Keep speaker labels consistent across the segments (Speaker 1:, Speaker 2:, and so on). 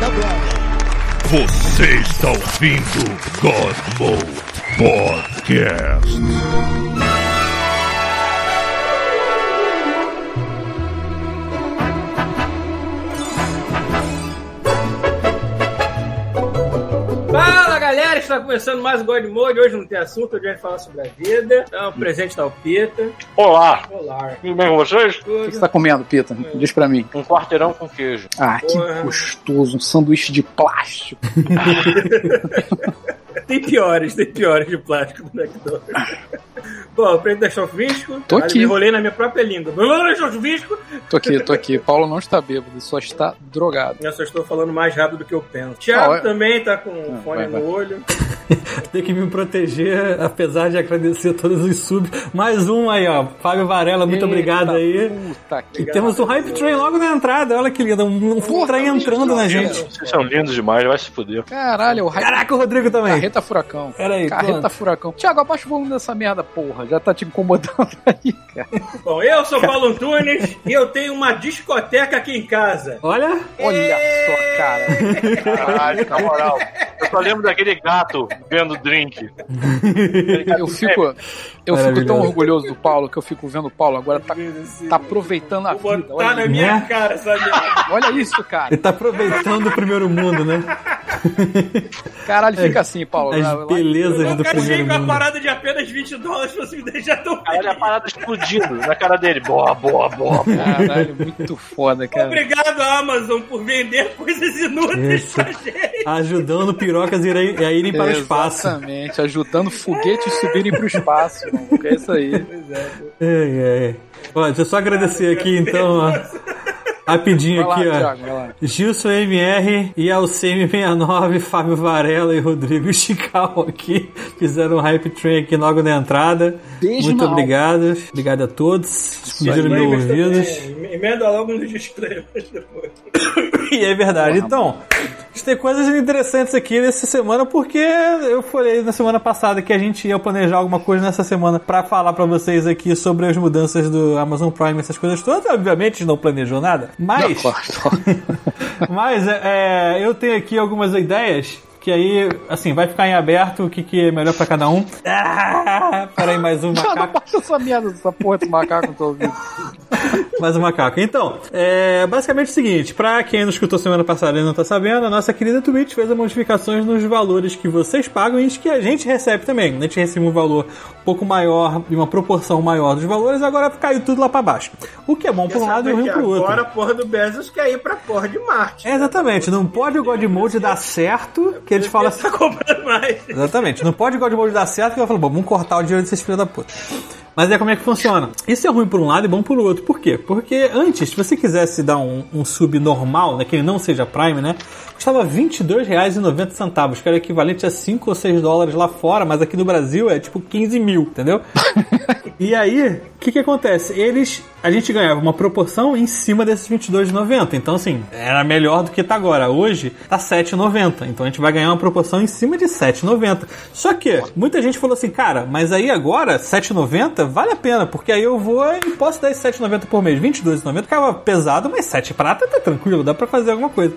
Speaker 1: da Broadway.
Speaker 2: Você está ouvindo God Mode Podcast.
Speaker 3: Fala galera, está começando mais um God Mode. Hoje não tem assunto, hoje a gente falar sobre a vida. É um presente da Alpeta.
Speaker 4: Olá,
Speaker 3: Olá,
Speaker 4: tudo bem com vocês?
Speaker 3: tudo.
Speaker 5: O que você tá comendo, Pita? Diz pra mim.
Speaker 4: Um quarteirão com queijo.
Speaker 5: Ah, que
Speaker 3: Porra.
Speaker 5: gostoso. Um sanduíche de plástico.
Speaker 3: Tem piores, tem piores de plástico né, do McDonald's. Bom, pra deixar o visco,
Speaker 5: Tô
Speaker 3: Caralho,
Speaker 5: aqui.
Speaker 3: me enrolei na minha própria língua. Deixar o visco.
Speaker 5: Tô aqui, tô aqui. Paulo não está bêbado, ele só está drogado.
Speaker 3: Eu só estou falando mais rápido do que eu penso. Thiago
Speaker 5: Ah, é.
Speaker 3: também tá com o
Speaker 5: Ah,
Speaker 3: fone
Speaker 5: vai,
Speaker 3: no
Speaker 5: vai.
Speaker 3: olho.
Speaker 6: Tem que me proteger, apesar de agradecer todos os subs. Mais um aí, ó. Fábio Varela, muito
Speaker 5: Eita
Speaker 6: obrigado aí.
Speaker 5: Puta
Speaker 6: E
Speaker 5: que...
Speaker 6: temos um Hype Train logo na entrada, olha que lindo. Um, um
Speaker 5: tá
Speaker 6: trem entrando na gente.
Speaker 4: Vocês são lindos demais, vai se fuder.
Speaker 5: Caralho, o raio...
Speaker 6: Caraca, o Rodrigo também.
Speaker 5: Carreta Furacão.
Speaker 6: Pera aí,
Speaker 5: Carreta
Speaker 6: pronto.
Speaker 5: Furacão. Tiago, abaixa o volume dessa merda, porra. Já tá te incomodando aí, cara.
Speaker 3: Bom, eu sou Paulo Antunes e eu tenho uma discoteca aqui em casa.
Speaker 6: Olha,
Speaker 5: Olha só, cara.
Speaker 4: Caralho, na moral. Eu só lembro daquele gato vendo drink.
Speaker 5: Eu fico, eu fico tão
Speaker 6: Maravilhoso.
Speaker 5: orgulhoso do Paulo que eu fico vendo o Paulo agora tá, tá aproveitando a
Speaker 3: Vou
Speaker 5: vida.
Speaker 3: botar
Speaker 5: Olha,
Speaker 3: na minha
Speaker 6: Né?
Speaker 3: cara, sabe?
Speaker 5: olha isso, cara.
Speaker 6: ele tá aproveitando o primeiro mundo, né?
Speaker 5: Caralho, fica assim, Paulo. Vai lá.
Speaker 6: As belezas
Speaker 3: Eu
Speaker 6: do
Speaker 3: gastei
Speaker 6: primeiro
Speaker 3: com a
Speaker 6: mundo.
Speaker 3: é
Speaker 6: é
Speaker 3: parada de apenas 20 dólares pra você me deixar tão
Speaker 4: Caralho, é a parada explodindo na cara dele. Boa, boa, boa.
Speaker 5: Caralho, muito foda, cara.
Speaker 3: Obrigado, Amazon, por vender coisas inúteis
Speaker 6: Isso.
Speaker 3: pra gente.
Speaker 6: Ajudando pirocas a irem, a irem para o espaço.
Speaker 5: Exatamente, ajudando foguetes subirem pro espaço, mano. Que é isso aí.
Speaker 6: Ai, ai. Ó, deixa eu só agradecer aqui, então, ó. Rapidinho
Speaker 5: Vai
Speaker 6: aqui,
Speaker 5: lá,
Speaker 6: ó.
Speaker 5: Thiago, vai lá.
Speaker 6: Gilson MR e Alceme 69, Fábio Varela e Rodrigo Chical aqui fizeram um hype train aqui logo na entrada.
Speaker 5: Beijo
Speaker 6: Muito
Speaker 5: na alma.
Speaker 6: obrigado, obrigado a todos que pediram meus ouvidos.
Speaker 3: É, Emenda logo nos disclaimers depois.
Speaker 6: E é verdade. Então, a gente tem coisas interessantes aqui nessa semana, porque eu falei na semana passada que a gente ia planejar alguma coisa nessa semana pra falar pra vocês aqui sobre as mudanças do Amazon Prime, essas coisas todas. Obviamente, a gente não planejou nada, mas. Mas é, é, eu tenho aqui algumas ideias que aí, assim, vai ficar em aberto o que, que é melhor pra cada um. Ah, peraí, mais um
Speaker 5: Cara, não
Speaker 6: macaco.
Speaker 5: baixa essa merda dessa porra desse macaco no teu ouvido.
Speaker 6: Mais um macaco. Então, é basicamente o seguinte: pra quem não escutou semana passada e não tá sabendo, a nossa querida Twitch fez as modificações nos valores que vocês pagam e que a gente recebe também. A gente recebe um valor um pouco maior e uma proporção maior dos valores, agora caiu tudo lá pra baixo. O que é bom pra um lado e ruim pro outro.
Speaker 3: Agora a porra do Bezos quer ir pra porra de Marte.
Speaker 6: É, exatamente, não pode o God Mode dar certo, que eles falam assim.
Speaker 3: Tá comprando mais.
Speaker 6: Exatamente. Não pode God Mode dar certo, que eu falo, bom, vamos cortar o dinheiro desses filhos da puta. Mas é como é que funciona. Isso é ruim por um lado e bom por outro. Por quê? Porque antes, se você quisesse dar um, um sub normal, né, que ele não seja Prime, né, custava R$ 22,90, que era equivalente a 5 ou 6 dólares lá fora, mas aqui no Brasil é tipo 15 mil, entendeu? E aí, o que que acontece? Eles, a gente ganhava uma proporção em cima desses 22,90. Então, assim, era melhor do que tá agora. Hoje tá 7,90. Então a gente vai ganhar uma proporção em cima de 7,90. Só que muita gente falou assim, cara, mas aí agora 7,90 vale a pena, porque aí eu vou e posso dar esse 7,90 por mês. 22,90 ficava pesado, mas 7 prata tá tranquilo, dá pra fazer alguma coisa.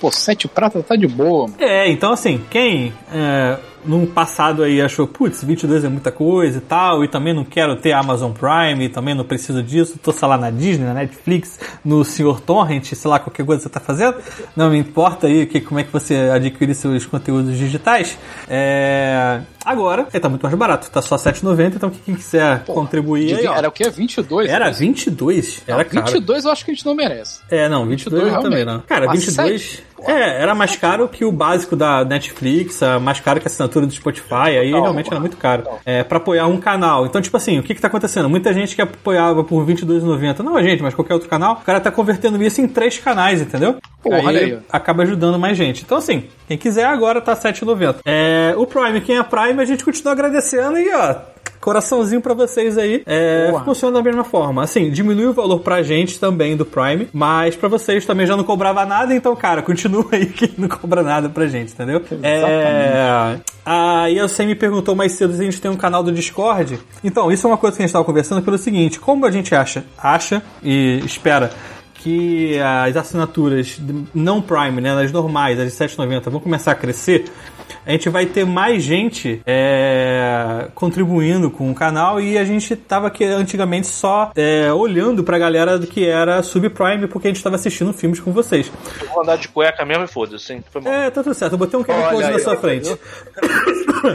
Speaker 5: Pô, sete prata tá de boa, mano.
Speaker 6: É, então assim, quem é, num passado aí achou, putz, 22 é muita coisa e tal, e também não quero ter Amazon Prime, e também não preciso disso, tô, sei lá, na Disney, na Netflix, no Sr. Torrent, sei lá, qualquer coisa que você tá fazendo, não me importa aí que, como é que você adquire seus conteúdos digitais. É, agora, é, tá muito mais barato, tá só R$ 7,90, então quem quiser contribuir aí,
Speaker 5: De-
Speaker 6: ó,
Speaker 5: Era o quê? 22?
Speaker 6: era 22, era caro.
Speaker 5: 22 eu acho que a gente não merece.
Speaker 6: É, não, 22,
Speaker 5: 22
Speaker 6: eu também não.
Speaker 5: realmente.
Speaker 6: Cara,
Speaker 5: Mas
Speaker 6: 22
Speaker 5: sete?
Speaker 6: é, era mais caro que o básico da Netflix, a mais caro que a assinatura do Spotify, aí realmente era muito caro. É, pra apoiar um canal. Então, tipo assim, o que que tá acontecendo? Muita gente que apoiava por 22,90, não a gente, mas qualquer outro canal, o cara tá convertendo isso em três canais, entendeu?
Speaker 5: Porra, olha aí, ó.
Speaker 6: acaba ajudando mais gente. Então, assim, quem quiser agora tá R$ 7,90. É, o Prime, quem é Prime, a gente continua agradecendo e, ó, coraçãozinho pra vocês aí. É,
Speaker 5: Boa.
Speaker 6: funciona da mesma forma. Assim, diminui o valor pra gente também do Prime, mas pra vocês também já não cobrava nada, então, cara, continua aí que não cobra nada pra gente, entendeu? É... Aí a Sam me perguntou mais cedo se a gente tem um canal do Discord. Então, isso é uma coisa que a gente tava conversando pelo seguinte, como a gente acha, acha e espera que as assinaturas não Prime, né, as normais, as de 7,90, vão começar a crescer, a gente vai ter mais gente é, contribuindo com o canal e a gente tava aqui antigamente só é, olhando pra galera do que era subprime porque a gente tava assistindo filmes com vocês.
Speaker 4: Eu vou andar de cueca mesmo e foda-se, hein? Foi mal.
Speaker 6: É, tá tudo certo, eu botei um QR Code
Speaker 1: aí,
Speaker 6: na sua frente.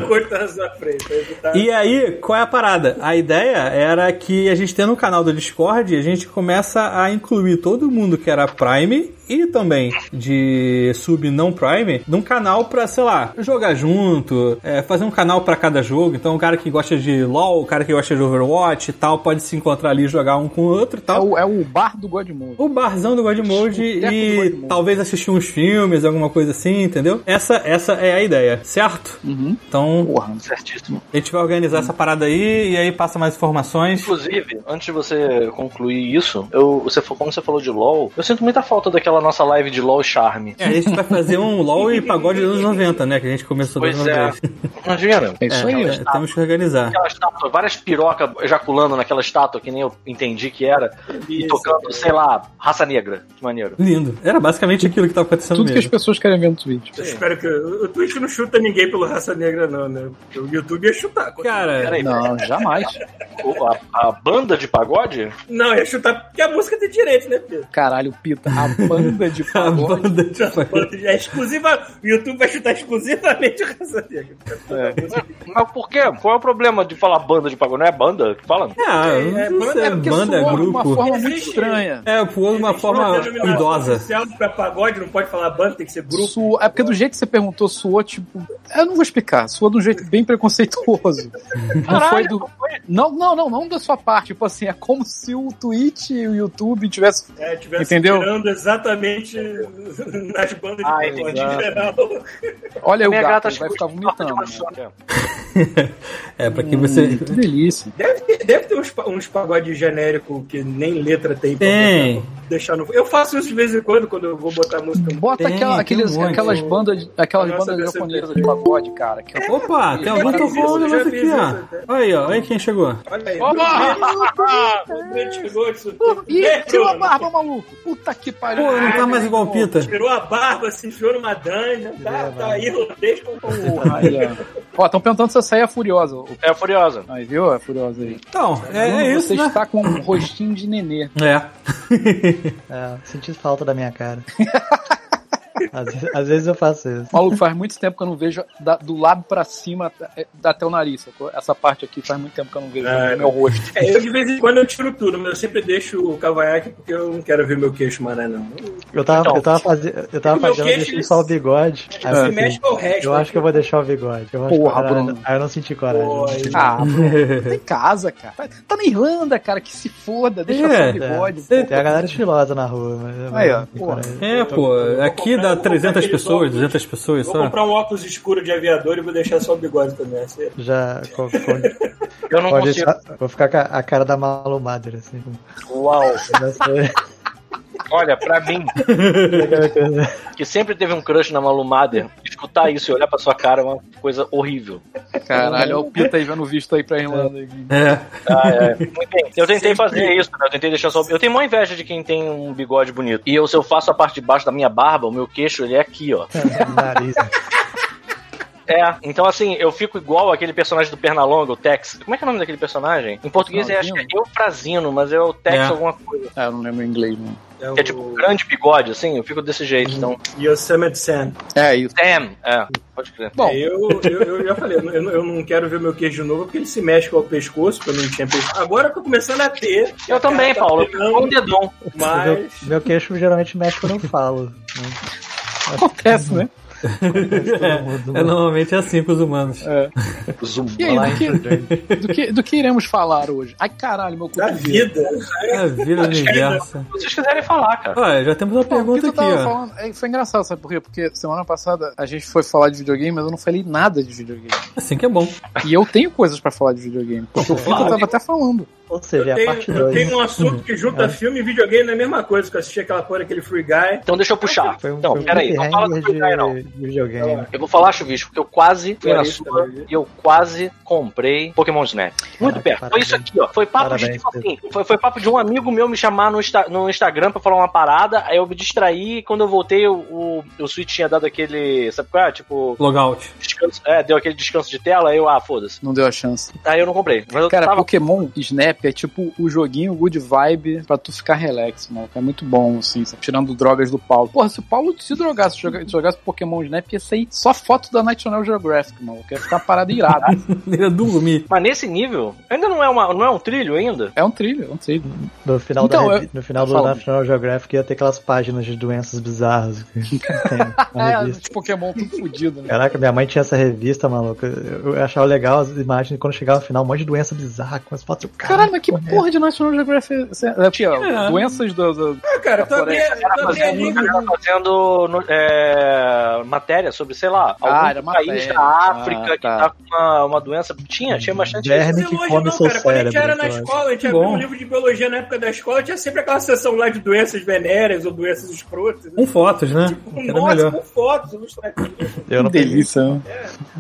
Speaker 3: Corta na sua frente. pra evitar-
Speaker 6: E aí, qual é a parada? A ideia era que a gente tendo um canal do Discord, a gente começa a incluir todo mundo que era Prime e também de sub não Prime num canal pra, sei lá, jogar junto, é, fazer um canal pra cada jogo. Então, o cara que gosta de LoL, o cara que gosta de Overwatch e tal, pode se encontrar ali e jogar um com o outro e
Speaker 5: É
Speaker 6: tal.
Speaker 5: o, é o bar do Godmode.
Speaker 6: O barzão do Godmode
Speaker 5: O boteco do
Speaker 6: e
Speaker 5: Godmode.
Speaker 6: talvez assistir uns filmes, alguma coisa assim, entendeu? Essa, essa é a ideia, certo?
Speaker 5: Uhum.
Speaker 6: Então,
Speaker 5: Porra.
Speaker 4: Certíssimo.
Speaker 6: a gente vai organizar essa parada aí e aí passa mais informações.
Speaker 4: Inclusive, antes de você concluir isso, eu, você, fa- como você falou de LOL, eu sinto muita falta daquela nossa live de LOL Charme.
Speaker 6: É, a gente vai fazer um LOL e pagode dos anos 90, né? Que a gente começou da
Speaker 4: Pois
Speaker 6: última
Speaker 4: é.
Speaker 6: vez.
Speaker 4: Imagina.
Speaker 5: É isso aí.
Speaker 6: É, temos que organizar.
Speaker 4: Aquela estátua, várias pirocas ejaculando naquela estátua, que nem eu entendi que era, e
Speaker 3: Isso,
Speaker 4: tocando,
Speaker 3: cara.
Speaker 4: sei lá, raça negra. Que maneiro.
Speaker 6: Lindo. Era basicamente aquilo que tava acontecendo
Speaker 5: Tudo que as
Speaker 6: mesmo.
Speaker 5: pessoas querem ver no Twitch.
Speaker 3: Eu espero que. O o Twitch não chuta ninguém pelo raça negra, não, né? Porque o YouTube ia chutar.
Speaker 6: Cara,
Speaker 4: Peraí,
Speaker 5: Não, jamais.
Speaker 4: o- a, a banda de pagode?
Speaker 3: Não, ia chutar porque a música tem direito, né, Pedro?
Speaker 5: Caralho, Pita, a banda de
Speaker 6: a
Speaker 5: pagode.
Speaker 6: banda de pagode.
Speaker 3: É exclusiva. O YouTube vai chutar exclusivamente a raça negra.
Speaker 4: Mas por quê? Qual é o problema de falar banda de pagode? Não é banda que fala?
Speaker 6: Ah,
Speaker 3: É,
Speaker 6: não sei,
Speaker 3: é
Speaker 5: porque soa
Speaker 6: banda,
Speaker 5: de uma
Speaker 6: grupo.
Speaker 5: forma muito
Speaker 3: Existe-
Speaker 5: estranha.
Speaker 6: É, pulou de uma forma idosa.
Speaker 3: Céu pra pagode, não pode falar banda, tem que ser grupo.
Speaker 5: Suou- é porque do jeito que você perguntou, suou tipo. Eu não vou explicar, suou de um jeito bem preconceituoso. Não foi do. Não, não, não, não da sua parte. Tipo assim, é como se o Twitch e o YouTube tivessem.
Speaker 3: É, tivesse
Speaker 5: Entendeu?
Speaker 3: tirando exatamente nas bandas de
Speaker 4: Ah,
Speaker 3: pagode em
Speaker 4: exato.
Speaker 3: geral.
Speaker 5: Olha o
Speaker 4: Minha
Speaker 5: gato,
Speaker 4: gata
Speaker 5: ele vai
Speaker 4: acho que
Speaker 5: ficar vomitando.
Speaker 4: uma
Speaker 5: né?
Speaker 4: soca.
Speaker 6: É, pra que você.
Speaker 5: Que delícia.
Speaker 3: Deve ter, deve ter uns, pa- uns pagodes genéricos que nem letra tem pra
Speaker 6: Tem.
Speaker 3: botar, deixar no. Eu faço isso de vez em quando, quando eu vou botar música.
Speaker 5: Bota
Speaker 6: Tem,
Speaker 5: aquela-
Speaker 6: tem
Speaker 5: aqueles,
Speaker 6: um monte.
Speaker 5: aquelas bandas, aquelas
Speaker 3: Nossa,
Speaker 5: bandas
Speaker 3: dessa
Speaker 5: japonesas
Speaker 3: vez.
Speaker 5: de pagode, cara. Que
Speaker 4: É,
Speaker 5: eu...
Speaker 6: Opa, tem alguém tocando o
Speaker 3: Eu já
Speaker 6: negócio
Speaker 3: fiz isso,
Speaker 6: aqui, ó. Olha aí, ó. Olha quem chegou.
Speaker 3: Olha aí.
Speaker 5: Opa!
Speaker 3: Ele tirou isso tudo.
Speaker 4: é,
Speaker 5: Ih, tirou a
Speaker 3: Bruno?
Speaker 5: barba, maluco! Puta que pariu!
Speaker 6: Pô, não tá mais igual o Pita.
Speaker 3: Tirou a barba, se enfiou numa dungeon.
Speaker 1: É,
Speaker 3: Tá, tá irlandês com
Speaker 5: Porra, aí, ó. Ó, estão perguntando se essa aí é furiosa. o-
Speaker 4: É Furiosa.
Speaker 5: Aí, viu? É furiosa aí.
Speaker 6: Então, é, é
Speaker 5: Bruno,
Speaker 6: isso,
Speaker 5: Você
Speaker 6: né?
Speaker 5: está com um rostinho de nenê.
Speaker 6: É.
Speaker 1: É, senti falta da minha cara. às, vezes, às vezes eu faço isso.
Speaker 5: Maluco, faz muito tempo que eu não vejo da- do lábio pra cima é, da- até o nariz. sacou? Essa parte aqui faz muito tempo que eu não vejo
Speaker 3: É,
Speaker 5: no meu rosto.
Speaker 3: É, eu de vez em quando eu tiro tudo, mas eu sempre deixo o cavanhaque porque eu não quero ver meu queixo marar, não.
Speaker 1: Eu tava,
Speaker 4: Então,
Speaker 1: eu tava, faze- eu
Speaker 3: o
Speaker 1: tava
Speaker 3: meu
Speaker 1: fazendo, eu
Speaker 3: queixo,
Speaker 1: deixei
Speaker 3: ele
Speaker 1: só o bigode. Aí eu
Speaker 3: se
Speaker 1: fiquei,
Speaker 3: mexe com o resto.
Speaker 1: É, assim, eu acho que eu vou deixar o bigode. Eu acho
Speaker 5: Porra,
Speaker 1: que eu-
Speaker 5: Bruno.
Speaker 1: Aí eu não senti coragem.
Speaker 3: Pô, aí-
Speaker 5: Ah, Bruno, tá em casa, cara. Tá, tá na Irlanda, cara, que se foda, deixa
Speaker 6: É,
Speaker 5: só o bigode.
Speaker 6: é.
Speaker 5: pô.
Speaker 1: Tem a galera estilosa na rua, mas eu
Speaker 5: Aí,
Speaker 1: não
Speaker 5: ó,
Speaker 1: senti
Speaker 5: porra.
Speaker 1: coragem.
Speaker 6: É, pô. Aqui dá 300 pessoas, 200 pessoas
Speaker 3: Vou
Speaker 6: só.
Speaker 3: comprar um óculos escuro de aviador e vou deixar só o bigode também. assim.
Speaker 1: Já co- co-
Speaker 4: Eu não
Speaker 1: pode
Speaker 4: consigo.
Speaker 1: deixar, vou ficar com a, a cara da Malu Mader, assim.
Speaker 4: Uau.
Speaker 1: Já sei.
Speaker 4: Olha, pra mim,
Speaker 1: Aquela coisa.
Speaker 4: que sempre teve um crush na Malu Mader, escutar isso e olhar pra sua cara é uma coisa horrível.
Speaker 5: Caralho, olha o Pita aí vendo visto aí pra Irlanda.
Speaker 6: É.
Speaker 4: Ah, é. Muito bem. Eu tentei fazer isso, né? Eu tentei deixar só. Eu tenho maior inveja de quem tem um bigode bonito. E eu, se eu faço a parte de baixo da minha barba, o meu queixo, ele é aqui, ó.
Speaker 1: Nariz.
Speaker 4: É, então assim, eu fico igual aquele personagem do Pernalonga, o Tex. Como é que é o nome daquele personagem? Em português é, acho que é Eufrazino, mas é o Tex
Speaker 6: É.
Speaker 4: alguma coisa.
Speaker 5: Ah, eu não lembro em inglês, não.
Speaker 3: É,
Speaker 4: Que é tipo um grande bigode, assim, eu fico desse jeito.
Speaker 1: Uhum.
Speaker 4: Então,
Speaker 3: Yosemite Sam.
Speaker 5: É isso.
Speaker 4: Sam, é, pode crer.
Speaker 5: Bom,
Speaker 3: Eu, eu, eu já falei, eu, não- eu não quero ver meu queijo de novo porque ele se mexe com o pescoço, porque eu não tinha pescoço. Agora eu tô começando a ter.
Speaker 4: Eu também,
Speaker 3: Tá
Speaker 4: Paulo, eu fico
Speaker 3: pegando,
Speaker 4: com o dedão.
Speaker 1: Meu,
Speaker 3: Mas.
Speaker 1: meu queixo geralmente mexe quando eu falo.
Speaker 5: acontece, né?
Speaker 6: É, normalmente é assim com os humanos.
Speaker 5: E aí, do que, do, que, do que iremos falar hoje? Ai, caralho, meu cu.
Speaker 3: Da vida.
Speaker 6: É a vida universa.
Speaker 4: é Se vocês quiserem falar, cara.
Speaker 6: Olha, já temos
Speaker 5: Não,
Speaker 6: uma
Speaker 5: o que
Speaker 6: pergunta
Speaker 5: tu
Speaker 6: aqui,
Speaker 5: tava
Speaker 6: ó.
Speaker 5: falando, é, foi engraçado, sabe por quê? Porque semana passada a gente foi falar de videogame, mas eu não falei nada de videogame.
Speaker 6: Assim que é bom.
Speaker 5: E eu tenho coisas pra falar de videogame. Porque o Fita tava até falando.
Speaker 1: Ou seja, é a
Speaker 3: Tem,
Speaker 1: parte É.
Speaker 3: eu tenho
Speaker 1: 2.
Speaker 3: um assunto que junta filme e videogame na mesma coisa, que eu assisti aquela porra, aquele Free Guy.
Speaker 4: Então deixa eu puxar.
Speaker 1: Foi um,
Speaker 4: Não,
Speaker 1: foi um
Speaker 4: peraí, não fala do Free Guy,
Speaker 1: cliffhanger
Speaker 4: não.
Speaker 1: de, de videogame.
Speaker 4: Eu vou falar, Chuvisco, que eu quase fui
Speaker 3: Olha
Speaker 4: na
Speaker 3: isso,
Speaker 4: sua
Speaker 3: cara.
Speaker 4: e eu quase comprei Pokémon Snap. Muito
Speaker 1: Caraca,
Speaker 4: perto. Foi
Speaker 1: parabéns.
Speaker 4: isso aqui, ó. Foi papo, de,
Speaker 1: Parabéns,
Speaker 4: tipo assim, foi, foi papo de um amigo meu me chamar no, Insta- no Instagram pra falar uma parada, aí eu me distraí e quando eu voltei o, o, o Switch tinha dado aquele, sabe qual é? Tipo,
Speaker 6: Logout.
Speaker 4: descanso, é, deu aquele descanso de tela, aí eu, ah, foda-se.
Speaker 5: Não deu a chance.
Speaker 4: Aí eu não comprei. Mas eu
Speaker 5: Cara,
Speaker 4: tava...
Speaker 5: Pokémon Snap é tipo o joguinho good vibe pra tu ficar relax, mano. É muito bom, assim, sabe? tirando drogas do Paulo. Porra, se o Paulo se drogasse, joga- jogasse Pokémon Snap, ia sair só foto da National Geographic, mano. Ia ficar uma parada irada.
Speaker 6: Ele é dormir.
Speaker 4: Mas nesse nível, ainda não é, uma, não é um trilho ainda?
Speaker 5: É um trilho, é um trilho.
Speaker 1: No final,
Speaker 5: Então,
Speaker 1: da,
Speaker 5: eu-
Speaker 1: revi- no final do
Speaker 5: Fala.
Speaker 1: National Geographic ia ter aquelas páginas de doenças bizarras. que tem na
Speaker 5: É,
Speaker 1: revista.
Speaker 5: de Pokémon tudo fodido, né?
Speaker 1: Caraca, minha mãe tinha essa revista, maluco. Eu eu achava legal as imagens. e Quando chegava no final, um monte de doença bizarra com as fotos.
Speaker 5: Caralho, mas que porra de National Geographic é? Aqui, ó, doenças do, do-
Speaker 3: Ah, cara, tô
Speaker 5: Agora
Speaker 3: bem,
Speaker 5: é-
Speaker 4: Cara
Speaker 3: tô bem
Speaker 4: fazendo,
Speaker 3: livre.
Speaker 4: cara fazendo no- é, matéria sobre, sei lá, algum
Speaker 5: Ah, era
Speaker 4: país
Speaker 5: matéria.
Speaker 4: da África
Speaker 5: Ah,
Speaker 4: que
Speaker 5: tá.
Speaker 4: tá com uma, uma doença. Tinha, tinha bastante isso.
Speaker 1: Verme
Speaker 3: Não
Speaker 1: que
Speaker 3: hoje
Speaker 1: come
Speaker 3: não,
Speaker 1: seu
Speaker 3: cara. Quando a gente
Speaker 1: cérebro, então,
Speaker 3: era na
Speaker 1: eu acho.
Speaker 3: escola, a gente
Speaker 6: Bom.
Speaker 3: abriu um livro de biologia na época da escola, tinha sempre aquela sessão lá de doenças venéreas ou doenças escrotas.
Speaker 6: Com fotos, né?
Speaker 3: Com
Speaker 6: Era
Speaker 3: notas,
Speaker 6: melhor.
Speaker 3: com fotos, ilustrativas.
Speaker 1: Eu não
Speaker 5: delícia, né?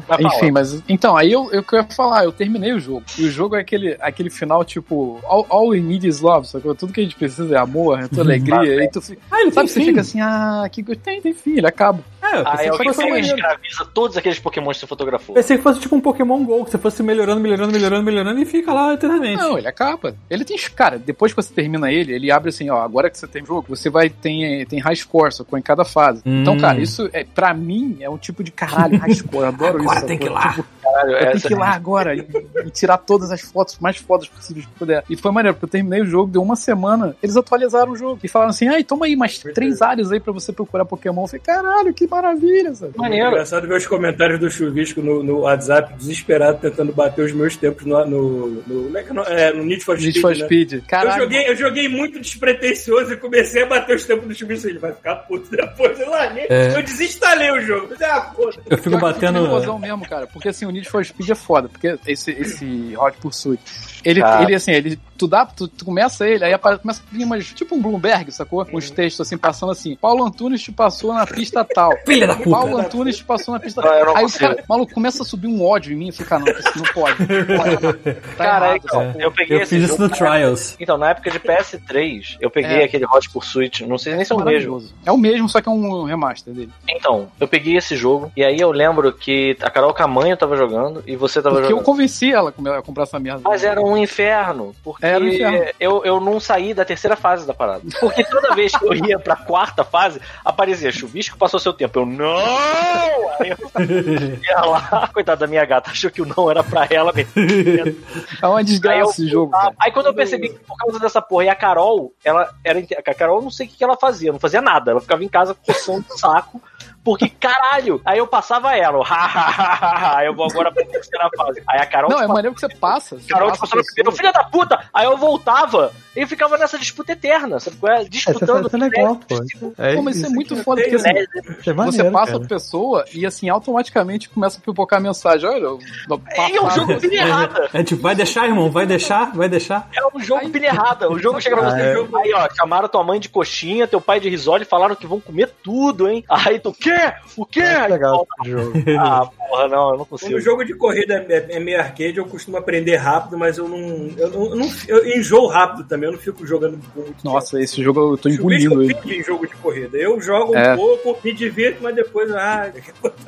Speaker 6: Tá
Speaker 4: Mas fala.
Speaker 5: Enfim, mas. Então, aí eu, eu que eu ia falar, eu terminei o jogo. E o jogo é aquele, aquele final, tipo, all, all we need is love, sacou? Tudo que a gente precisa é amor, é tua alegria. e tu fica,
Speaker 6: Ah, ele
Speaker 5: sabe,
Speaker 6: sabe
Speaker 5: você fica assim, ah, que gostoso. Tem, tem filho, acaba.
Speaker 6: É, eu
Speaker 4: Ah,
Speaker 6: pensei,
Speaker 4: é o
Speaker 6: que
Speaker 4: que
Speaker 6: fosse
Speaker 5: assim,
Speaker 4: você
Speaker 6: maneiro.
Speaker 4: escraviza todos aqueles Pokémon que você fotografou.
Speaker 6: pensei que fosse tipo um Pokémon GO, que você fosse melhorando, melhorando, melhorando, melhorando e fica lá eternamente.
Speaker 5: Não, ele acaba. Ele tem. Cara, depois que você termina ele, ele abre assim, ó, agora que você tem jogo, você vai. Tem, tem high score, sacou? Em cada fase.
Speaker 6: Hum.
Speaker 5: Então, cara, isso, é, pra mim, é um tipo de caralho, high score. Eu adoro isso.
Speaker 6: Agora tem que
Speaker 5: sacou? Tipo,
Speaker 6: ir lá.
Speaker 4: Caralho,
Speaker 5: Eu tenho
Speaker 4: essa-
Speaker 5: que ir lá agora e, e tirar todas as fotos mais fodas possíveis que puder. E foi maneiro, porque eu terminei o jogo, deu uma semana, eles atualizaram o jogo e falaram assim: ai, toma aí mais
Speaker 3: é.
Speaker 5: três áreas aí pra você procurar Pokémon. Eu falei, caralho, que maravilha, sabe?
Speaker 4: Maneiro.
Speaker 3: Engraçado ver os comentários do Chuvisco no, no WhatsApp, desesperado, tentando bater os meus tempos no, no, no, como é que é o nome? É, no Need for Speed.
Speaker 5: Need for
Speaker 3: né?
Speaker 5: Speed.
Speaker 3: Eu
Speaker 5: Caralho.
Speaker 3: joguei, eu joguei muito despretensioso e comecei a bater os tempos do Chuvisco. Ele vai ficar puto depois. Eu larguei.
Speaker 6: É.
Speaker 3: Eu desinstalei o jogo. Mas, ah, foda.
Speaker 6: Eu fico
Speaker 5: Pior que eu fico
Speaker 6: batendo.
Speaker 5: nervosão mesmo, cara. Porque assim, o Need for Speed é foda. Porque esse, esse Hot Pursuit. Ele,
Speaker 4: Cara.
Speaker 5: ele assim, ele. Tu dá, tu, tu começa ele, aí apare- começa a vir umas. Tipo um Bloomberg, sacou?
Speaker 3: Uhum.
Speaker 5: Uns textos assim, passando assim. Paulo Antunes te passou na pista tal.
Speaker 6: Filha da puta.
Speaker 5: Paulo Antunes te passou na pista
Speaker 4: Não,
Speaker 5: tal.
Speaker 4: eu não
Speaker 5: Aí o
Speaker 4: consigo.
Speaker 5: cara, maluco, começa a subir um ódio em mim. Eu falei, cara, não, isso não pode. Não pode. Tá
Speaker 4: Cara,
Speaker 5: errado,
Speaker 4: então,
Speaker 5: sacou?
Speaker 4: eu peguei
Speaker 6: Eu
Speaker 4: esse
Speaker 6: fiz isso
Speaker 4: jogo-
Speaker 6: no Trials.
Speaker 4: Então, na época de PS3, eu peguei
Speaker 5: É.
Speaker 4: aquele Hot Pursuit, não sei nem se é o mesmo.
Speaker 5: Maravilhoso. É o mesmo, só que é um remaster dele.
Speaker 4: Então, eu peguei esse jogo, e aí eu lembro que a Carol Camanho tava jogando e você tava
Speaker 5: Porque eu
Speaker 4: jogando.
Speaker 5: convenci ela a comprar essa merda.
Speaker 4: Mas era um inferno, porque
Speaker 5: Era um inferno.
Speaker 4: Eu, eu não saí da terceira fase da parada. Porque toda vez que eu ia pra quarta fase, aparecia chuvisco, passou seu tempo. Eu não! Aí eu ia lá, coitada da minha gata, achou que o não era pra ela mesmo.
Speaker 5: É uma
Speaker 4: Aí, eu
Speaker 5: desgraça esse jogo.
Speaker 4: voltava.
Speaker 5: cara.
Speaker 4: Ah, Aí quando eu percebi que por causa dessa porra, e a Carol, ela era. inte- A Carol eu não sei o que que ela fazia, não fazia nada. Ela ficava em casa coçando o saco. Porque, caralho, aí eu passava ela, eu, ha, ha, ha, ha, ha, eu vou agora pra terceira fase. Aí a Carol tipo,
Speaker 5: Não, é maneiro que você passa. Você
Speaker 4: Carol
Speaker 5: passa
Speaker 4: tipo, passando
Speaker 5: por
Speaker 4: primeiro,
Speaker 5: cima.
Speaker 4: filha da puta! Aí eu voltava e ficava nessa disputa eterna, sabe? qual é? Disputando. tipo,
Speaker 1: isso é legal, pô. É,
Speaker 5: Pô, mas isso é muito foda, porque assim,
Speaker 4: né?
Speaker 1: Isso
Speaker 5: você
Speaker 1: é maneiro,
Speaker 5: passa
Speaker 1: cara.
Speaker 5: a pessoa e assim, automaticamente começa a pipocar a mensagem. Olha, eu,
Speaker 4: É é um jogo pilha errada.
Speaker 6: É tipo, vai deixar, irmão, vai deixar, vai deixar.
Speaker 4: É um jogo pilha errada. O jogo chega pra você
Speaker 1: Ah, é.
Speaker 4: e jogo. Aí, ó, chamaram tua mãe de coxinha, teu pai de risole, falaram que vão comer tudo, hein? Aí tu, o quê? O quê?
Speaker 1: É muito
Speaker 4: Aí,
Speaker 1: legal esse jogo.
Speaker 4: Ah, porra, não, eu não
Speaker 3: Quando o
Speaker 4: consigo.
Speaker 3: jogo de corrida é é meio arcade, eu costumo aprender rápido, mas eu não. Eu, não, eu não- eu enjoo rápido também, eu não fico jogando por muito tempo.
Speaker 5: Nossa, esse jogo eu tô
Speaker 3: Chuvisco
Speaker 5: engolindo ele.
Speaker 3: vive em jogo de corrida. Eu jogo um
Speaker 5: É.
Speaker 3: pouco, me divirto, mas depois. Ah,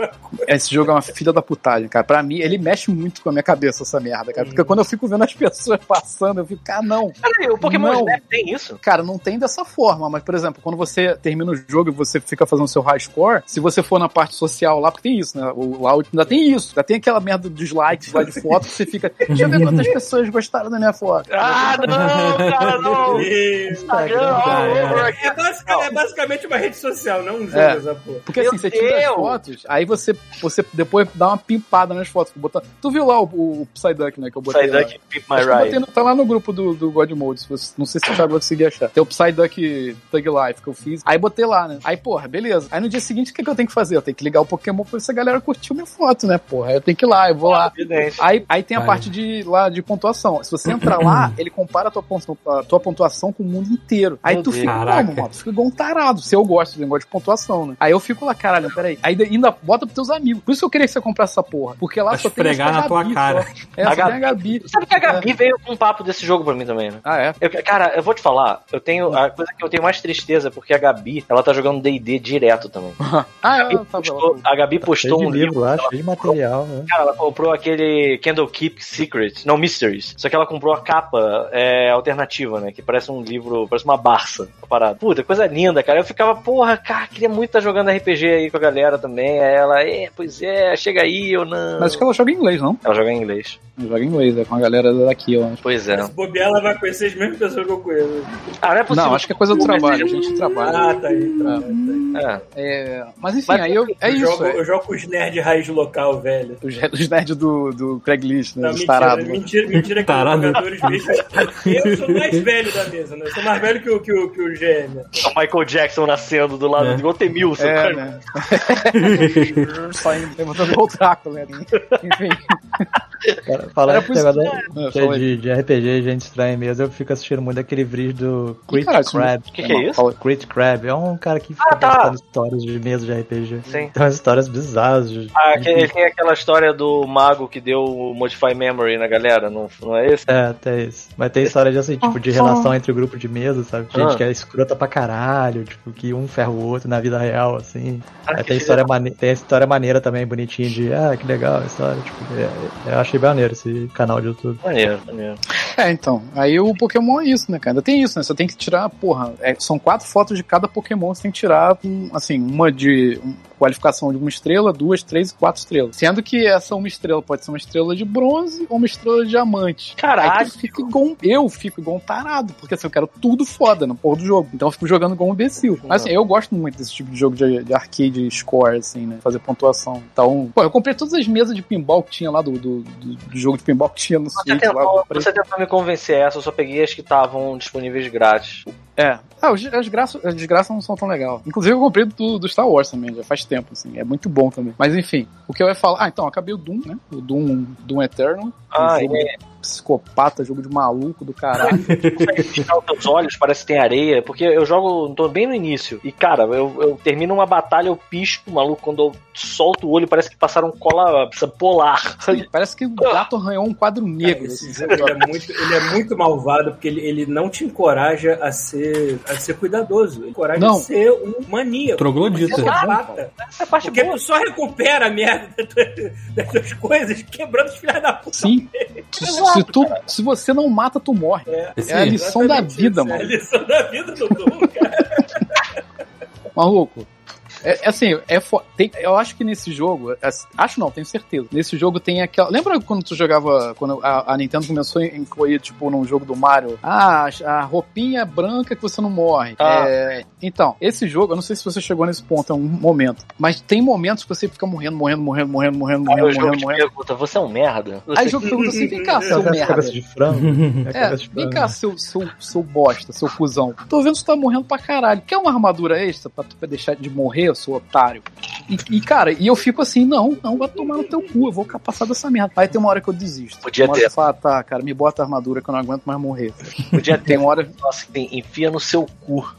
Speaker 5: Esse jogo é uma filha da putagem, cara. Pra mim, ele mexe muito com a minha cabeça, essa merda, cara. Porque quando eu fico vendo as pessoas passando, eu fico, ah, não.
Speaker 4: Peraí, o Pokémon
Speaker 5: Não.
Speaker 4: Snap tem isso?
Speaker 5: Cara, não tem dessa forma, mas, por exemplo, quando você termina o jogo e você fica fazendo o seu high score, se você for na parte social lá, porque tem isso, né? O, lá ainda tem isso, ainda tem aquela merda dos likes lá de foto que você fica, deixa eu ver quantas pessoas gostaram da minha foto.
Speaker 4: Ah, não, cara, não!
Speaker 3: e...
Speaker 4: Instagram, all
Speaker 1: ah,
Speaker 6: cara.
Speaker 4: over again.
Speaker 3: É basic- é basicamente uma rede social, não um jogo,
Speaker 5: É.
Speaker 3: essa porra.
Speaker 5: Porque assim,
Speaker 4: Meu
Speaker 5: você tira as
Speaker 4: Deus!
Speaker 5: fotos, aí você, você depois dá uma pimpada nas fotos. Botando... Tu viu lá o, o Psyduck, né? Que eu botei lá.
Speaker 4: Psyduck Pip My
Speaker 5: Acho que eu
Speaker 4: Ride.
Speaker 5: botei no- tá lá no grupo do, do God Mode. se você- não sei se você vai conseguir achar. Tem o Psyduck Thug Life que eu fiz. Aí botei lá, né? Aí, porra, beleza. Aí no dia seguinte, o que, que eu tenho que fazer? Eu tenho que ligar o Pokémon pra ver se a galera curtiu minha foto, né, porra? Aí eu tenho que ir lá, eu vou lá.
Speaker 4: Evidente.
Speaker 5: Aí, aí tem a
Speaker 6: Vai.
Speaker 5: parte de, lá, de pontuação. Se você entrar lá, ele compara a tua, pontua- a tua pontuação com o mundo inteiro. Aí
Speaker 1: Meu
Speaker 5: tu
Speaker 1: Deus.
Speaker 5: fica
Speaker 6: Caraca.
Speaker 5: como, mano? Tu fica igual um tarado. Se eu gosto do negócio de pontuação, né? Aí eu fico lá, caralho, peraí. Aí ainda bota pros teus amigos. Por isso que eu queria que você comprasse essa porra. Porque lá
Speaker 6: Vai
Speaker 5: só tem essa
Speaker 6: esfregar na tua
Speaker 5: Gabi
Speaker 6: cara.
Speaker 5: só. É, só tem a Gabi.
Speaker 4: Sabe que a Gabi veio com um papo desse jogo pra mim também, né?
Speaker 5: Ah, é?
Speaker 4: Eu- cara, eu vou te falar, eu tenho. A coisa que eu tenho mais tristeza é porque a Gabi, ela tá jogando DD direto também.
Speaker 5: Ah,
Speaker 4: A Gabi
Speaker 5: ela tava lá.
Speaker 4: postou, a Gabi
Speaker 1: Tá Cheio
Speaker 4: postou
Speaker 1: de
Speaker 4: um livro.
Speaker 1: livro lá, cheio de material. né?
Speaker 4: Cara, ela comprou aquele Candle Keep Secrets, não Mysteries. Só que ela comprou a capa é, alternativa, né? Que parece um livro, parece uma barça a parada. Puta, coisa linda, cara. Eu ficava, porra, cara, queria muito estar jogando RPG aí com a galera também. Aí ela, é, pois é, chega aí ou não.
Speaker 5: Mas acho que ela joga em inglês, não?
Speaker 4: Ela joga em inglês.
Speaker 5: Ela joga em inglês, é com a galera daqui, eu acho.
Speaker 4: Pois é.
Speaker 3: Se bobear, ela vai conhecer as mesmas pessoas que eu conheço.
Speaker 4: Ah, não é possível.
Speaker 5: Não, acho que é coisa do trabalho, a gente trabalha.
Speaker 3: Ah, tá aí. Tá, aí,
Speaker 4: É.
Speaker 5: É, mas enfim,
Speaker 4: Mas-
Speaker 5: aí eu, é
Speaker 3: tá. aí. Eu,
Speaker 5: isso.
Speaker 3: jogo,
Speaker 5: É.
Speaker 3: eu jogo com os nerds raiz local, velho.
Speaker 5: Os, os nerds do, do Craigslist, né?
Speaker 3: Não,
Speaker 5: os
Speaker 3: mentira,
Speaker 5: tarados.
Speaker 3: mentira, mentira que os
Speaker 6: Tarado.
Speaker 3: jogadores bichos. Eu sou mais velho da mesa, né? Eu sou mais velho que o, que o, que o GM.
Speaker 4: É o Michael Jackson nascendo do lado
Speaker 6: É.
Speaker 4: do Gotemilson,
Speaker 5: É,
Speaker 4: cara.
Speaker 5: né? Saindo, levantando igual o Drácula, né? Enfim. é
Speaker 1: Cara, falar
Speaker 5: Era
Speaker 1: esse
Speaker 5: por isso
Speaker 1: negócio
Speaker 5: Ah,
Speaker 1: de-
Speaker 5: fala aí.
Speaker 1: de, de RPG, gente estranha mesmo, eu fico assistindo muito aquele vídeo do Crit
Speaker 5: caralho, isso
Speaker 1: Crab.
Speaker 4: O que, que é isso?
Speaker 5: Fala-
Speaker 1: Crit Crab é um cara que fica
Speaker 4: Ah, tá.
Speaker 1: postando histórias de mesa de RPG.
Speaker 4: Sim.
Speaker 1: Tem umas histórias bizarras. de-
Speaker 4: Ah, que- ele tem aquela história do mago que deu o Modify Memory na galera, não, não é esse?
Speaker 1: É, até isso. Mas tem história de assim, tipo, de relação entre o grupo de mesa, sabe? Gente
Speaker 4: Ah.
Speaker 1: que é escrota pra caralho, tipo, que um ferra o outro na vida real, assim.
Speaker 4: Ah,
Speaker 1: Aí
Speaker 4: que
Speaker 1: tem, história mane... tem história maneira também, bonitinha, de ah, que legal a história. Tipo, é- é- eu achei maneiro esse canal de YouTube.
Speaker 4: Maneiro, maneiro.
Speaker 5: É, então. Aí o Pokémon é isso, né, cara? Ainda tem isso, né? Você tem que tirar, porra. é, são quatro fotos de cada Pokémon, você tem que tirar, um, assim, uma de um- qualificação de uma estrela, duas, três e quatro estrelas. Sendo que essa uma estrela pode ser uma estrela de bronze ou uma estrela de diamante. Aí
Speaker 4: Caralho.
Speaker 5: tu fica igual um- eu fico igual um tarado, porque assim, eu quero tudo foda no porra do jogo. Então eu fico jogando igual um imbecil. Mas assim, eu gosto muito desse tipo de jogo de, de arcade score, assim, né? Fazer pontuação. Então, pô, eu comprei todas as mesas de pinball que tinha lá do, do, do- do jogo de pinball que tinha no
Speaker 4: Você
Speaker 5: Switch. lá, eu
Speaker 4: tentou,
Speaker 5: comprei.
Speaker 4: você tentou me convencer essa, eu só peguei as que estavam disponíveis grátis.
Speaker 5: É. Ah, os- as, graças, as desgraças não são tão legal. Inclusive, eu comprei do, do Star Wars também, já faz tempo, assim. É muito bom também. Mas enfim, o que eu ia falar. Ah, então, acabei o Doom, né? O Doom, Doom Eternal.
Speaker 4: Ah,
Speaker 5: um jogo
Speaker 4: é.
Speaker 5: de psicopata, jogo de maluco do caralho.
Speaker 4: Consegue fechar os teus olhos, parece que tem areia, porque eu jogo, tô bem no início. E cara, eu, eu termino uma batalha, eu pisco, maluco, quando eu solto o olho, parece que passaram cola sabe, polar.
Speaker 5: Parece que o gato arranhou um quadro negro.
Speaker 3: Esse
Speaker 5: assim,
Speaker 3: jogo ele é, muito, ele é muito malvado porque ele, ele não te encoraja a ser, a ser cuidadoso. Ele encoraja
Speaker 5: Não.
Speaker 3: a ser um maníaco. um
Speaker 6: Troglodita.
Speaker 5: Sei lá,
Speaker 3: Pata.
Speaker 4: Essa é a parte
Speaker 3: Porque
Speaker 4: boa.
Speaker 3: tu só recupera a merda das tuas- das tuas coisas quebrando os filhos da puta.
Speaker 5: Sim. Se, se tu, se você não mata, tu morre.
Speaker 6: Esse
Speaker 5: É a
Speaker 6: aí.
Speaker 5: lição da
Speaker 3: Exatamente
Speaker 5: vida,
Speaker 3: isso, É a
Speaker 5: mano.
Speaker 3: lição da vida do Dom, cara.
Speaker 5: Maluco. É, é assim, é fo- tem- eu acho que nesse jogo, é- acho não, tenho certeza. Nesse jogo tem aquela. Lembra quando tu jogava, quando a, a Nintendo começou a incluir, tipo, num jogo do Mario, ah, a roupinha branca que você não morre.
Speaker 4: Ah.
Speaker 5: É, então, esse jogo, eu não sei se você chegou nesse ponto em um momento, mas tem momentos que você fica morrendo, morrendo, morrendo, morrendo, morrendo,
Speaker 4: Aí o
Speaker 5: morrendo,
Speaker 4: jogo
Speaker 5: morrendo,
Speaker 4: te
Speaker 5: morrendo.
Speaker 4: pergunta, você é um merda? Você
Speaker 5: Aí o jogo pergunta assim: vem cá, seu
Speaker 1: Tem as
Speaker 5: merda.
Speaker 1: cabeças é de frango. tem as
Speaker 5: É,
Speaker 1: cabeças de
Speaker 5: vem
Speaker 1: frango.
Speaker 5: cá, seu, seu, seu bosta, seu cuzão. Tô vendo que tu tá morrendo pra caralho. Quer uma armadura extra pra tu pra deixar de morrer, seu otário? E, e, cara, e eu fico assim, não, não, vai tomar no teu cu, eu vou passar dessa merda. Aí tem uma hora que eu desisto.
Speaker 4: Podia
Speaker 5: uma
Speaker 4: ter.
Speaker 5: Hora que eu falo, ah, tá, cara, me bota a armadura que eu não aguento mais morrer.
Speaker 4: Podia ter
Speaker 5: Tem uma hora,
Speaker 4: Nossa, que tem, enfia no seu cu.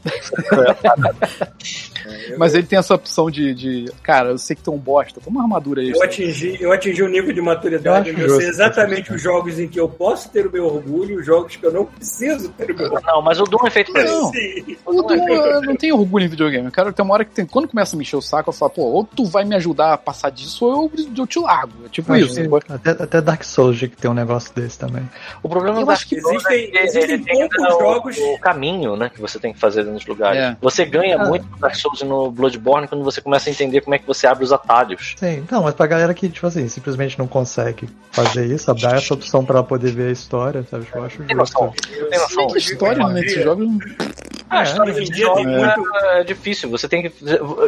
Speaker 5: mas ele tem essa opção de, de cara, eu sei que tu é um bosta, toma uma armadura
Speaker 3: Eu
Speaker 5: extra.
Speaker 3: atingi, eu atingi um nível de
Speaker 1: Eu
Speaker 3: maturidade
Speaker 1: acho
Speaker 3: onde eu sei
Speaker 1: justo.
Speaker 3: exatamente os jogos em que eu posso ter o meu orgulho e os jogos que eu não preciso ter o meu orgulho.
Speaker 4: Não, mas eu dou um efeito pra
Speaker 5: Não.
Speaker 4: isso.
Speaker 3: Sim.
Speaker 5: Eu não, eu não tenho orgulho em videogame. Eu quero ter uma hora que tem. Quando começa a me encher o saco, eu falo, pô, ou tu vai me ajudar a passar disso, ou eu, eu te largo. É tipo
Speaker 1: Acho
Speaker 5: isso.
Speaker 1: que Até, até Dark Souls tinha que tem um negócio desse também.
Speaker 4: O problema
Speaker 5: Eu
Speaker 4: do
Speaker 5: acho que
Speaker 4: Dark Souls
Speaker 3: existem-
Speaker 4: é que
Speaker 3: existem
Speaker 4: ele tem
Speaker 3: poucos
Speaker 4: o-
Speaker 3: jogos-
Speaker 4: O caminho, né, que você tem que fazer nos lugares.
Speaker 5: É.
Speaker 4: Você ganha
Speaker 1: Ah.
Speaker 4: muito no Dark Souls e no Bloodborne quando você começa a entender como é que você abre os atalhos.
Speaker 1: Sim, não, mas pra galera que, tipo assim, simplesmente não consegue fazer isso, sabe? dá essa opção pra ela poder ver a história, sabe? Tipo, eu acho
Speaker 4: Tem noção.
Speaker 1: justo.
Speaker 4: Tem noção.
Speaker 5: Tem história né, desses jogos.
Speaker 3: é,
Speaker 4: A história
Speaker 3: hoje em
Speaker 4: de
Speaker 3: dia
Speaker 4: jogo
Speaker 3: tem muito-
Speaker 4: é, é difícil. Você tem que.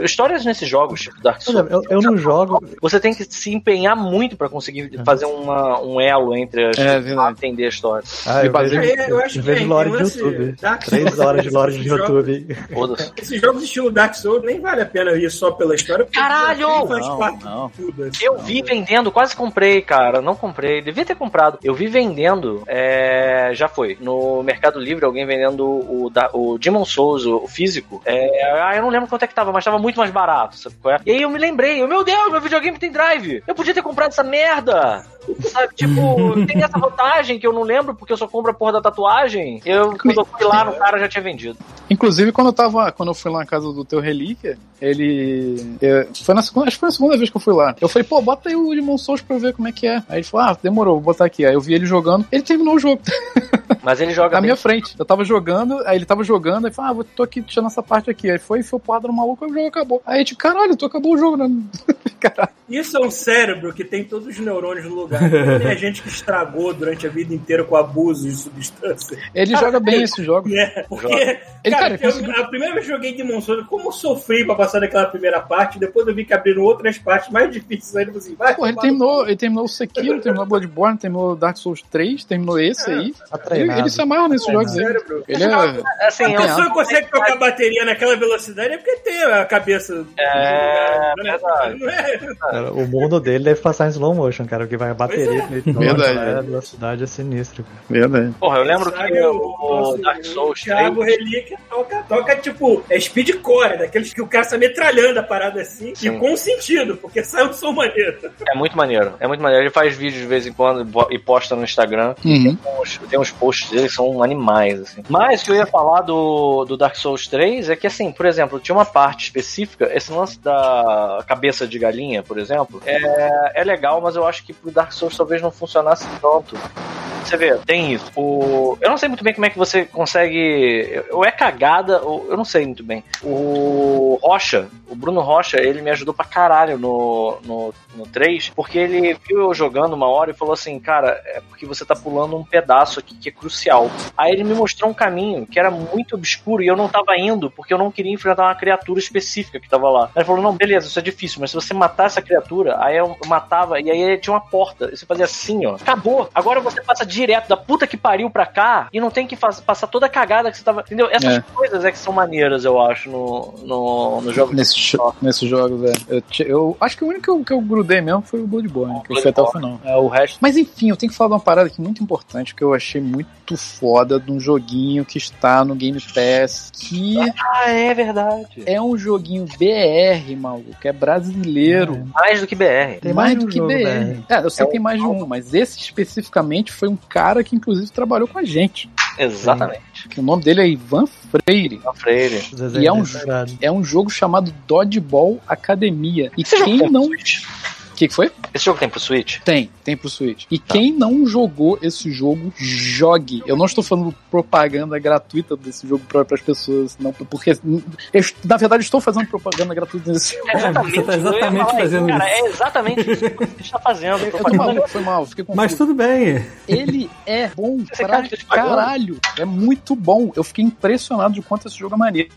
Speaker 4: Histórias nesses jogos, tipo Dark
Speaker 1: Por
Speaker 4: Souls.
Speaker 1: exemplo, eu, eu não jogo.
Speaker 4: Você tem que se empenhar muito pra conseguir fazer uma- um elo entre as.
Speaker 5: É
Speaker 4: pra
Speaker 5: verdade.
Speaker 4: entender a história.
Speaker 1: Ah, eu
Speaker 5: baseio-
Speaker 1: vejo,
Speaker 3: Eu acho
Speaker 1: eu
Speaker 3: que
Speaker 1: vejo
Speaker 3: tem um
Speaker 1: lore de
Speaker 3: lance-
Speaker 1: YouTube.
Speaker 3: Dark Souls-
Speaker 1: Três horas de lore de
Speaker 3: esses jogos-
Speaker 1: YouTube.
Speaker 4: Foda-se.
Speaker 3: Esses jogos estilo Dark Souls nem vale a pena ir só pela história. porque
Speaker 4: Caralho!
Speaker 3: já faz
Speaker 5: Não,
Speaker 3: parte
Speaker 5: não.
Speaker 3: de tudo, assim.
Speaker 4: Eu vi vendendo, quase comprei, cara. Não comprei, devia ter comprado. Eu vi vendendo, é, já foi. No Mercado Livre, alguém vendendo o, da- o Demon Souls, o físico. É, ah, eu não lembro quanto é que tava, mas tava muito mais barato. Sabe qual é? E aí eu me lembrei, eu, meu Deus, meu videogame tem drive. Eu podia ter comprado essa merda. Sabe, tipo, tem essa vantagem que eu não lembro porque eu só compro a porra da tatuagem. Eu, quando eu fui lá, no cara já tinha vendido.
Speaker 5: Inclusive, quando eu tava. Quando eu fui lá na casa do teu relíquia, ele. eu- foi na segunda, acho que foi na segunda vez que eu fui lá. Eu falei, pô, bota aí o Limon Souls pra eu ver como é que é. Aí ele falou, ah, demorou, vou botar aqui. Aí eu vi ele jogando, ele terminou o jogo.
Speaker 4: Mas ele joga
Speaker 5: na
Speaker 4: bem.
Speaker 5: minha frente. Eu tava jogando, aí ele tava jogando, aí falou, ah, vou- tô aqui tirando essa parte aqui. Aí foi, foi o porrada no maluco, aí o jogo acabou. Aí tipo, caralho, tu acabou o jogo, né?
Speaker 3: Isso é um cérebro que tem todos os neurônios no lugar. Tem a gente que estragou durante a vida inteira com abuso de substância.
Speaker 5: Ele joga bem
Speaker 1: é,
Speaker 5: esse jogo.
Speaker 3: né? Porque,
Speaker 5: Ele, cara,
Speaker 3: cara, eu-
Speaker 5: conseguiu-
Speaker 3: a primeira vez que eu joguei Demon Souls, como eu sofri pra passar daquela primeira parte, depois eu vi que abriram outras partes mais difíceis ainda, eu falei assim,
Speaker 1: é,
Speaker 3: vai.
Speaker 5: Pô, ele
Speaker 3: tomar no
Speaker 5: terminou, ele terminou o Sekiro, terminou Bloodborne, terminou Dark Souls 3, terminou esse aí.
Speaker 1: Tá
Speaker 5: Ele,
Speaker 1: treinado.
Speaker 5: ele se amarra nesses jogos aí.
Speaker 3: cérebro.
Speaker 5: Ele é.
Speaker 4: Assim,
Speaker 3: A
Speaker 4: eu-
Speaker 3: pessoa que consegue tocar bateria naquela velocidade é porque tem a cabeça.
Speaker 4: É,
Speaker 3: Não
Speaker 4: verdade.
Speaker 3: Não é?
Speaker 1: Cara, o mundo dele deve passar em slow motion, cara, porque vai a bateria. Então,
Speaker 5: Verdade.
Speaker 1: A velocidade é sinistra. cara.
Speaker 5: Verdade.
Speaker 4: Porra, eu lembro que
Speaker 3: Sabe,
Speaker 4: o,
Speaker 3: nosso-
Speaker 4: o Dark Souls
Speaker 3: o
Speaker 4: 3.
Speaker 3: né? Thiago Relíquia toca, toca tipo, é speedcore, daqueles que o cara sai metralhando a parada assim,
Speaker 4: Sim.
Speaker 3: e com sentido, porque sai um som maneiro.
Speaker 4: É muito maneiro, é muito maneiro. Ele faz vídeos de vez em quando e bo- e posta no Instagram.
Speaker 5: Uhum.
Speaker 4: Tem uns- Tem uns posts dele que são animais, assim. Mas o que eu ia falar do, do Dark Souls 3 é que, assim, por exemplo, tinha uma parte específica, esse lance da cabeça de galinha, por exemplo, é, é legal, mas eu acho que pro Dark Souls talvez não funcionasse tanto. Você vê, tem isso. O, eu não sei muito bem como é que você consegue. Ou é cagada, ou eu não sei muito bem. O Rocha, o Bruno Rocha, ele me ajudou pra caralho no, no, no 3, porque ele viu eu jogando uma hora e falou assim: Cara, é porque você tá pulando um pedaço aqui que é crucial. Aí ele me mostrou um caminho que era muito obscuro e eu não tava indo porque eu não queria enfrentar uma criatura específica que tava lá. Aí ele falou: Não, beleza, isso é difícil, mas se você matar essa criatura, aí eu matava e aí tinha uma porta. E você fazia assim, ó. Acabou. Agora você passa direto da puta que pariu pra cá e não tem que faz- passar toda a cagada que você tava. Entendeu? Essas
Speaker 5: É.
Speaker 4: coisas é que são maneiras, eu acho, no, no, no jogo.
Speaker 5: Nesses jo- nesses jogos, é. Eu, ti- eu acho que o único que eu, que eu grudei mesmo foi o Bloodborne, que eu fui até o final.
Speaker 4: É, o resto.
Speaker 5: Mas enfim, eu tenho que falar de uma parada aqui muito importante que eu achei muito foda de um joguinho que está no Game Pass, que
Speaker 4: Ah, é verdade.
Speaker 5: é um joguinho BR, maluco, é brasileiro.
Speaker 4: Mais do que BR.
Speaker 1: É, Tem
Speaker 5: mais
Speaker 1: mais
Speaker 5: do
Speaker 1: um
Speaker 5: que
Speaker 1: jogo,
Speaker 5: BR. É, eu sei
Speaker 4: É
Speaker 5: que tem mais de um, mas esse especificamente foi um cara que inclusive trabalhou com a gente.
Speaker 4: Exatamente.
Speaker 5: que O nome dele é Ivan Freire.
Speaker 4: Uma Freire.
Speaker 1: Os desenhos
Speaker 5: E é um
Speaker 1: desenhados.
Speaker 5: É um jogo chamado Dodgeball Academia. E
Speaker 4: Você
Speaker 5: quem
Speaker 4: jogou?
Speaker 5: não. O que, que foi?
Speaker 4: Esse jogo tem pro Switch?
Speaker 5: Tem, tem pro Switch. E quem não jogou esse jogo, jogue. Eu não estou falando propaganda gratuita desse jogo para as pessoas, não, porque eu, na verdade estou fazendo propaganda gratuita desse jogo.
Speaker 4: É
Speaker 6: Você tá
Speaker 4: isso, eu ia
Speaker 6: exatamente
Speaker 4: falar
Speaker 6: fazendo
Speaker 4: cara,
Speaker 6: isso.
Speaker 4: É exatamente isso que você está fazendo. Eu tô
Speaker 5: Eu tô
Speaker 4: fazendo.
Speaker 5: maluco, foi mal, fiquei confuso.
Speaker 6: Mas tudo bem.
Speaker 5: Ele é bom
Speaker 4: Esse
Speaker 5: pra
Speaker 4: cara que te pagou?
Speaker 5: caralho. É muito bom. Eu fiquei impressionado de quanto esse jogo é maneiro.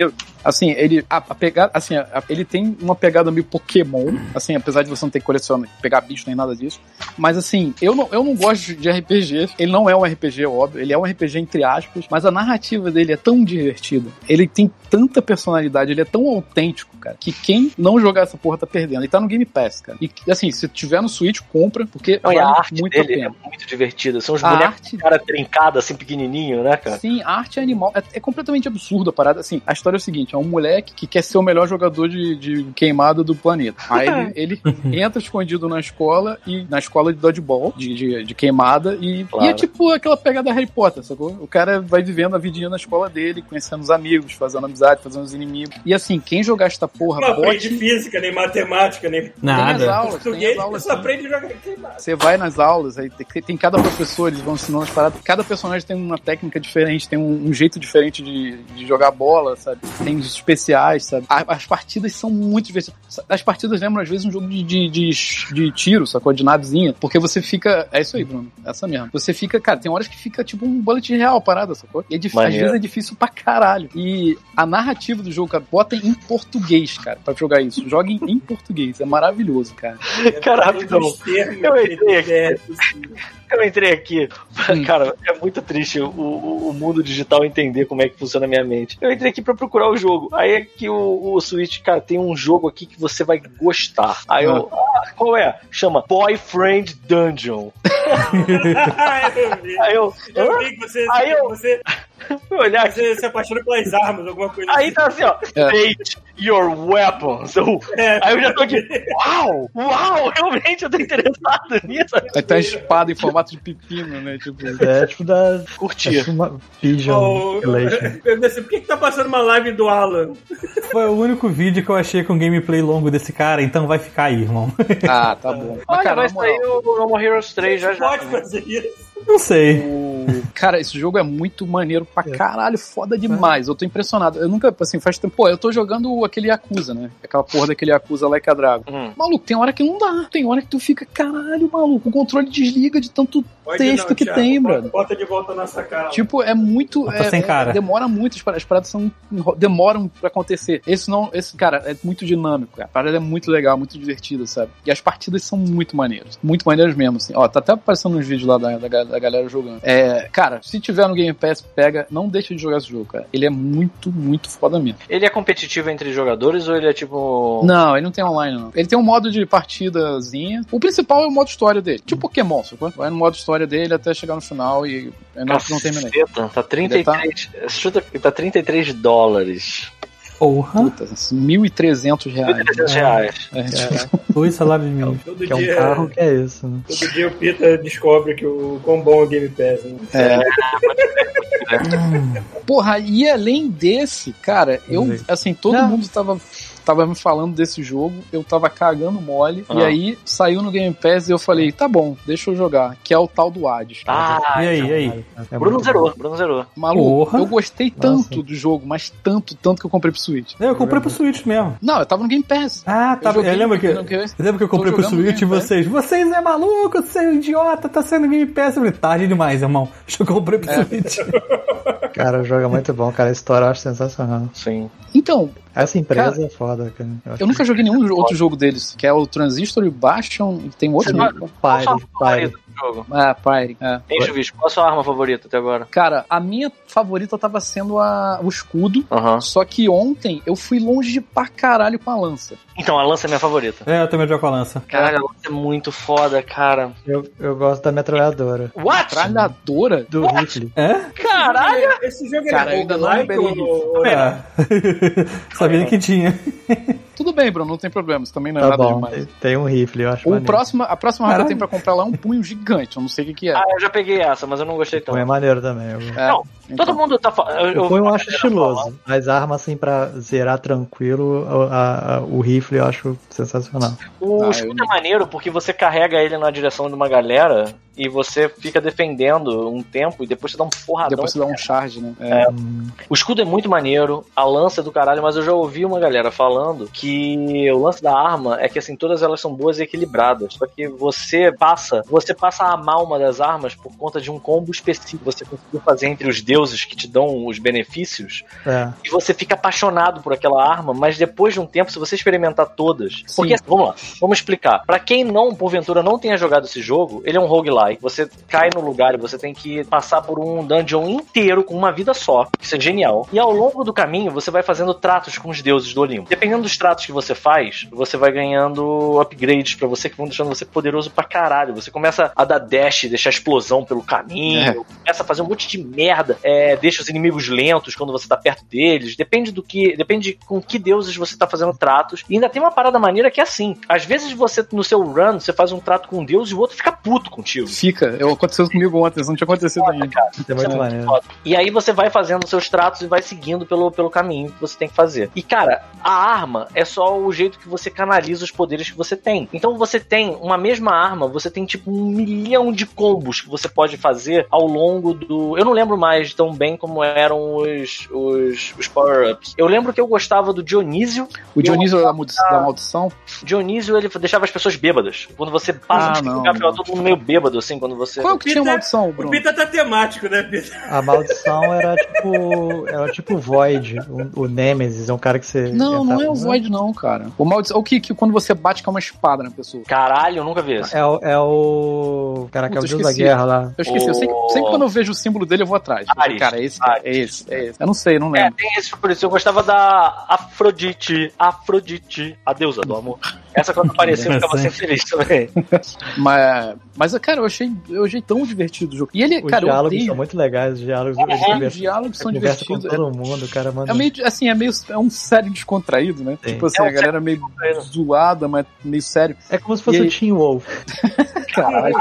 Speaker 5: Assim, ele a, a pegada, assim, a- ele tem uma pegada meio Pokémon, assim, apesar de você não ter que colecionar, pegar bicho nem nada disso. Mas assim, eu não, eu não gosto de RPG. Ele não é um RPG, óbvio. Ele é um RPG entre aspas, mas a narrativa dele é tão divertida. Ele tem tanta personalidade, ele é tão autêntico, cara, que quem não jogar essa porra tá perdendo. Ele tá no Game Pass, cara. E assim, se tiver no Switch, compra, porque
Speaker 4: Não, e
Speaker 5: vale
Speaker 4: a arte
Speaker 5: muito a
Speaker 4: dele
Speaker 5: pena.
Speaker 4: é muito divertida. São os
Speaker 5: A
Speaker 4: bonecos
Speaker 5: arte
Speaker 4: de cara trincada, assim, pequenininho, né, cara?
Speaker 5: Sim, a arte animal. É, é completamente absurda a parada. Assim, a história é o seguinte: é um moleque que quer ser o melhor jogador de, de queimada do planeta. Aí ele, ele entra escondido na escola e na escola de dodgeball, de, de, de queimada, e,
Speaker 4: Claro.
Speaker 5: e é tipo aquela pegada Harry Potter, sacou? O cara vai vivendo a vidinha na escola dele, conhecendo os amigos, fazendo amizade, fazendo os inimigos. E assim, quem jogar esta porra,
Speaker 3: Não aprende
Speaker 5: bote.
Speaker 3: física, nem matemática, nem
Speaker 5: Tem as
Speaker 6: Nada.
Speaker 5: aulas, tem
Speaker 3: português,
Speaker 5: as aulas.
Speaker 3: você aprende a jogar queimado.
Speaker 5: Você vai nas aulas, aí tem, tem cada professor, eles vão ensinando as paradas. Cada personagem tem uma técnica diferente, tem um, um jeito diferente de, de jogar bola, sabe? Tem os especiais, sabe? A- as partidas são muito diversas. As partidas lembram, às vezes, um jogo de, de, de, de tiro, sacou? De navezinha. Porque você fica. É isso aí, Bruno. Essa mesmo. Você fica, cara, tem horas que fica tipo um bullet real a parada, sacou? E é dif- às
Speaker 4: Maneiro.
Speaker 5: vezes é difícil pra caralho. E a narrativa do jogo, cara, bota em português, cara, pra jogar isso. Joguem em português. É maravilhoso, cara.
Speaker 4: Caralho,
Speaker 3: Todos os termos,
Speaker 4: Eu entrei aqui.
Speaker 3: verbos.
Speaker 4: Eu entrei aqui.
Speaker 5: Hum.
Speaker 4: Cara, é muito triste o, o- o mundo digital entender como é que funciona a minha mente. Eu entrei aqui pra procurar o jogo. Aí é que o, o Switch, cara, tem um jogo aqui que você vai gostar. Aí eu. Ah, qual é? Chama Boyfriend Dungeon.
Speaker 3: eu vi.
Speaker 4: Aí eu.
Speaker 3: Eu
Speaker 4: hã?
Speaker 3: vi que você,
Speaker 4: Aí eu-
Speaker 3: você,
Speaker 4: Fui olhar aqui.
Speaker 3: você se apaixona pelas armas, alguma coisa
Speaker 4: Aí tá assim, ó.
Speaker 5: É.
Speaker 4: State your weapons. Eu-
Speaker 3: É.
Speaker 4: aí eu já tô aqui. Uau! Uau! Realmente eu tô interessado nisso.
Speaker 5: Aí tem uma espada É em formato de pepino, né? Tipo,
Speaker 1: É tipo da. É
Speaker 4: Curti.
Speaker 1: tipo uma Pigeon
Speaker 3: Oh,
Speaker 1: Relation.
Speaker 3: eu pensei, por que, que tá passando uma live do Alan?
Speaker 6: Foi o único vídeo que eu achei com gameplay longo desse cara, então vai ficar aí, irmão.
Speaker 5: ah, tá bom. Mas,
Speaker 4: Olha,
Speaker 5: cara,
Speaker 4: vai
Speaker 5: na moral,
Speaker 4: sair o No More Heroes 3 já já.
Speaker 3: Pode fazer isso.
Speaker 6: Não sei.
Speaker 5: o- Cara, esse jogo é muito maneiro pra caralho, foda demais. Eu tô impressionado. Eu nunca, assim, faz tempo. Pô, eu tô jogando aquele Yakuza, né? Aquela porra daquele Yakuza Like a Dragon.
Speaker 4: Hum.
Speaker 5: Maluco, tem hora que não dá. Tem hora que tu fica, caralho, maluco. O controle desliga de tanto
Speaker 3: Pode
Speaker 5: texto que
Speaker 3: Thiago,
Speaker 5: tem,
Speaker 3: bota-
Speaker 5: brother.
Speaker 3: Bota de volta na sacada.
Speaker 5: Tipo, é muito.
Speaker 6: Mas tá
Speaker 5: é-
Speaker 6: sem cara.
Speaker 5: é- demora muito, as paradas, as paradas são, enro- demoram pra acontecer. Esse não, esse, cara, é muito dinâmico, cara. A parada é muito legal, muito divertida, sabe? E as partidas são muito maneiras. Muito maneiras mesmo, assim. Ó, tá até aparecendo uns vídeos lá da, da, ga- da galera jogando. É, cara, se tiver no Game Pass, pega, não deixa de jogar esse jogo, cara. Ele é muito, muito foda mesmo.
Speaker 4: Ele é competitivo entre jogadores ou ele é tipo.
Speaker 5: Não, ele não tem online, não. Ele tem um modo de partidazinha. O principal é o modo história dele. Tipo Pokémon, sacou? Vai no modo história dele até chegar no final e. Eu não, não terminei.
Speaker 4: Caceta, Tá 33, chuta, tá 33 dólares.
Speaker 6: Porra.
Speaker 5: Puta, 1.300 reais.
Speaker 4: 300 reais.
Speaker 5: É,
Speaker 6: Dois salários mínimos.
Speaker 3: Todo
Speaker 1: Que é
Speaker 3: dia,
Speaker 1: um carro que é isso, né?
Speaker 3: todo dia o Pita descobre que o quão bom é o Game Pass. Né?
Speaker 4: É.
Speaker 6: Ah,
Speaker 5: Porra, e além desse, cara, eu, assim, todo
Speaker 1: Não.
Speaker 5: mundo tava, tava me falando desse jogo, eu tava cagando mole, e
Speaker 4: Ah.
Speaker 5: aí saiu no Game Pass e eu falei, tá bom, deixa eu jogar, que é o tal do Hades.
Speaker 4: Ah,
Speaker 6: E aí, e aí?
Speaker 1: É
Speaker 4: Bruno
Speaker 1: muito-
Speaker 4: zerou, Bruno zerou.
Speaker 5: Maluco,
Speaker 6: Porra.
Speaker 5: eu gostei
Speaker 1: Nossa.
Speaker 5: tanto do jogo, mas tanto, tanto que eu comprei pro Switch.
Speaker 6: Eu comprei pro Switch mesmo.
Speaker 5: Não, eu tava no Game Pass.
Speaker 6: Ah, tá.
Speaker 5: Eu
Speaker 6: Eu,
Speaker 5: joguei,
Speaker 6: lembro que.
Speaker 5: não, que-
Speaker 6: Eu lembro que eu
Speaker 5: tô
Speaker 6: comprei pro
Speaker 5: jogando
Speaker 6: Switch e
Speaker 5: Game Pass.
Speaker 6: vocês. Vocês é maluco, você é um idiota, tá sendo Game Pass. Eu falei, tarde demais, irmão. Eu comprei pro Switch.
Speaker 1: Cara, joga muito bom, cara. A história eu acho sensacional.
Speaker 4: Sim.
Speaker 5: Então,
Speaker 1: Essa empresa é foda, cara. acho
Speaker 5: eu nunca joguei nenhum outro jogo deles, que é o Transistor e o Bastion, e tem outro
Speaker 4: Você
Speaker 5: jogo.
Speaker 1: que pai,
Speaker 4: Qual a sua
Speaker 1: pai.
Speaker 4: favorita do jogo?
Speaker 5: Ah, Pyre. É.
Speaker 4: Hein, Juiz? Qual a sua arma favorita até agora?
Speaker 5: Cara, a minha favorita tava sendo a, o escudo,
Speaker 4: Aham.
Speaker 5: Só que ontem eu fui longe pra caralho com a lança.
Speaker 4: Então, a lança é minha favorita.
Speaker 6: É, eu também jogo com a lança.
Speaker 4: Caralho, a lança é muito foda, cara.
Speaker 1: Eu, eu gosto da metralhadora.
Speaker 4: What?
Speaker 5: Tralhadora?
Speaker 1: Do Ridley.
Speaker 6: É?
Speaker 4: Caralho!
Speaker 3: Esse jogo
Speaker 5: Cara, eu
Speaker 3: é
Speaker 5: ainda não
Speaker 3: roguelike
Speaker 5: liberei
Speaker 3: ou... ou-
Speaker 6: Pera. Ah. Sabia que tinha.
Speaker 5: Tudo bem, Bruno, não tem problema. Isso também não é
Speaker 1: Tá
Speaker 5: nada
Speaker 1: bom.
Speaker 5: demais.
Speaker 1: Tem um rifle, eu acho.
Speaker 5: O
Speaker 1: maneiro.
Speaker 5: próximo, a próxima arma que eu
Speaker 6: Caralho.
Speaker 5: tenho pra comprar lá é um punho gigante. Eu não sei o que, que é.
Speaker 4: Ah, eu já peguei essa, mas eu não gostei
Speaker 1: É
Speaker 4: tanto.
Speaker 1: maneiro também. Eu...
Speaker 5: É,
Speaker 4: não,
Speaker 5: então.
Speaker 4: Todo mundo tá falando.
Speaker 1: O punho eu acho estiloso, mas arma assim pra zerar tranquilo, a- a- a- o rifle eu acho sensacional.
Speaker 4: O
Speaker 5: Ah,
Speaker 4: escudo
Speaker 5: eu-
Speaker 4: é maneiro porque você carrega ele na direção de uma galera e você fica defendendo um tempo e depois você dá um porradão.
Speaker 5: Depois você dá um charge, né? É.
Speaker 4: O escudo é muito maneiro, a lança é do caralho, mas eu já ouvi uma galera falando que o lance da arma é que assim, todas elas são boas e equilibradas. Só que você passa, você passa a amar uma das armas por conta de um combo específico que você conseguiu fazer entre os deuses que te dão os benefícios,
Speaker 1: É.
Speaker 4: e você fica apaixonado por aquela arma, mas depois de um tempo, se você experimentar todas.
Speaker 5: Sim.
Speaker 4: Porque, assim, vamos lá, vamos explicar. Pra quem não, porventura, não tenha jogado esse jogo, ele é um roguelike. Você cai no lugar e você tem que passar por um dungeon inteiro com uma vida só. Isso é genial. E ao longo do caminho, você vai fazendo tratos com os deuses do Olimpo. Dependendo dos tratos que você faz, você vai ganhando upgrades pra você que vão deixando você poderoso pra caralho. Você começa a dar dash, deixar explosão pelo caminho,
Speaker 5: É.
Speaker 4: começa a fazer um monte de merda, é, deixa os inimigos lentos quando você tá perto deles, depende do que, depende de com que deuses você tá fazendo tratos. E ainda tem uma parada maneira que é assim, às vezes você no seu run, você faz um trato com um deus e o outro fica puto contigo.
Speaker 5: fica. Eu, aconteceu comigo ontem, isso não tinha acontecido ainda.
Speaker 4: cara.
Speaker 1: Isso é muito maneiro.
Speaker 4: Foda. E aí você vai fazendo seus tratos e vai seguindo pelo, pelo caminho que você tem que fazer. E, cara, a arma é só o jeito que você canaliza os poderes que você tem. Então você tem uma mesma arma, você tem tipo um milhão de combos que você pode fazer ao longo do. Eu não lembro mais tão bem como eram os, os, os power-ups. Eu lembro que eu gostava do Dionísio.
Speaker 5: O Dionísio da, maldi- da maldição?
Speaker 4: Dionísio ele deixava as pessoas bêbadas. Quando você
Speaker 5: Ah,
Speaker 4: passa de
Speaker 5: não,
Speaker 4: lugar, fica
Speaker 5: não.
Speaker 4: todo mundo meio bêbado, assim, quando você.
Speaker 5: Qual é que tinha
Speaker 3: Peter-
Speaker 5: maldição,
Speaker 3: O
Speaker 5: Bruno?
Speaker 3: Pita tá temático, né, Pita?
Speaker 1: A maldição era tipo. Era tipo Void. O, o Nemesis é um cara que você.
Speaker 5: Não, não
Speaker 1: entrava-
Speaker 5: é o Void, não, cara. O maldição. O que, que quando você bate com uma espada na pessoa?
Speaker 4: Caralho, eu nunca vi isso.
Speaker 1: É o. É o... Caraca, é o
Speaker 5: Putz,
Speaker 1: Deus
Speaker 5: eu
Speaker 1: da
Speaker 5: esqueci.
Speaker 1: Guerra lá.
Speaker 5: Eu esqueci. Eu sei que-
Speaker 4: Oh.
Speaker 5: sempre quando eu vejo o símbolo dele, eu vou atrás. Eu falo,
Speaker 4: Ares,
Speaker 5: cara, é esse, cara, é esse, é esse. Eu não sei, não
Speaker 4: É,
Speaker 5: lembro.
Speaker 4: tem esse por isso. Eu gostava da Afrodite. Afrodite, a deusa do amor. Essa quando apareceu, eu ficava sempre feliz também.
Speaker 5: Mas, mas, cara, eu achei, eu achei tão divertido o jogo. E ele,
Speaker 1: Os
Speaker 5: cara, eu
Speaker 1: diálogos
Speaker 5: odeio.
Speaker 1: são muito legais. Os diálogos. eles
Speaker 5: Os
Speaker 1: conversam-
Speaker 5: diálogos são
Speaker 1: você conversa com
Speaker 5: divertidos. É-
Speaker 1: todo mundo, o cara manda.
Speaker 5: É meio, assim, é meio, é um sério descontraído, né?
Speaker 1: Sim.
Speaker 5: Tipo assim,
Speaker 4: É um
Speaker 5: a galera é meio
Speaker 4: descontraído.
Speaker 5: zoada, mas meio sério.
Speaker 1: É como se fosse
Speaker 5: E aí-
Speaker 1: o Team Wolf.
Speaker 5: Caralho.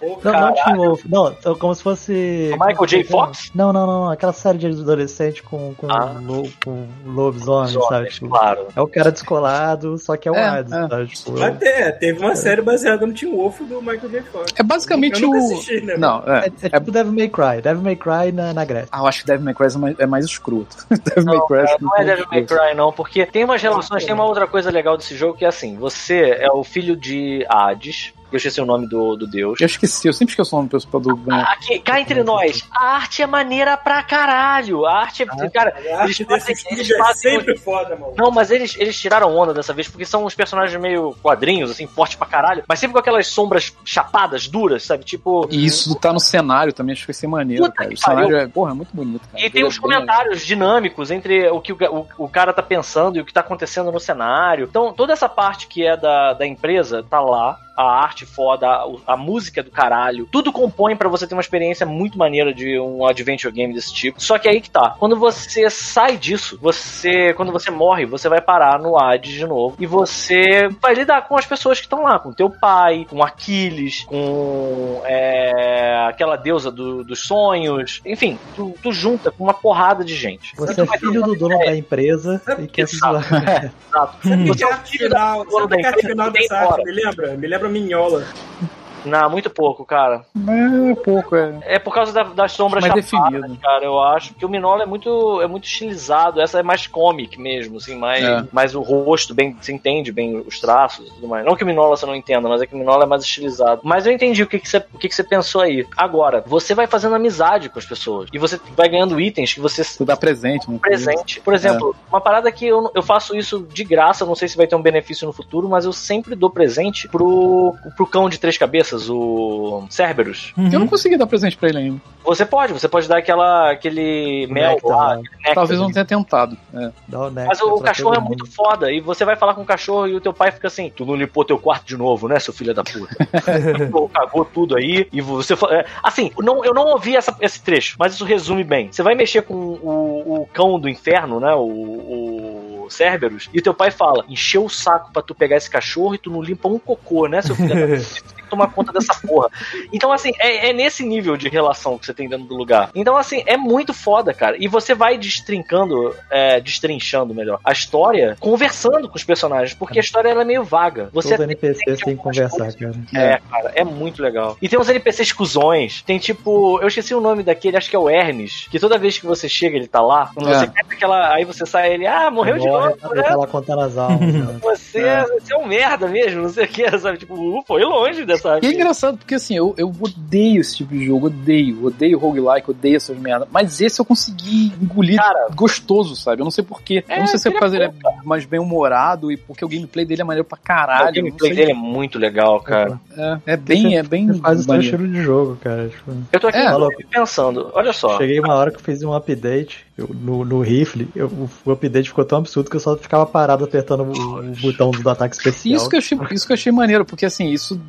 Speaker 3: Ô,
Speaker 1: Não,
Speaker 3: cara,
Speaker 1: não o Team Wolf. Não, é como se fosse. um-
Speaker 4: O Michael J. Fox?
Speaker 1: Não, não, não. Aquela série de adolescente com, com,
Speaker 4: Ah.
Speaker 1: lo- com lobisomem, sabe?
Speaker 4: Homens,
Speaker 1: Tipo,
Speaker 4: claro.
Speaker 1: É o cara descolado, só que é o
Speaker 5: É,
Speaker 1: Hades,
Speaker 5: é.
Speaker 1: sabe? Tipo,
Speaker 3: mas te- teve uma série baseada no Team Wolf do Michael J. Fox.
Speaker 5: É basicamente
Speaker 3: eu nunca
Speaker 5: o.
Speaker 3: assisti, né?
Speaker 5: Não,
Speaker 1: é,
Speaker 5: é.
Speaker 1: é tipo Devil May Cry. Devil May Cry na, na Grécia.
Speaker 5: Ah, eu acho que Devil May Cry é mais, é mais escroto. Devil
Speaker 4: Não,
Speaker 5: May Cry
Speaker 4: cara,
Speaker 5: acho que
Speaker 4: não é
Speaker 5: tem
Speaker 4: Devil May
Speaker 5: escroto.
Speaker 4: Cry, não, porque tem umas relações, tem uma outra coisa legal desse jogo que é assim, você é o filho de Hades, eu esqueci o nome do, do deus.
Speaker 5: Eu esqueci, eu sempre esqueço o nome do pessoal do.
Speaker 4: Aqui, cá entre nós, a arte é maneira pra caralho. A
Speaker 5: Ah.
Speaker 4: arte é. cara,
Speaker 3: A arte
Speaker 4: Eles fazem-
Speaker 3: desses
Speaker 4: eles
Speaker 3: filhos é
Speaker 4: fazem-
Speaker 3: sempre foda, maluco.
Speaker 4: não, mas eles, eles tiraram onda dessa vez, porque são uns personagens meio quadrinhos, assim, fortes pra caralho, mas sempre com aquelas sombras chapadas, duras, sabe? Tipo.
Speaker 5: E isso tá no cenário também, acho que vai ser maneiro,
Speaker 4: Puta
Speaker 5: cara.
Speaker 4: que
Speaker 5: O cenário é, porra, é muito bonito, cara.
Speaker 4: E tem
Speaker 5: Ele
Speaker 4: os
Speaker 5: é bem-
Speaker 4: comentários dinâmicos entre o que o, ga- o- o cara tá pensando e o que tá acontecendo no cenário. Então, toda essa parte que é da, da empresa tá lá. A arte foda, a, o- a música do caralho. Tudo compõe pra você ter uma experiência muito maneira de um adventure game desse tipo. Só que aí que tá. Quando você sai disso, você. Quando você morre, você vai parar no Hades de novo. E você vai lidar com as pessoas que estão lá, com teu pai, com Aquiles, com é, aquela deusa do- dos sonhos. Enfim, tu, tu junta com uma porrada de gente.
Speaker 1: Você é filho do dono da empresa e quer se
Speaker 4: Exato.
Speaker 1: isolar.
Speaker 4: Exato.
Speaker 3: Sabe
Speaker 4: Você
Speaker 3: que
Speaker 4: é o
Speaker 3: arte
Speaker 4: filho da.
Speaker 3: final,
Speaker 4: dono
Speaker 3: sabe que
Speaker 4: da
Speaker 3: arte
Speaker 4: empresa
Speaker 3: final
Speaker 4: que tem
Speaker 3: dessa arte,
Speaker 4: fora.
Speaker 3: me lembra? Me lembra Minhola.
Speaker 4: Não, muito pouco, cara.
Speaker 5: É, pouco, é.
Speaker 4: É por causa da- das sombras
Speaker 5: Mais
Speaker 4: chapadas,
Speaker 5: definido.
Speaker 4: cara. Eu acho que o Minola é muito, é muito estilizado. Essa é mais comic mesmo, assim, mais,
Speaker 5: É.
Speaker 4: mais o rosto bem, se entende bem os traços e tudo mais. Não que o Minola você não entenda, mas é que o Minola é mais estilizado. Mas eu entendi o que, que, você, o que, que você pensou aí. Agora, você vai fazendo amizade com as pessoas e você vai ganhando itens que você
Speaker 5: Tu dá presente, né?
Speaker 4: presente. Por exemplo,
Speaker 5: É.
Speaker 4: uma parada que eu, eu faço isso de graça, não sei se vai ter um benefício no futuro, mas eu sempre dou presente pro, pro cão de três cabeças, o Cerberus.
Speaker 5: Eu
Speaker 6: Uhum.
Speaker 5: não consegui dar presente pra ele ainda.
Speaker 4: Você pode, você pode dar aquela, aquele mel
Speaker 1: Nectar,
Speaker 4: lá,
Speaker 1: né?
Speaker 4: aquele néctar.
Speaker 5: Talvez eu não tenha tentado. É.
Speaker 1: Dá o nectar
Speaker 4: Mas o,
Speaker 1: pra
Speaker 4: cachorro é
Speaker 1: todo
Speaker 4: muito
Speaker 1: mundo.
Speaker 4: foda, e você vai falar com o cachorro e o teu pai fica assim, tu não limpou teu quarto de novo, né, seu filho da puta? Pô, Cagou tudo aí, e você... fa- é, Assim, não, eu não ouvi essa- esse trecho, mas isso resume bem. Você vai mexer com o, o cão do inferno, né, o... o Cerberus, e teu pai fala: encheu o saco pra tu pegar esse cachorro e tu não limpa um cocô, né, seu filho? da puta? Você tem que tomar conta dessa porra. Então, assim, é, é nesse nível de relação que você tem dentro do lugar. Então, assim, é muito foda, cara. E você vai destrincando, é, destrinchando melhor, a história conversando com os personagens, porque a história ela é meio vaga. Você
Speaker 1: Todo NPC tem que conversar, cara.
Speaker 4: é, cara, é muito legal. E tem uns NPCs cuzões. Tem tipo, eu esqueci o nome daquele, acho que é o Hermes, que toda vez que você chega, ele tá lá. Quando
Speaker 5: É.
Speaker 4: você pega aquela. Aí você sai, ele, ah, morreu de
Speaker 1: Morre,
Speaker 4: novo,
Speaker 1: Ele
Speaker 4: né?
Speaker 1: tá lá contando as almas. né?
Speaker 4: Você,
Speaker 5: É.
Speaker 4: você é um merda mesmo, não sei o que, sabe? Tipo, uh, foi longe dessa.
Speaker 5: E é engraçado, porque assim, eu, eu odeio esse tipo de jogo, odeio, odeio roguelike, odeio essas merdas. Mas esse eu consegui engolir
Speaker 4: Cara.
Speaker 5: gostoso, sabe? Eu não sei porquê. eu não sei se é por causa dele é mais bem humorado e porque o gameplay dele é maneiro pra
Speaker 4: O
Speaker 5: caralho. eu não
Speaker 4: gameplay
Speaker 5: sei.
Speaker 4: dele é muito legal, cara.
Speaker 5: É, é bem, é bem.
Speaker 1: Você faz o seu
Speaker 5: maneiro.
Speaker 1: estilo de jogo, cara. Tipo,
Speaker 4: Eu tô aqui
Speaker 5: É.
Speaker 4: pensando, olha só.
Speaker 1: Cheguei uma hora que eu fiz um update eu- no, no rifle, eu- o, o update ficou tão absurdo que eu só ficava parado apertando o, o botão do ataque especial.
Speaker 5: Isso que, eu achei, isso que eu achei maneiro, porque assim, isso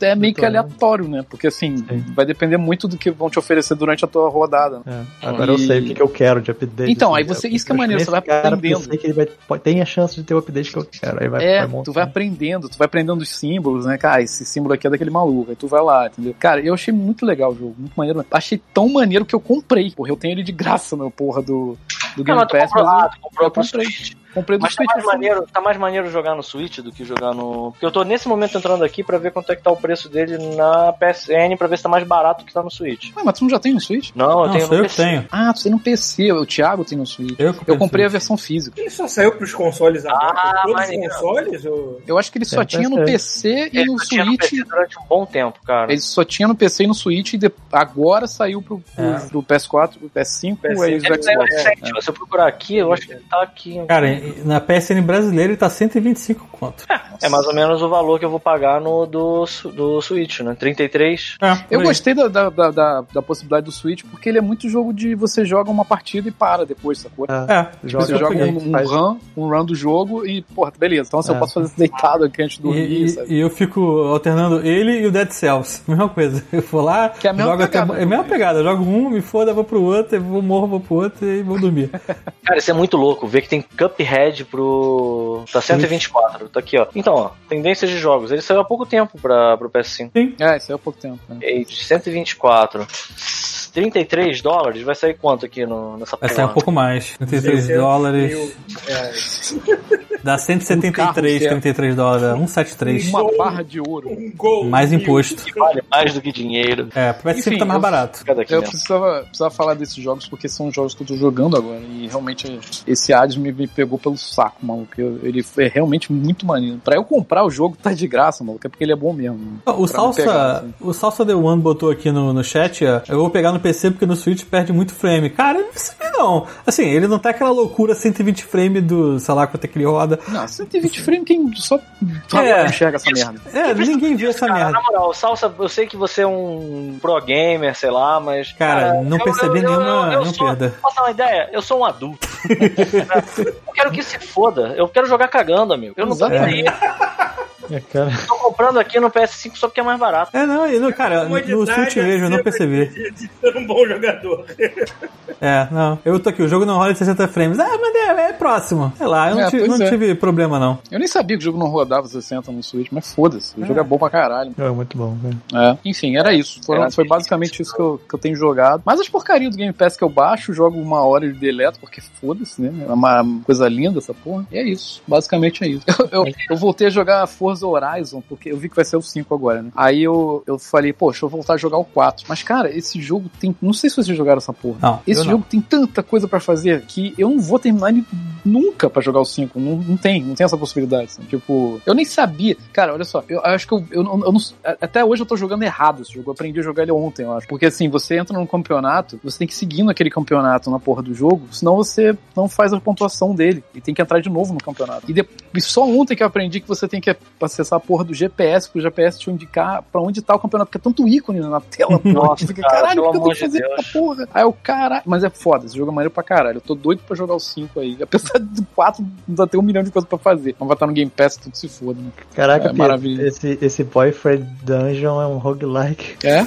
Speaker 5: é meio que aleatório, né? Porque assim, vai depender muito do que vão te oferecer durante a tua rodada. né?
Speaker 1: É, Agora eu
Speaker 5: E-
Speaker 1: sei o que, que eu quero de update.
Speaker 5: Então, aí
Speaker 1: assim,
Speaker 5: você-
Speaker 1: eu-
Speaker 5: isso que é
Speaker 1: eu-
Speaker 5: maneiro,
Speaker 1: nesse
Speaker 5: você vai
Speaker 1: cara,
Speaker 5: aprendendo.
Speaker 1: Eu sei que ele vai, pode- tem a chance de ter o update que eu quero. Aí vai,
Speaker 5: é,
Speaker 1: montando.
Speaker 5: tu vai aprendendo, tu vai aprendendo os símbolos, né? Cara, esse símbolo aqui é daquele maluco, aí tu vai lá, entendeu? Cara, eu achei muito legal o jogo, muito maneiro. Achei tão maneiro que eu comprei, porra, eu tenho ele de graça, meu porra, do, do
Speaker 4: Não,
Speaker 5: Game
Speaker 4: mas tu
Speaker 5: Pass,
Speaker 4: comprou lá,
Speaker 5: mas
Speaker 4: tu comprou
Speaker 5: eu
Speaker 4: pro
Speaker 5: comprei.
Speaker 4: Switch.
Speaker 5: eu comprei do
Speaker 4: Mas tá
Speaker 5: Switch. assim.
Speaker 4: mais,
Speaker 5: eu falei,
Speaker 4: maneiro, tá mais maneiro jogar no Switch do que jogar no. Porque eu tô nesse momento entrando aqui pra ver quanto é que tá o preço dele na PSN pra ver se tá mais barato que tá no Switch.
Speaker 5: Ué, Ah, mas tu não já tem no Switch?
Speaker 4: Não, eu
Speaker 6: Não,
Speaker 4: tenho
Speaker 6: sou
Speaker 4: no
Speaker 6: eu que
Speaker 4: PC.
Speaker 6: tenho.
Speaker 5: Ah, tu tem no PC, o Thiago tem no Switch.
Speaker 6: Eu,
Speaker 5: Eu comprei a versão física.
Speaker 3: Ele só saiu pros consoles agora.
Speaker 4: Ah,
Speaker 3: Todos
Speaker 4: maneiro.
Speaker 3: os consoles? Ou...
Speaker 5: Eu acho que ele só
Speaker 1: Tem
Speaker 5: tinha no PC e
Speaker 4: Ele
Speaker 5: no
Speaker 4: só tinha no
Speaker 5: Switch.
Speaker 4: PC durante um bom tempo, cara.
Speaker 5: Ele só tinha no PC e no Switch, e de- agora saiu pro, pro,
Speaker 6: É.
Speaker 5: pro PS4, pro PS5,
Speaker 3: PS5,
Speaker 5: aí os
Speaker 4: é, Ele saiu
Speaker 5: Xbox. É.
Speaker 4: recente, se eu procurar aqui, eu acho que ele tá aqui.
Speaker 6: Cara, na PSN brasileira ele tá 125 conto.
Speaker 4: É mais ou menos o valor que eu vou pagar no do, Su- do Switch, né? 33.
Speaker 5: Eu gostei da, da, da, da- da possibilidade do Switch, porque ele é muito jogo de você joga uma partida e para depois, sacou?
Speaker 1: É,
Speaker 6: É.
Speaker 1: Joga,
Speaker 5: Você joga
Speaker 1: update,
Speaker 5: um, um
Speaker 1: faz-
Speaker 5: run, um run do jogo e, porra, beleza. Então assim, eu
Speaker 1: É.
Speaker 5: posso fazer isso deitado aqui antes de
Speaker 6: E,
Speaker 5: dormir,
Speaker 6: e-
Speaker 5: sabe?
Speaker 6: e eu fico alternando ele e o Dead Cells. Mesma coisa. Eu vou lá,
Speaker 5: Que é a mesma
Speaker 6: jogo até.
Speaker 5: pegada.
Speaker 6: É a mesma pegada. Eu jogo um, me foda, vou pro outro, eu vou morro, vou pro outro e vou dormir.
Speaker 4: Cara, isso é muito louco. Ver que tem Cuphead pro. Tá 124. Tá aqui, ó. Então, ó. Tendências de jogos. Ele saiu há pouco tempo pra, pro PS5.
Speaker 5: É, isso aí é pouco tempo. Né?
Speaker 4: E de 124. 33 dólares? Vai sair quanto aqui no, nessa
Speaker 6: Vai sair um
Speaker 4: porra?
Speaker 6: pouco mais. 33
Speaker 3: 600
Speaker 6: dólares.
Speaker 3: mil reais.
Speaker 6: Dá
Speaker 5: Um carro
Speaker 6: 173,
Speaker 5: certo.
Speaker 6: 33 dólares. É dá 173.
Speaker 5: Uma
Speaker 3: Show.
Speaker 5: barra de ouro.
Speaker 3: Um gol.
Speaker 6: Mais
Speaker 3: mil.
Speaker 6: imposto.
Speaker 4: Vale É mais do que dinheiro.
Speaker 6: É, pro PS5 tá
Speaker 5: Enfim, eu-
Speaker 6: mais barato.
Speaker 4: Fica daqui
Speaker 5: Eu
Speaker 4: mesmo.
Speaker 5: precisava, precisava falar desses jogos porque são jogos que eu tô jogando agora. E realmente esse Hades me, me pegou pelo saco, maluco. Eu- ele é realmente muito maneiro. Pra eu comprar o jogo, tá de graça, maluco. É porque ele é bom mesmo. mano.
Speaker 6: O
Speaker 5: Pra não pegar,
Speaker 6: Salsa,
Speaker 5: assim.
Speaker 6: o Salsa The One botou aqui no, no chat, ó, eu vou pegar no PC porque no Switch perde muito frame. Cara, eu não sei não. Assim, ele não tá aquela loucura 120 frame do, sei lá, quanto é que ele roda.
Speaker 5: Não, 120 frames, quem só
Speaker 6: É.
Speaker 5: enxerga essa merda.
Speaker 6: É, ninguém vê essa
Speaker 4: Cara,
Speaker 6: merda.
Speaker 4: Ah, na moral, Salsa, eu sei que você é um pro gamer, sei lá, mas.
Speaker 6: Cara, não
Speaker 4: eu-
Speaker 6: percebi
Speaker 4: eu- eu-
Speaker 6: nenhuma-
Speaker 4: eu
Speaker 6: nenhuma
Speaker 4: sou-
Speaker 6: perda.
Speaker 4: Posso passar uma ideia? Eu sou um adulto. eu quero que se foda. Eu quero jogar cagando, amigo. Eu não tô nem aí.
Speaker 1: É, cara.
Speaker 4: Eu tô comprando aqui no PS5 só porque é mais barato.
Speaker 6: É, não, e não cara, no, no
Speaker 3: Comodidade
Speaker 6: Switch mesmo, eu não
Speaker 3: acima
Speaker 6: percebi.
Speaker 3: é de- de ser um bom jogador.
Speaker 6: É, não. Eu tô aqui, o jogo não roda em 60 frames. Ah, mas é, é próximo. Sei lá, eu não,
Speaker 5: É,
Speaker 6: tive,
Speaker 5: pois
Speaker 6: não
Speaker 5: é.
Speaker 6: tive problema, não.
Speaker 5: Eu nem sabia que o jogo não rodava 60 no Switch, mas foda-se. O jogo é bom pra caralho.
Speaker 1: É muito bom, velho.
Speaker 5: É. Enfim, era isso. Foram-
Speaker 4: Era
Speaker 5: foi basicamente isso que eu, que eu tenho jogado. Mas as porcarias do Game Pass que eu baixo, jogo uma hora e deleto, porque foda-se, né? É uma coisa linda essa porra. E é isso. Basicamente é isso. Eu, eu- eu voltei a jogar Forza Horizon, porque eu vi que vai ser o 5 agora, né? Aí eu, eu falei, poxa, eu vou voltar a jogar o 4. Mas, cara, esse jogo tem. Não sei se vocês jogaram essa porra.
Speaker 6: Não.
Speaker 5: Esse
Speaker 6: eu não.
Speaker 5: jogo tem tanta coisa pra fazer que eu não vou terminar ele nunca pra jogar o 5. Não, não tem, não tem essa possibilidade. assim. Tipo, eu nem sabia. Cara, olha só, eu acho que eu, eu não- eu não- Até hoje eu tô jogando errado esse jogo. Eu aprendi a jogar ele ontem, eu acho. Porque assim, você entra num campeonato, você tem que seguir naquele campeonato na porra do jogo, senão você não faz a pontuação dele. E tem que entrar de novo no campeonato. E, de- e só ontem que eu aprendi que você tem que acessar a porra do GPS, pro GPS te indicar pra onde tá o campeonato, porque é tanto ícone na tela, porra.
Speaker 4: Nossa,
Speaker 5: Você fica,
Speaker 4: cara,
Speaker 5: caralho,
Speaker 4: pelo
Speaker 5: o que eu
Speaker 4: amor
Speaker 5: tenho
Speaker 4: de
Speaker 5: que fazer
Speaker 4: Deus."
Speaker 5: essa porra? Aí eu, caralho. Mas é foda, esse jogo é maneiro pra caralho. Eu tô doido pra jogar o 5 aí. Apesar do 4, ainda tem um milhão de coisas pra fazer. Mas vai estar no Game Pass, tudo se foda, né?
Speaker 1: Caraca,
Speaker 5: É,
Speaker 1: Pedro,
Speaker 5: maravilha.
Speaker 1: Esse, esse Boyfriend Dungeon é um roguelike.
Speaker 5: É?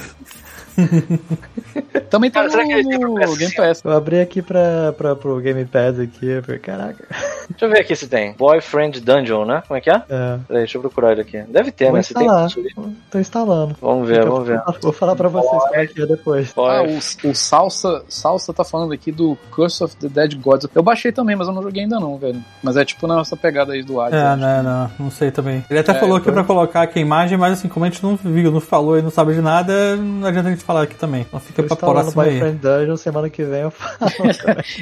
Speaker 5: Também tá
Speaker 4: Cara, será que ele tem
Speaker 5: no,
Speaker 4: pro
Speaker 5: no
Speaker 4: PS5?
Speaker 5: Game Pass. né?
Speaker 1: Eu abri aqui pra, pra, pro Game Pass aqui, eu falei, caraca.
Speaker 4: Deixa eu ver aqui se tem. Boyfriend Dungeon, né? Como é que é?
Speaker 1: É,
Speaker 4: Peraí, deixa eu procurar ele aqui. Deve ter,
Speaker 1: Vou
Speaker 4: né? Se tem.
Speaker 1: instalar. tô instalando.
Speaker 4: Vamos ver, vamos ver.
Speaker 1: Vou falar pra vocês como é que é depois.
Speaker 5: Ah,
Speaker 4: Boy...
Speaker 5: o, o Salsa, Salsa tá falando aqui do Curse of the Dead Gods. Eu baixei também, mas eu não joguei ainda não, velho. Mas é tipo nessa pegada aí do né? Hades. eu
Speaker 6: É,
Speaker 4: né?
Speaker 5: acho.
Speaker 6: não, não, não sei também. Ele até
Speaker 5: É,
Speaker 6: falou aqui
Speaker 5: então-
Speaker 6: pra colocar aqui a imagem, mas assim, como a gente não viu, não falou e não sabe de nada, não adianta a gente falar aqui também. Então fica
Speaker 1: Tô
Speaker 6: pra
Speaker 1: instalando
Speaker 6: próxima aí.
Speaker 1: Boyfriend Dungeon, semana que vem eu falo.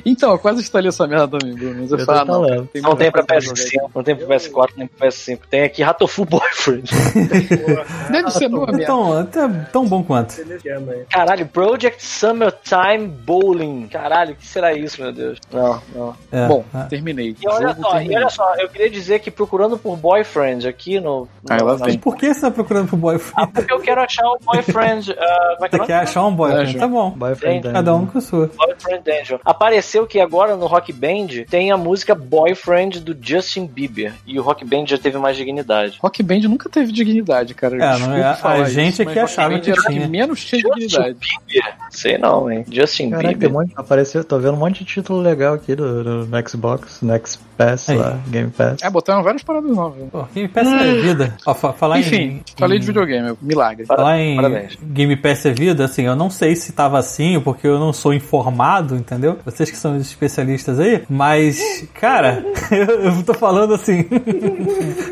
Speaker 5: Então, eu quase instalei essa merda também, Bruno. Mas eu,
Speaker 1: Eu tô
Speaker 5: falo, ah, não,
Speaker 1: instalando.
Speaker 5: cara,
Speaker 4: Não tem pra
Speaker 5: muita coisa jogar
Speaker 4: PS5, não tem pro PS4, nem pro PS5. Tem aqui Ratofu Boyfriend.
Speaker 5: aqui. Deve ser boa merda.
Speaker 6: Então, até tão bom quanto.
Speaker 3: Entendeu? Que é, mãe?
Speaker 4: Caralho, Project Summertime Bowling. Caralho, o que será isso, meu Deus? Não, não.
Speaker 6: É,
Speaker 5: Bom,
Speaker 6: é.
Speaker 5: terminei.
Speaker 4: E olha
Speaker 5: Jogo
Speaker 4: só, e
Speaker 5: terminei.
Speaker 4: olha só, eu queria dizer que procurando por Boyfriend aqui no.
Speaker 5: Ah, ela
Speaker 4: no-
Speaker 5: vem.
Speaker 6: Por que você tá procurando pro
Speaker 5: Ah,
Speaker 6: boyfriend?
Speaker 4: Porque eu quero achar o Boyfriend. ah, como é que é
Speaker 6: Você
Speaker 4: o nome?
Speaker 6: quer achar um boyfriend?
Speaker 5: Acho.
Speaker 6: Tá bom.
Speaker 1: Boyfriend
Speaker 4: Tem,
Speaker 6: um
Speaker 1: Dungeon.
Speaker 6: Cada um com a sua.
Speaker 4: Boyfriend Dungeon. Apareceu que agora no Rock Band tem a música Boy boyfriend do Justin Bieber. E o Rock Band já teve mais dignidade.
Speaker 5: Rock Band nunca teve dignidade, cara.
Speaker 6: É,
Speaker 5: Desculpa
Speaker 6: não é- a
Speaker 5: falar
Speaker 6: gente
Speaker 5: isso,
Speaker 6: é que
Speaker 5: mas
Speaker 6: achava
Speaker 5: Rock Band
Speaker 6: que
Speaker 5: era
Speaker 6: tinha.
Speaker 5: que menos tinha dignidade.
Speaker 4: Bieber? Sei não, hein? Justin
Speaker 1: Caraca, tem
Speaker 4: Bieber.
Speaker 1: um monte, apareceu, tô vendo um monte de título legal aqui do, do Xbox, no Xpass,
Speaker 6: Aí.
Speaker 1: lá, Game Pass.
Speaker 5: É, botaram várias paradas novas.
Speaker 6: Pô, Game Pass é vida. Ó, fa- falar
Speaker 5: Hum. Enfim,
Speaker 6: em,
Speaker 5: falei
Speaker 6: em-
Speaker 5: de videogame, milagre.
Speaker 6: Falar em
Speaker 4: Parabéns.
Speaker 6: Game Pass é vida, assim, eu não sei se tava assim, porque eu não sou informado, entendeu? Vocês que são os especialistas aí, mas, cara, eu, eu tô falando assim.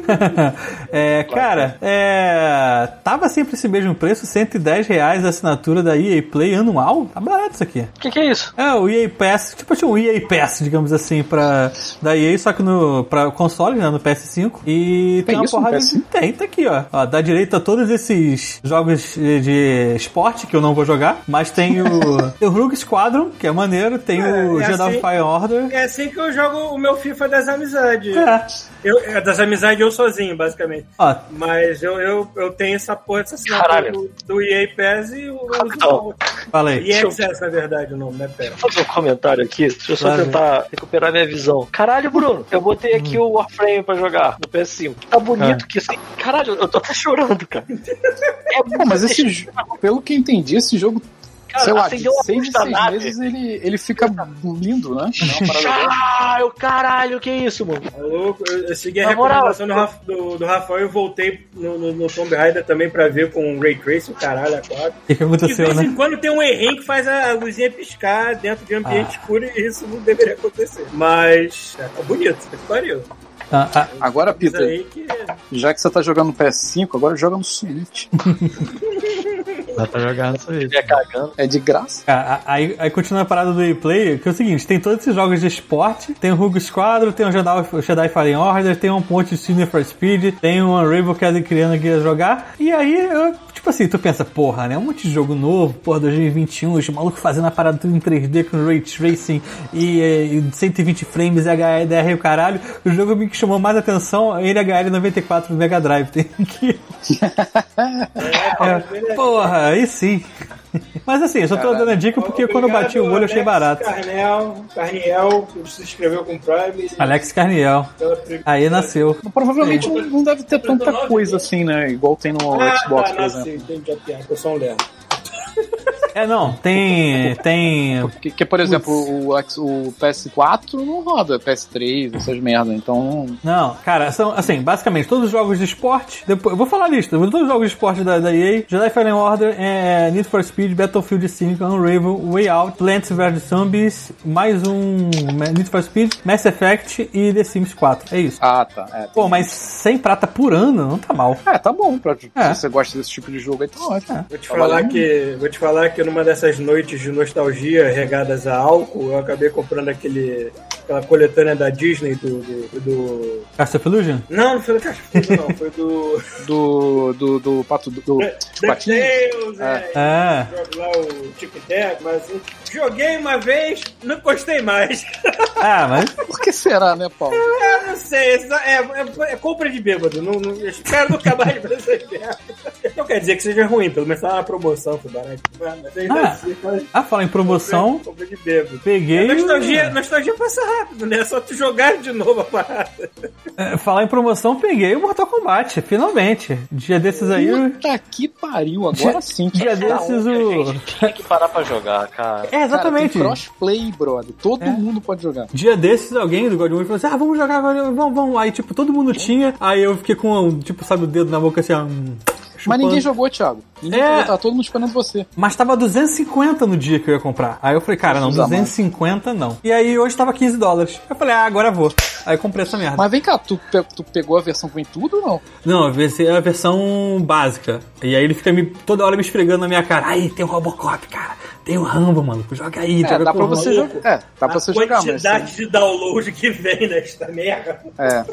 Speaker 6: É, cara, é, tava sempre esse mesmo preço, 110 reais a assinatura da EA Play anual. Tá barato isso aqui.
Speaker 4: O que, que é isso?
Speaker 6: É, o EA Pass, tipo assim, o EA Pass, digamos assim, pra, da EA, só que no, pra console, né, no PS5. E tem,
Speaker 5: Tem
Speaker 6: uma
Speaker 5: isso no
Speaker 6: porrada de...
Speaker 5: PS5?
Speaker 6: Tem, tá aqui, ó. ó. Dá direito a todos esses jogos de de esporte, que eu não vou jogar, mas tem o, tem o Rogue Squadron, que é maneiro, tem o
Speaker 3: É, é
Speaker 6: Jedi
Speaker 3: assim.
Speaker 6: Fire Order.
Speaker 3: É assim que eu jogo o meu FIFA das amizades.
Speaker 6: É.
Speaker 3: Eu, é, das amizades eu sozinho, basicamente.
Speaker 6: Ó,
Speaker 3: Mas eu, eu, eu tenho essa porra, essa assinatura
Speaker 4: Caralho.
Speaker 3: do, do EA Pass e o
Speaker 4: Capitão.
Speaker 6: fala aí.
Speaker 3: EA Access, na verdade, o nome, né, pera.
Speaker 4: Vou fazer um comentário aqui. Deixa eu só
Speaker 6: Vai,
Speaker 4: tentar recuperar minha visão. Caralho, Bruno, eu botei aqui o Warframe pra jogar no PS5. Tá bonito que isso. aí- Caralho, eu tô até chorando, cara. É
Speaker 5: Pô,
Speaker 4: muito
Speaker 5: mas esse jo- pelo que eu entendi, esse jogo,
Speaker 4: Cara,
Speaker 5: sei lá, de
Speaker 4: acendeu a
Speaker 5: seis
Speaker 4: luz
Speaker 5: em
Speaker 4: da
Speaker 5: seis
Speaker 4: nave.
Speaker 5: meses ele, ele fica lindo, né? É uma parada dessa.
Speaker 4: Ah, eu caralho, que isso, mano?
Speaker 3: Maluco, Tá eu, eu segui a
Speaker 4: Na moral,
Speaker 3: recomendação do, Raf- do, do Rafael e voltei no, no, no Tomb Raider também pra ver com o Ray Tracing, o caralho, a quatro.
Speaker 6: O que, que
Speaker 3: De
Speaker 6: aconteceu,
Speaker 3: vez
Speaker 6: né?
Speaker 3: em quando tem um errinho que faz a luzinha piscar dentro de um ambiente
Speaker 6: Ah.
Speaker 3: escuro e isso não deveria acontecer. Mas é, tá bonito, tá que pariu.
Speaker 6: Ah, ah,
Speaker 5: Agora,
Speaker 3: Isso
Speaker 5: Peter,
Speaker 3: aí que. né,
Speaker 5: já que você tá jogando no PS5, agora joga no Switch.
Speaker 1: Dá pra jogar no Switch.
Speaker 4: Ele cagando.
Speaker 5: É de graça.
Speaker 6: Ah, ah, Aí, aí continua a parada do e-play, que é o seguinte, tem todos esses jogos de esporte, tem o Rogue Squadron, tem o Jedi, Jedi Fallen Order, tem um monte de Cine for Speed, tem um Unravel que a criança queria jogar, e aí, eu, tipo assim, tu pensa, porra, né, um monte de jogo novo, porra, 2021, os malucos fazendo a parada tudo em 3D com Ray Tracing e, eh, e 120 frames, HDR e o caralho, o jogo que me chamou mais atenção é ele HL 94 do Mega Drive, tem que...
Speaker 3: né?
Speaker 6: É, porra, aí sim... Mas assim, eu só tô
Speaker 5: Caralho.
Speaker 6: dando a dica porque quando eu
Speaker 3: Obrigado,
Speaker 6: bati o olho eu achei
Speaker 3: Alex
Speaker 6: barato.
Speaker 3: Carnel, Carniel, que se inscreveu com o Prime.
Speaker 6: Alex Carniel.
Speaker 3: Pela pri-
Speaker 6: Aí nasceu.
Speaker 5: Provavelmente não, não deve ter tanta coisa assim, né? Igual tem no
Speaker 3: Ah,
Speaker 5: Xbox,
Speaker 3: tá,
Speaker 5: por
Speaker 3: nasci,
Speaker 5: exemplo.
Speaker 3: entendi a piada, eu sou um lerdo.
Speaker 6: É, não, tem. Tem.
Speaker 5: Que, que, por exemplo, o, X- o PS4 não roda PS3, essas merda, então...
Speaker 6: Não, cara, são assim, basicamente todos os jogos de esporte. Depois, eu vou falar a lista, todos os jogos de esporte da, da EA: Jedi Fallen Order, é, Need for Speed, Battlefield 5, Unravel, Way Out, Plants vs Zombies, mais um Need for Speed, Mass Effect e The Sims 4. É isso.
Speaker 5: Ah, tá. É,
Speaker 6: Pô, mas 100 prata por ano não tá mal.
Speaker 5: É, tá bom. Pra,
Speaker 6: É.
Speaker 5: Se você gosta desse tipo de jogo, aí tá ótimo.
Speaker 3: Vou te falar que vou te falar que numa dessas noites de nostalgia regadas a álcool, eu acabei comprando aquele aquela coletânea da Disney do do, do...
Speaker 6: Castle of Illusion?
Speaker 3: não, não foi do Cachorro, não, foi do
Speaker 5: Do, do, do Pato... Do, Patinho?
Speaker 3: DuckTales, é.
Speaker 6: É.
Speaker 3: Jogo lá o Tico e Teco, mas eu joguei uma vez, não gostei mais.
Speaker 6: Ah, mas.
Speaker 5: Por que será, né, Paulo?
Speaker 3: Eu não sei, isso é, é- é compra de bêbado. Não, não, eu espero nunca mais ver essa merda. Não quer dizer que seja ruim, pelo menos tá na promoção, foi barato. Mas ainda
Speaker 6: Ah.
Speaker 3: assim, mas-
Speaker 6: Ah, fala em promoção.
Speaker 3: compra de bêbado.
Speaker 6: Peguei.
Speaker 3: A É nostalgia, nostalgia passa rápido, né? É só tu jogar de novo a parada.
Speaker 6: É, Falar em promoção, peguei o Mortal Kombat, finalmente. Dia desses aí. o-
Speaker 5: Puta que pariu, agora sim. cara.
Speaker 6: É Dia desses o.
Speaker 4: Tinha que parar pra jogar, cara.
Speaker 6: É,
Speaker 5: Cara,
Speaker 6: exatamente.
Speaker 5: tem crossplay, brother. Todo
Speaker 6: É.
Speaker 5: mundo pode jogar.
Speaker 6: Dia desses, alguém do God of War falou assim: ah, vamos jogar, vamos, vamos, vamos. Aí, tipo, todo mundo tinha. Aí eu fiquei com, tipo, sabe, o dedo na boca assim, ó. hum,
Speaker 5: Mas
Speaker 6: chupando.
Speaker 5: ninguém jogou, Thiago. Ninguém
Speaker 6: É.
Speaker 5: jogou, tá todo mundo esperando você.
Speaker 6: Mas tava 250 no dia que eu ia comprar. Aí eu falei, cara, não,
Speaker 5: Jesus
Speaker 6: 250 não. E aí hoje tava 15 dólares. Eu falei, ah, agora vou. Aí eu comprei essa merda.
Speaker 5: Mas vem cá, tu, pe- tu pegou a versão com tudo ou não?
Speaker 6: Não, essa é a versão básica. E aí ele fica me, toda hora me esfregando na minha cara. Aí tem o Robocop, cara. Tem o Rambo, mano. Joga aí,
Speaker 5: É,
Speaker 6: joga
Speaker 5: dá
Speaker 6: com
Speaker 5: pra
Speaker 6: o Rambo.
Speaker 5: você jogar. É, dá pra você
Speaker 3: a
Speaker 5: jogar, mas.
Speaker 3: quantidade de download que vem nesta merda.
Speaker 5: É.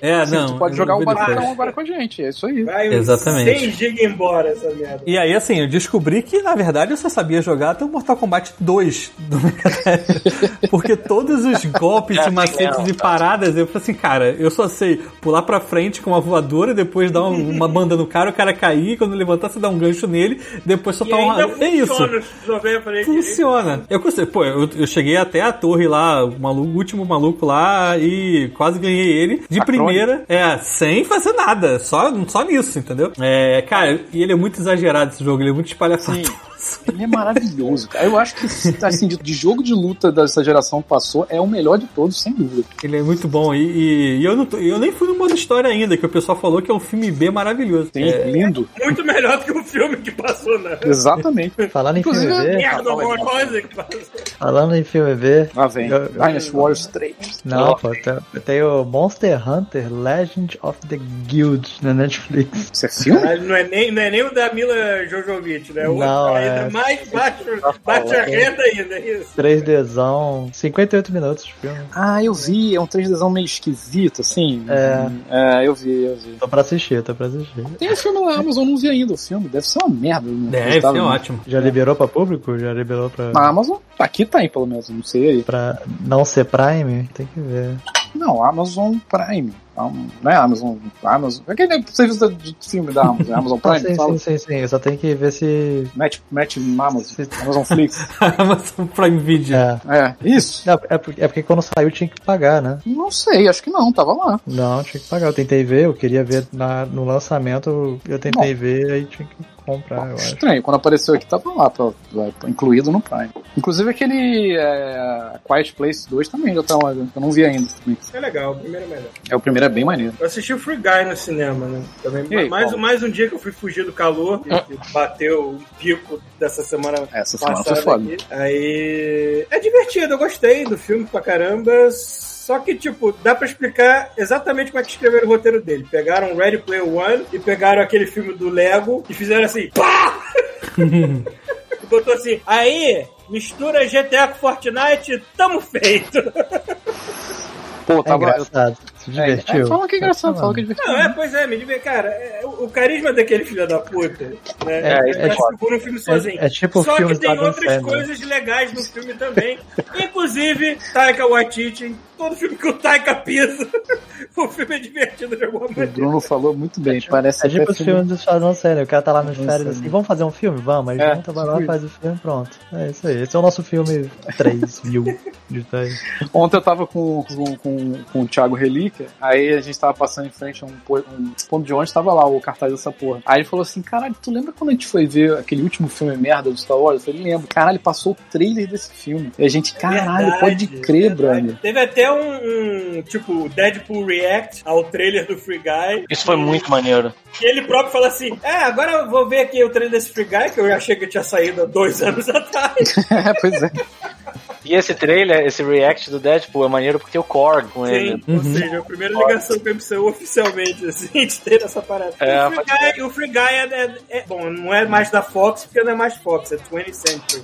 Speaker 6: É,
Speaker 5: Assim,
Speaker 6: não.
Speaker 5: tu pode jogar
Speaker 6: eu
Speaker 5: um
Speaker 6: vou depois.
Speaker 5: barulhão agora com a gente, é isso aí.
Speaker 3: Vai
Speaker 6: Exatamente.
Speaker 3: 100 GB embora essa merda.
Speaker 6: E aí, assim, eu descobri que, na verdade, eu só sabia jogar até o Mortal Kombat 2 do Mega Drive. Porque todos os golpes e macetes e paradas, eu falei assim, cara, eu só sei pular pra frente com uma voadora, depois dar um- uma banda no cara, o cara cair, quando levantar, você dá um gancho nele, depois
Speaker 3: E
Speaker 6: soltar uma.
Speaker 3: ainda
Speaker 6: É isso.
Speaker 3: funciona. isso. Joguei, eu falei,
Speaker 6: Funciona. Eu consegui, pô, eu, eu cheguei até a torre lá, o, maluco, o último maluco lá e quase ganhei ele de primeira, é, sem fazer nada, só, só nisso, entendeu? É, cara, e ele é muito exagerado esse jogo, ele é muito espalhafatoso.
Speaker 5: Ele é maravilhoso, cara. Eu acho que, assim, de, de jogo de luta dessa geração que passou, é o melhor de todos, sem dúvida.
Speaker 6: Ele é muito bom e, e- e eu, não tô- eu nem fui no modo história ainda, que o pessoal falou que é um filme B maravilhoso. É,
Speaker 5: Sim, lindo.
Speaker 3: muito melhor do que o filme que passou na
Speaker 5: Exatamente.
Speaker 1: Falando em filme
Speaker 5: Inclusive,
Speaker 1: B,
Speaker 3: merda horrorosa que passou.
Speaker 1: falando em filme B,
Speaker 5: Lá vem.
Speaker 1: Eu- eu-
Speaker 5: Dynasty Warriors 3.
Speaker 1: não, pô, tem, tem o Monster Hunter Legend of the Guild na Netflix.
Speaker 5: Isso é filme?
Speaker 3: Caralho, Não é, nem, não é nem o da Mila Jojovic, né? O outro
Speaker 1: Não,
Speaker 3: ainda
Speaker 1: é.
Speaker 3: mais baixo, bate a renda ainda, é isso.
Speaker 1: 3Dzão, 58 minutos de filme.
Speaker 5: Ah, eu vi. É um 3Dzão meio esquisito, assim. É. eu vi, eu vi.
Speaker 1: Tô pra assistir, tô pra assistir.
Speaker 5: Tem o filme na Amazon, não vi ainda o filme. Deve ser uma merda. não
Speaker 6: Deve
Speaker 5: gostava
Speaker 6: ser
Speaker 5: muito.
Speaker 6: é ótimo.
Speaker 1: Já liberou pra público? Já liberou pra.
Speaker 5: Na Amazon, aqui tá aí, pelo menos. Não sei aí.
Speaker 1: Pra não ser Prime? Tem que ver.
Speaker 5: Ah, Não, Amazon Prime. Am- Não é Amazon. Amazon. Aquele serviço da- de filme da Amazon. é Amazon
Speaker 1: Ah,
Speaker 5: Prime,
Speaker 1: sim,
Speaker 5: fala.
Speaker 1: sim, sim, sim. Eu só tenho que ver se.
Speaker 5: Match, match Amazon. Amazon Flix.
Speaker 6: Amazon Prime Video.
Speaker 1: É.
Speaker 5: É, isso.
Speaker 1: Não, é porque, é porque quando saiu tinha que pagar, né?
Speaker 5: Não sei, acho que não, tava lá.
Speaker 1: Não, tinha que pagar. Eu tentei ver, eu queria ver na, no lançamento, eu tentei ver, aí tinha que comprar, eu acho.
Speaker 5: Estranho, quando apareceu aqui tava lá, pra- pra- incluído no Prime. Inclusive aquele é, Quiet Place 2 também já tá lá, eu não vi ainda. também.
Speaker 3: É legal, o primeiro é melhor.
Speaker 5: É o primeiro, é bem maneiro.
Speaker 3: Eu assisti o Free Guy no cinema, né? Também.
Speaker 5: E aí,
Speaker 3: mais,
Speaker 5: Paulo?
Speaker 3: mais um dia que eu fui fugir do calor,
Speaker 1: Ah.
Speaker 3: que bateu um pico dessa semana
Speaker 5: Essa semana foi
Speaker 3: passada
Speaker 5: foda.
Speaker 3: aqui. Aí. É divertido, eu gostei do filme pra caramba. Só que, tipo, dá pra explicar exatamente como é que escreveram o roteiro dele. Pegaram Ready Player One e pegaram aquele filme do Lego e fizeram assim. Pá! e botou assim. Aí, mistura GTA com Fortnite, tamo feito.
Speaker 5: Pô,
Speaker 1: É
Speaker 5: tava.
Speaker 1: engraçado, se
Speaker 5: é,
Speaker 1: divertiu.
Speaker 5: é, fala que é engraçado, fala que é
Speaker 3: Não,
Speaker 5: divertido.
Speaker 3: é, pois é, me diga, cara, é, o, o carisma daquele filho da puta, né?
Speaker 1: É,
Speaker 3: ele
Speaker 1: isso é
Speaker 3: tá
Speaker 1: foda.
Speaker 3: segura um filme sozinho.
Speaker 1: É- é tipo o
Speaker 3: Só
Speaker 1: filme né?
Speaker 3: que
Speaker 1: do
Speaker 3: tem
Speaker 1: Adam
Speaker 3: outras
Speaker 1: Sandler.
Speaker 3: coisas legais no filme também. Inclusive, Taika Waititi, em todo filme que o Taika pisa, o filme é divertido de alguma
Speaker 5: O
Speaker 3: maneira.
Speaker 5: Bruno falou muito bem, parece
Speaker 1: É tipo
Speaker 5: até
Speaker 1: os filmes do Shadow Sério, o cara tá lá nos
Speaker 5: Adam
Speaker 1: férias
Speaker 5: Sandler.
Speaker 1: assim, vamos fazer um filme? Vamos, aí
Speaker 5: É,
Speaker 1: junta, vai lá,
Speaker 5: tipo
Speaker 1: faz o filme pronto. É isso aí. Esse é o nosso filme 3 mil de três.
Speaker 5: Ontem eu tava com, com, com, com o Thiago Relíquia, aí a gente tava passando em frente a um, po- um ponto de ônibus, tava lá o cartaz dessa porra. Aí ele falou assim, caralho, tu lembra quando a gente foi ver aquele último filme merda do Star Wars? Eu falei, lembro. Caralho, passou o trailer desse filme. E a gente, caralho,
Speaker 3: É Verdade, é
Speaker 5: pode crer,
Speaker 3: verdade.
Speaker 5: brother.
Speaker 3: Teve até um, um, tipo, Deadpool React ao trailer do Free Guy.
Speaker 4: Isso foi muito maneiro.
Speaker 3: E ele próprio fala assim: É, agora eu vou ver aqui o trailer desse Free Guy, que eu achei que tinha saído há dois anos atrás.
Speaker 5: É, pois é.
Speaker 4: E esse trailer, esse react do Deadpool é maneiro porque tem o Korg com ele.
Speaker 3: Sim, ou seja, a primeira ligação com a MCU oficialmente, assim, de ter essa parada.
Speaker 4: É,
Speaker 3: o, Free Guy, o Free Guy é, é- é- Bom, não é mais da Fox, porque não é mais Fox, é 20th Century.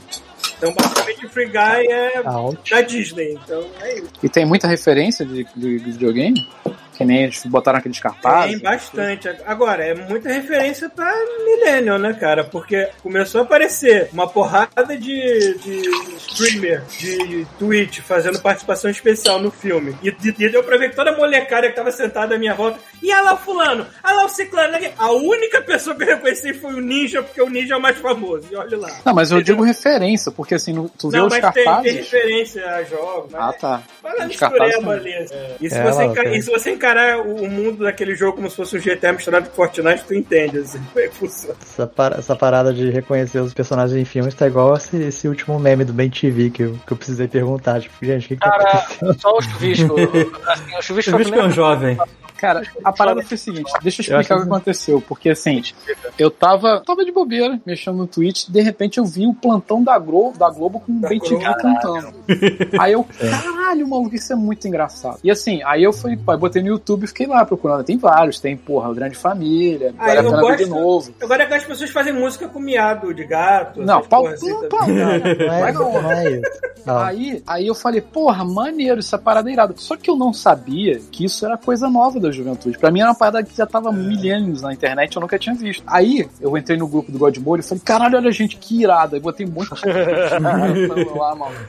Speaker 3: Então, basicamente, o Free Guy é
Speaker 1: Out.
Speaker 3: da Disney. Então, é isso.
Speaker 5: E tem muita referência de, de videogame, que nem eles botaram aqueles
Speaker 3: Tem
Speaker 5: cartazes.
Speaker 3: bastante. Agora, é muita referência pra Millennium, né, cara? Porque começou a aparecer uma porrada de, de streamer de Twitch fazendo participação especial no filme. E, e- e deu pra ver que toda molecada que tava sentada à minha volta. E olha lá o fulano, olha lá o ciclano. A única pessoa que eu reconheci foi o Ninja, porque o Ninja é o mais famoso. E olha lá.
Speaker 5: Não, mas eu digo referência, porque assim, no- tu vê
Speaker 3: Não,
Speaker 5: os
Speaker 3: mas tem, tem
Speaker 5: cartazes...
Speaker 3: referência a jogos. né? mas-
Speaker 5: Ah, tá.
Speaker 3: Vai lá
Speaker 5: Os
Speaker 3: no
Speaker 5: cartazes
Speaker 3: Escurema ali.
Speaker 5: também.
Speaker 3: E, se
Speaker 1: É,
Speaker 3: você
Speaker 1: lá,
Speaker 3: enca-
Speaker 1: ok.
Speaker 3: e se você encarar o o mundo daquele jogo como se fosse um GTA misturado com Fortnite, tu entende, assim, como é que funciona.
Speaker 1: Essa, par- essa parada de reconhecer os personagens em filmes tá igual esse, esse último meme do Ben TV que eu, que eu precisei perguntar. Tipo, gente, o que, que tá
Speaker 4: Cara, só o chuvisco. Assim, o chuvisco foi
Speaker 6: Eu
Speaker 4: o
Speaker 6: vejo que é um
Speaker 4: primeiro.
Speaker 6: jovem.
Speaker 5: Cara, a parada foi o seguinte, deixa eu
Speaker 1: Eu
Speaker 5: explicar
Speaker 1: acho
Speaker 5: o que aconteceu, porque assim, eu tava, tava de bobeira, mexendo no Twitch, de repente eu vi o plantão da Globo, da Globo com o
Speaker 3: Da
Speaker 5: Ben TV
Speaker 3: Globo.
Speaker 5: cantando. Aí eu, caralho, maluco, isso é muito engraçado. E assim, aí eu fui, pô, botei no YouTube e fiquei lá procurando. Tem vários, tem, porra, Grande Família,
Speaker 3: Ah,
Speaker 5: Vale a
Speaker 3: eu
Speaker 5: Pena Ver de
Speaker 3: gosto-
Speaker 5: novo.
Speaker 3: Agora é que as pessoas fazem música com miado de gato.
Speaker 5: Não,
Speaker 3: essas
Speaker 5: pau,
Speaker 3: porra assim
Speaker 5: não,
Speaker 3: também.
Speaker 5: pau,
Speaker 1: Não
Speaker 5: não,
Speaker 1: é,
Speaker 5: vai na
Speaker 1: não
Speaker 5: onda.
Speaker 1: é isso.
Speaker 5: Ah.
Speaker 1: Não.
Speaker 5: Aí, aí eu falei, porra, maneiro, essa parada é irada. Só que eu não sabia que isso era coisa nova da juventude. Pra mim era uma parada que já tava milênios na internet, eu nunca tinha visto. Aí eu entrei no grupo do Godmode e falei, caralho, olha gente, que irada. Aí botei um monte de coisa lá, maluco.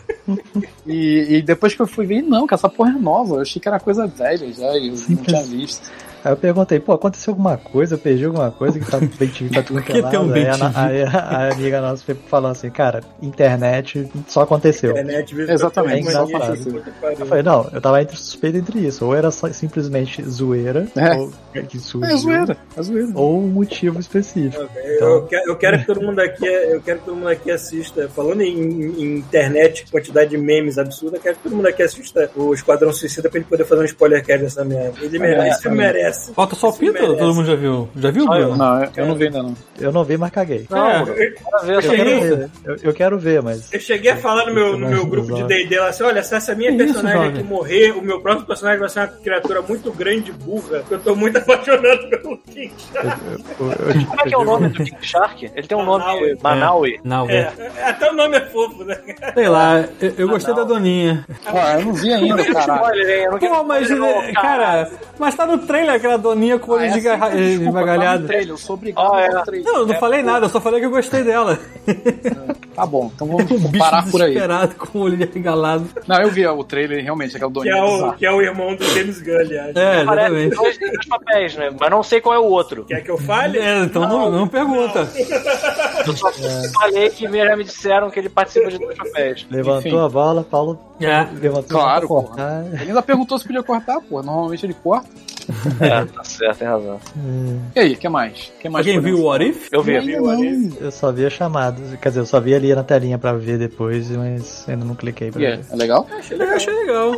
Speaker 5: E, e depois que eu fui ver, não, cara, essa porra é nova. Eu achei que era coisa velha já, e eu não tinha visto.
Speaker 1: Aí eu perguntei, pô, aconteceu alguma coisa? Eu perdi alguma coisa que tá no Bem TV pra tudo
Speaker 6: que
Speaker 1: que é
Speaker 6: tem um
Speaker 1: lado? Aí a, na- aí a, a amiga nossa falou assim, cara, internet só aconteceu.
Speaker 3: Internet, viu?
Speaker 5: Exatamente, É
Speaker 3: Mania,
Speaker 1: só pra-
Speaker 3: gente, puta que pariu.
Speaker 1: Eu falei, não, eu tava entre suspeito entre isso. Ou era só- simplesmente zoeira,
Speaker 5: É.
Speaker 1: ou que surgiu,
Speaker 5: É zoeira, é zoeira.
Speaker 1: ou um motivo específico.
Speaker 5: Então.
Speaker 3: Eu, quero, eu quero que todo mundo aqui, eu quero que todo mundo aqui assista. Falando em, em internet, quantidade de memes absurda, eu quero que todo mundo aqui assista o Esquadrão Suicida pra ele poder fazer um spoiler cast dessa merda.
Speaker 5: É,
Speaker 3: Ele merece, esse filme merece.
Speaker 6: Falta só o
Speaker 3: Esse filme
Speaker 6: Pito, todo
Speaker 3: merece.
Speaker 6: mundo já viu. Já viu, Bruno?
Speaker 5: Não, Ah, eu, eu não vi ainda não.
Speaker 1: Eu não vi, mas caguei.
Speaker 4: Não,
Speaker 6: É.
Speaker 4: bora ver
Speaker 1: Eu
Speaker 4: essa
Speaker 1: quero
Speaker 6: isso?
Speaker 1: ver, né? eu, eu quero ver, mas.
Speaker 3: Eu cheguei a falar no meu, no meu grupo de D&D lá assim, olha, se essa minha
Speaker 6: Que isso,
Speaker 3: personagem
Speaker 6: jovem?
Speaker 3: aqui morrer, o meu próximo personagem vai ser uma criatura muito grande e burra, porque eu tô muito apaixonado pelo King Shark.
Speaker 1: eu- eu- eu-
Speaker 4: Como é que é o nome do King Shark? Ele tem um nome
Speaker 3: Manaui.
Speaker 4: Manaui.
Speaker 6: Não,
Speaker 3: É,
Speaker 6: velho.
Speaker 3: até o nome é fofo, né?
Speaker 6: Sei lá, eu, eu gostei
Speaker 4: não.
Speaker 6: da doninha.
Speaker 5: Pô, Ah, eu não vi ainda, caralho.
Speaker 4: É. Spoiler, hein? Eu não quero
Speaker 6: Pô, mas,
Speaker 4: spoiler, não,
Speaker 6: eh, cara, mas tá no trailer aquela doninha com o olho
Speaker 5: Ah,
Speaker 6: de
Speaker 5: essa
Speaker 6: garra-
Speaker 5: é a
Speaker 6: eh,
Speaker 5: desculpa, tá
Speaker 6: esmigalhado.
Speaker 5: no trailer, eu sou obrigado
Speaker 4: Ah,
Speaker 5: a
Speaker 4: é.
Speaker 5: ver o trailer.
Speaker 6: Não, eu não falei nada, eu só falei que eu gostei dela.
Speaker 5: Tá bom, então vamos
Speaker 6: Um bicho
Speaker 5: parar por aí.
Speaker 6: desesperado com o olho arregalado.
Speaker 5: Não, eu vi ó, o trailer realmente, aquela
Speaker 3: Que
Speaker 5: doninha
Speaker 3: é, o,
Speaker 5: bizarra.
Speaker 3: que é o irmão do James Gunn, aliás.
Speaker 6: É,
Speaker 4: Parece
Speaker 6: exatamente.
Speaker 4: dois, dois papéis, né? Mas não sei qual é o outro.
Speaker 3: Quer que eu fale?
Speaker 6: É, então não, não pergunta.
Speaker 4: Eu só
Speaker 6: É.
Speaker 4: falei que me- já me disseram que ele participa de dois papéis.
Speaker 1: Levantou
Speaker 5: Enfim.
Speaker 1: a bola, Paulo
Speaker 6: É.
Speaker 1: levantou Ah,
Speaker 5: Claro,
Speaker 1: pra cortar.
Speaker 5: Ele ainda perguntou se podia cortar, pô. Normalmente ele corta.
Speaker 4: É, tá certo, tem razão.
Speaker 1: Hum,
Speaker 5: E aí, o que mais? Que mais
Speaker 6: Alguém
Speaker 5: foi
Speaker 6: viu o What If?
Speaker 4: Eu vi.
Speaker 5: Ainda não.
Speaker 1: Eu só vi a chamada, quer dizer, eu só vi ali na telinha pra ver depois, mas ainda não cliquei pra
Speaker 5: E aí,
Speaker 1: ver.
Speaker 5: é legal?
Speaker 6: Eu achei legal.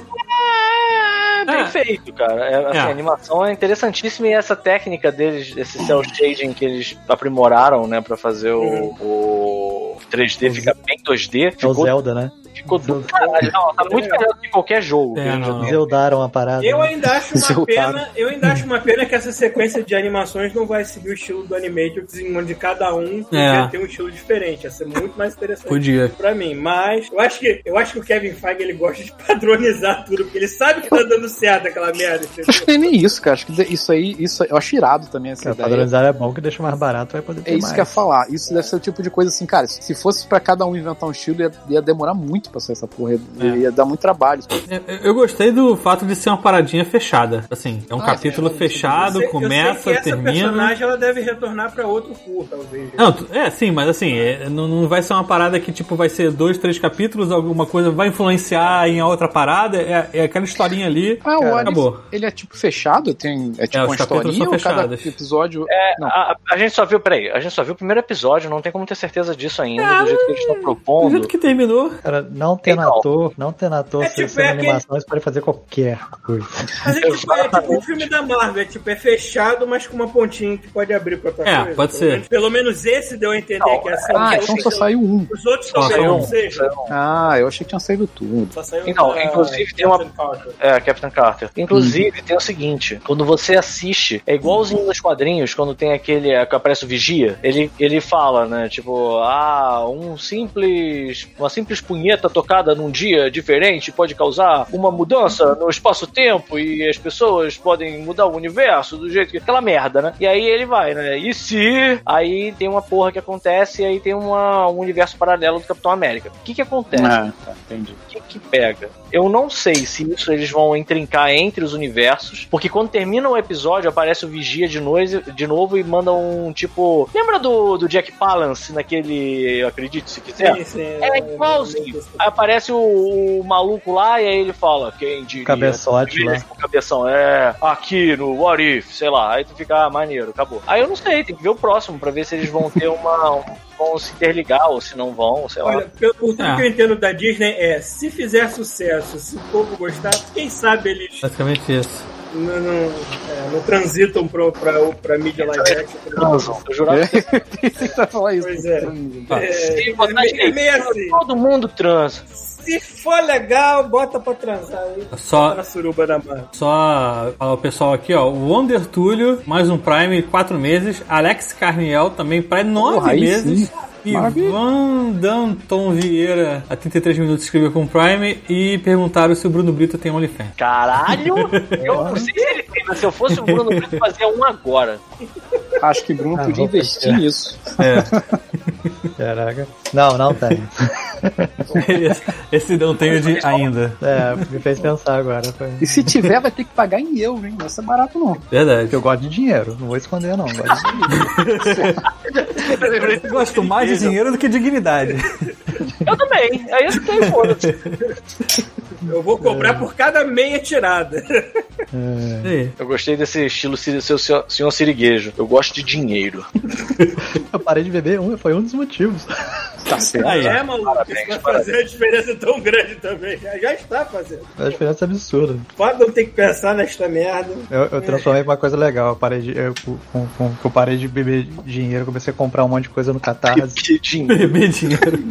Speaker 4: É, bem
Speaker 6: É.
Speaker 4: feito, cara. É, assim,
Speaker 6: É.
Speaker 4: A animação é interessantíssima e essa técnica deles, esse cel shading que eles aprimoraram, né, pra fazer o, o
Speaker 6: Uhum.
Speaker 4: 3D ficar bem 2D,
Speaker 1: Uhum. É o
Speaker 4: ficou,
Speaker 1: Zelda, É. né?
Speaker 4: ficou do caralho. Não, tá muito melhor do que qualquer jogo.
Speaker 6: É, não, não.
Speaker 1: Zeldaram a parada.
Speaker 3: Eu
Speaker 1: né?
Speaker 3: ainda acho uma
Speaker 5: Exaltado.
Speaker 3: pena, eu ainda acho uma pena que essa sequência de animações não vai seguir o estilo do Animatrix em onde cada um
Speaker 6: É.
Speaker 3: tem um estilo diferente. Ia ser muito mais interessante.
Speaker 6: Podia.
Speaker 3: Pra mim, mas eu acho que eu acho que o Kevin Feige ele gosta de padronizar tudo, porque ele sabe que tá dando certo aquela merda,
Speaker 5: Acho
Speaker 3: entendeu?
Speaker 5: que nem isso, cara. Acho que isso aí, isso aí- eu acho irado também essa
Speaker 1: Cara,
Speaker 5: ideia.
Speaker 1: padronizar é bom que deixa mais barato, vai poder ter
Speaker 5: É isso
Speaker 1: mais.
Speaker 5: que eu ia falar. Isso deve ser o tipo de coisa assim, cara. Se fosse pra cada um inventar um estilo, ia, ia demorar muito pra sair essa porra. Ia,
Speaker 6: É.
Speaker 5: ia dar muito trabalho.
Speaker 6: Eu- Eu gostei do fato de ser uma paradinha fechada. Assim, é um
Speaker 5: Ah,
Speaker 6: capítulo
Speaker 5: é, eu
Speaker 3: Eu
Speaker 6: fechado,
Speaker 3: sei- eu
Speaker 6: começa,
Speaker 3: sei que essa
Speaker 6: termina.
Speaker 3: personagem ela deve retornar pra outro cu, talvez.
Speaker 6: Não, tu- é, sim, mas assim, é, não, não vai ser uma parada que, tipo, vai ser dois, três capítulos, alguma coisa vai influenciar em outra parada. É, é aquela historinha ali.
Speaker 5: Ah, o Alice,
Speaker 6: acabou.
Speaker 5: ele é tipo fechado? Tem, é tipo
Speaker 6: É, os
Speaker 5: uma
Speaker 6: capítulos
Speaker 5: historinha
Speaker 6: são
Speaker 5: ou cada
Speaker 6: fechados.
Speaker 5: episódio...
Speaker 4: É, A,
Speaker 5: Não.
Speaker 4: a- a gente só viu, peraí, a gente só viu o primeiro episódio, não tem como ter certeza disso ainda,
Speaker 6: Ah,
Speaker 4: do jeito que eles estão
Speaker 6: Do
Speaker 4: propondo.
Speaker 6: jeito que terminou.
Speaker 1: Cara, não tendo
Speaker 4: Então.
Speaker 1: ator, não tendo ator,
Speaker 3: É
Speaker 1: se
Speaker 3: tipo,
Speaker 1: sendo
Speaker 3: é aquele-
Speaker 1: animação, eles podem fazer qualquer coisa.
Speaker 3: Mas é tipo, é tipo um filme da Marvel, é tipo, é fechado, mas com uma pontinha que pode abrir pra outra
Speaker 6: É,
Speaker 3: coisa.
Speaker 6: pode
Speaker 3: pelo
Speaker 6: ser.
Speaker 3: Menos, pelo menos esse deu a entender
Speaker 4: Não,
Speaker 3: que é assim.
Speaker 5: Ah,
Speaker 3: que
Speaker 5: então
Speaker 3: os-
Speaker 5: só saiu um.
Speaker 3: Os outros
Speaker 6: Só
Speaker 3: também,
Speaker 6: saiu
Speaker 3: não
Speaker 6: um.
Speaker 3: sei.
Speaker 5: Ah, eu achei que tinha saído tudo.
Speaker 3: Só saiu um.
Speaker 4: Então,
Speaker 3: pra-
Speaker 4: inclusive, tem uma-
Speaker 3: Captain Carter.
Speaker 4: É, Captain Carter. Inclusive, tem o seguinte: quando você assiste, é igualzinho nos quadrinhos, quando tem aquele é, que aparece o vigia, ele, ele fala, né? Tipo, ah, um simples. Uma simples punheta tocada num dia diferente pode causar uma mudança no espaço-tempo e as pessoas podem mudar o universo do jeito que. aquela merda, né? E aí ele vai, né? E se. Aí tem uma porra que acontece e aí tem uma, um universo paralelo do Capitão América. O que que acontece?
Speaker 5: Ah, tá, entendi.
Speaker 4: o que, que pega? Eu não sei se isso eles vão intrincar entre os universos, porque quando termina o episódio, aparece o Vigia de, nois- de novo e manda um tipo. Lembra do, do Jack Palance naquele. Acredite se quiser?
Speaker 3: Sim, sim.
Speaker 4: É igualzinho. Aí aparece o, o maluco lá e aí ele fala: Quem diria?
Speaker 1: Cabeçote lá.
Speaker 4: Mesmo cabeção, é aqui no What If, sei lá. Aí tu fica ah, maneiro, acabou. Aí eu não sei, tem que ver o próximo pra ver se eles vão ter uma. um- vão se interligar ou se não vão, sei lá.
Speaker 3: Olha, pelo, por tudo
Speaker 6: É.
Speaker 3: que eu entendo da Disney é, se fizer sucesso, se o povo gostar, quem sabe eles
Speaker 6: Basicamente isso.
Speaker 3: não, não, é, não transitam pro, pra, pra mídia live action.
Speaker 4: transam. Eu jurava que
Speaker 5: Tem que falar tá isso.
Speaker 3: Pois é.
Speaker 5: Tá.
Speaker 4: Se
Speaker 3: É,
Speaker 4: botar
Speaker 3: é, é meio assim.
Speaker 4: todo mundo transa.
Speaker 3: Se for legal, bota pra transar. Aí
Speaker 6: Só-
Speaker 3: bota na suruba da mão.
Speaker 6: Só ó, o pessoal aqui, ó. O Wonder Túlio, mais um Prime, quatro meses. Alex Carniel também, Prime, nove
Speaker 5: Porra, aí
Speaker 6: meses.
Speaker 5: sim. Maravilha.
Speaker 6: Ivan Danton Vieira, a 33 minutos, escreveu com o Prime. E perguntaram se o Bruno Brito tem OnlyFans.
Speaker 4: Caralho! Eu não sei se ele tem Mas se eu fosse o Bruno Brito, fazia um agora.
Speaker 5: Acho que o Bruno
Speaker 1: Ah,
Speaker 5: podia
Speaker 1: vou
Speaker 5: investir
Speaker 1: pensar.
Speaker 5: nisso.
Speaker 1: Caraca. Não, não tem.
Speaker 6: Esse- Esse não tenho de ainda.
Speaker 1: É, me fez pensar agora. Foi...
Speaker 5: E se tiver, vai ter que pagar em euro, hein? Não vai ser barato, não.
Speaker 6: Verdade.
Speaker 1: Eu gosto de dinheiro, não vou esconder, não. Gosto de dinheiro.
Speaker 6: Eu gosto mais de dinheiro do que dignidade.
Speaker 4: Eu também. É, Aí eu tenho foda-se.
Speaker 3: Eu
Speaker 5: É.
Speaker 3: vou cobrar por cada meia tirada.
Speaker 1: É.
Speaker 6: Aí.
Speaker 4: Eu gostei desse estilo Sir- seu senhor senhor siriguejo. Eu gosto de dinheiro.
Speaker 1: Eu parei de beber, um, foi um dos motivos.
Speaker 5: Tá certo.
Speaker 6: Aí.
Speaker 3: É, maluco, isso vai fazer a diferença tão grande também. Já já está fazendo.
Speaker 1: É uma diferença absurda.
Speaker 3: Pode não ter que pensar nesta merda.
Speaker 1: Eu, eu transformei pra uma coisa legal. Eu parei de, eu, com, com- que eu parei de beber dinheiro, comecei a comprar um monte de coisa no Catarse.
Speaker 4: Que dinheiro.
Speaker 6: Beber dinheiro.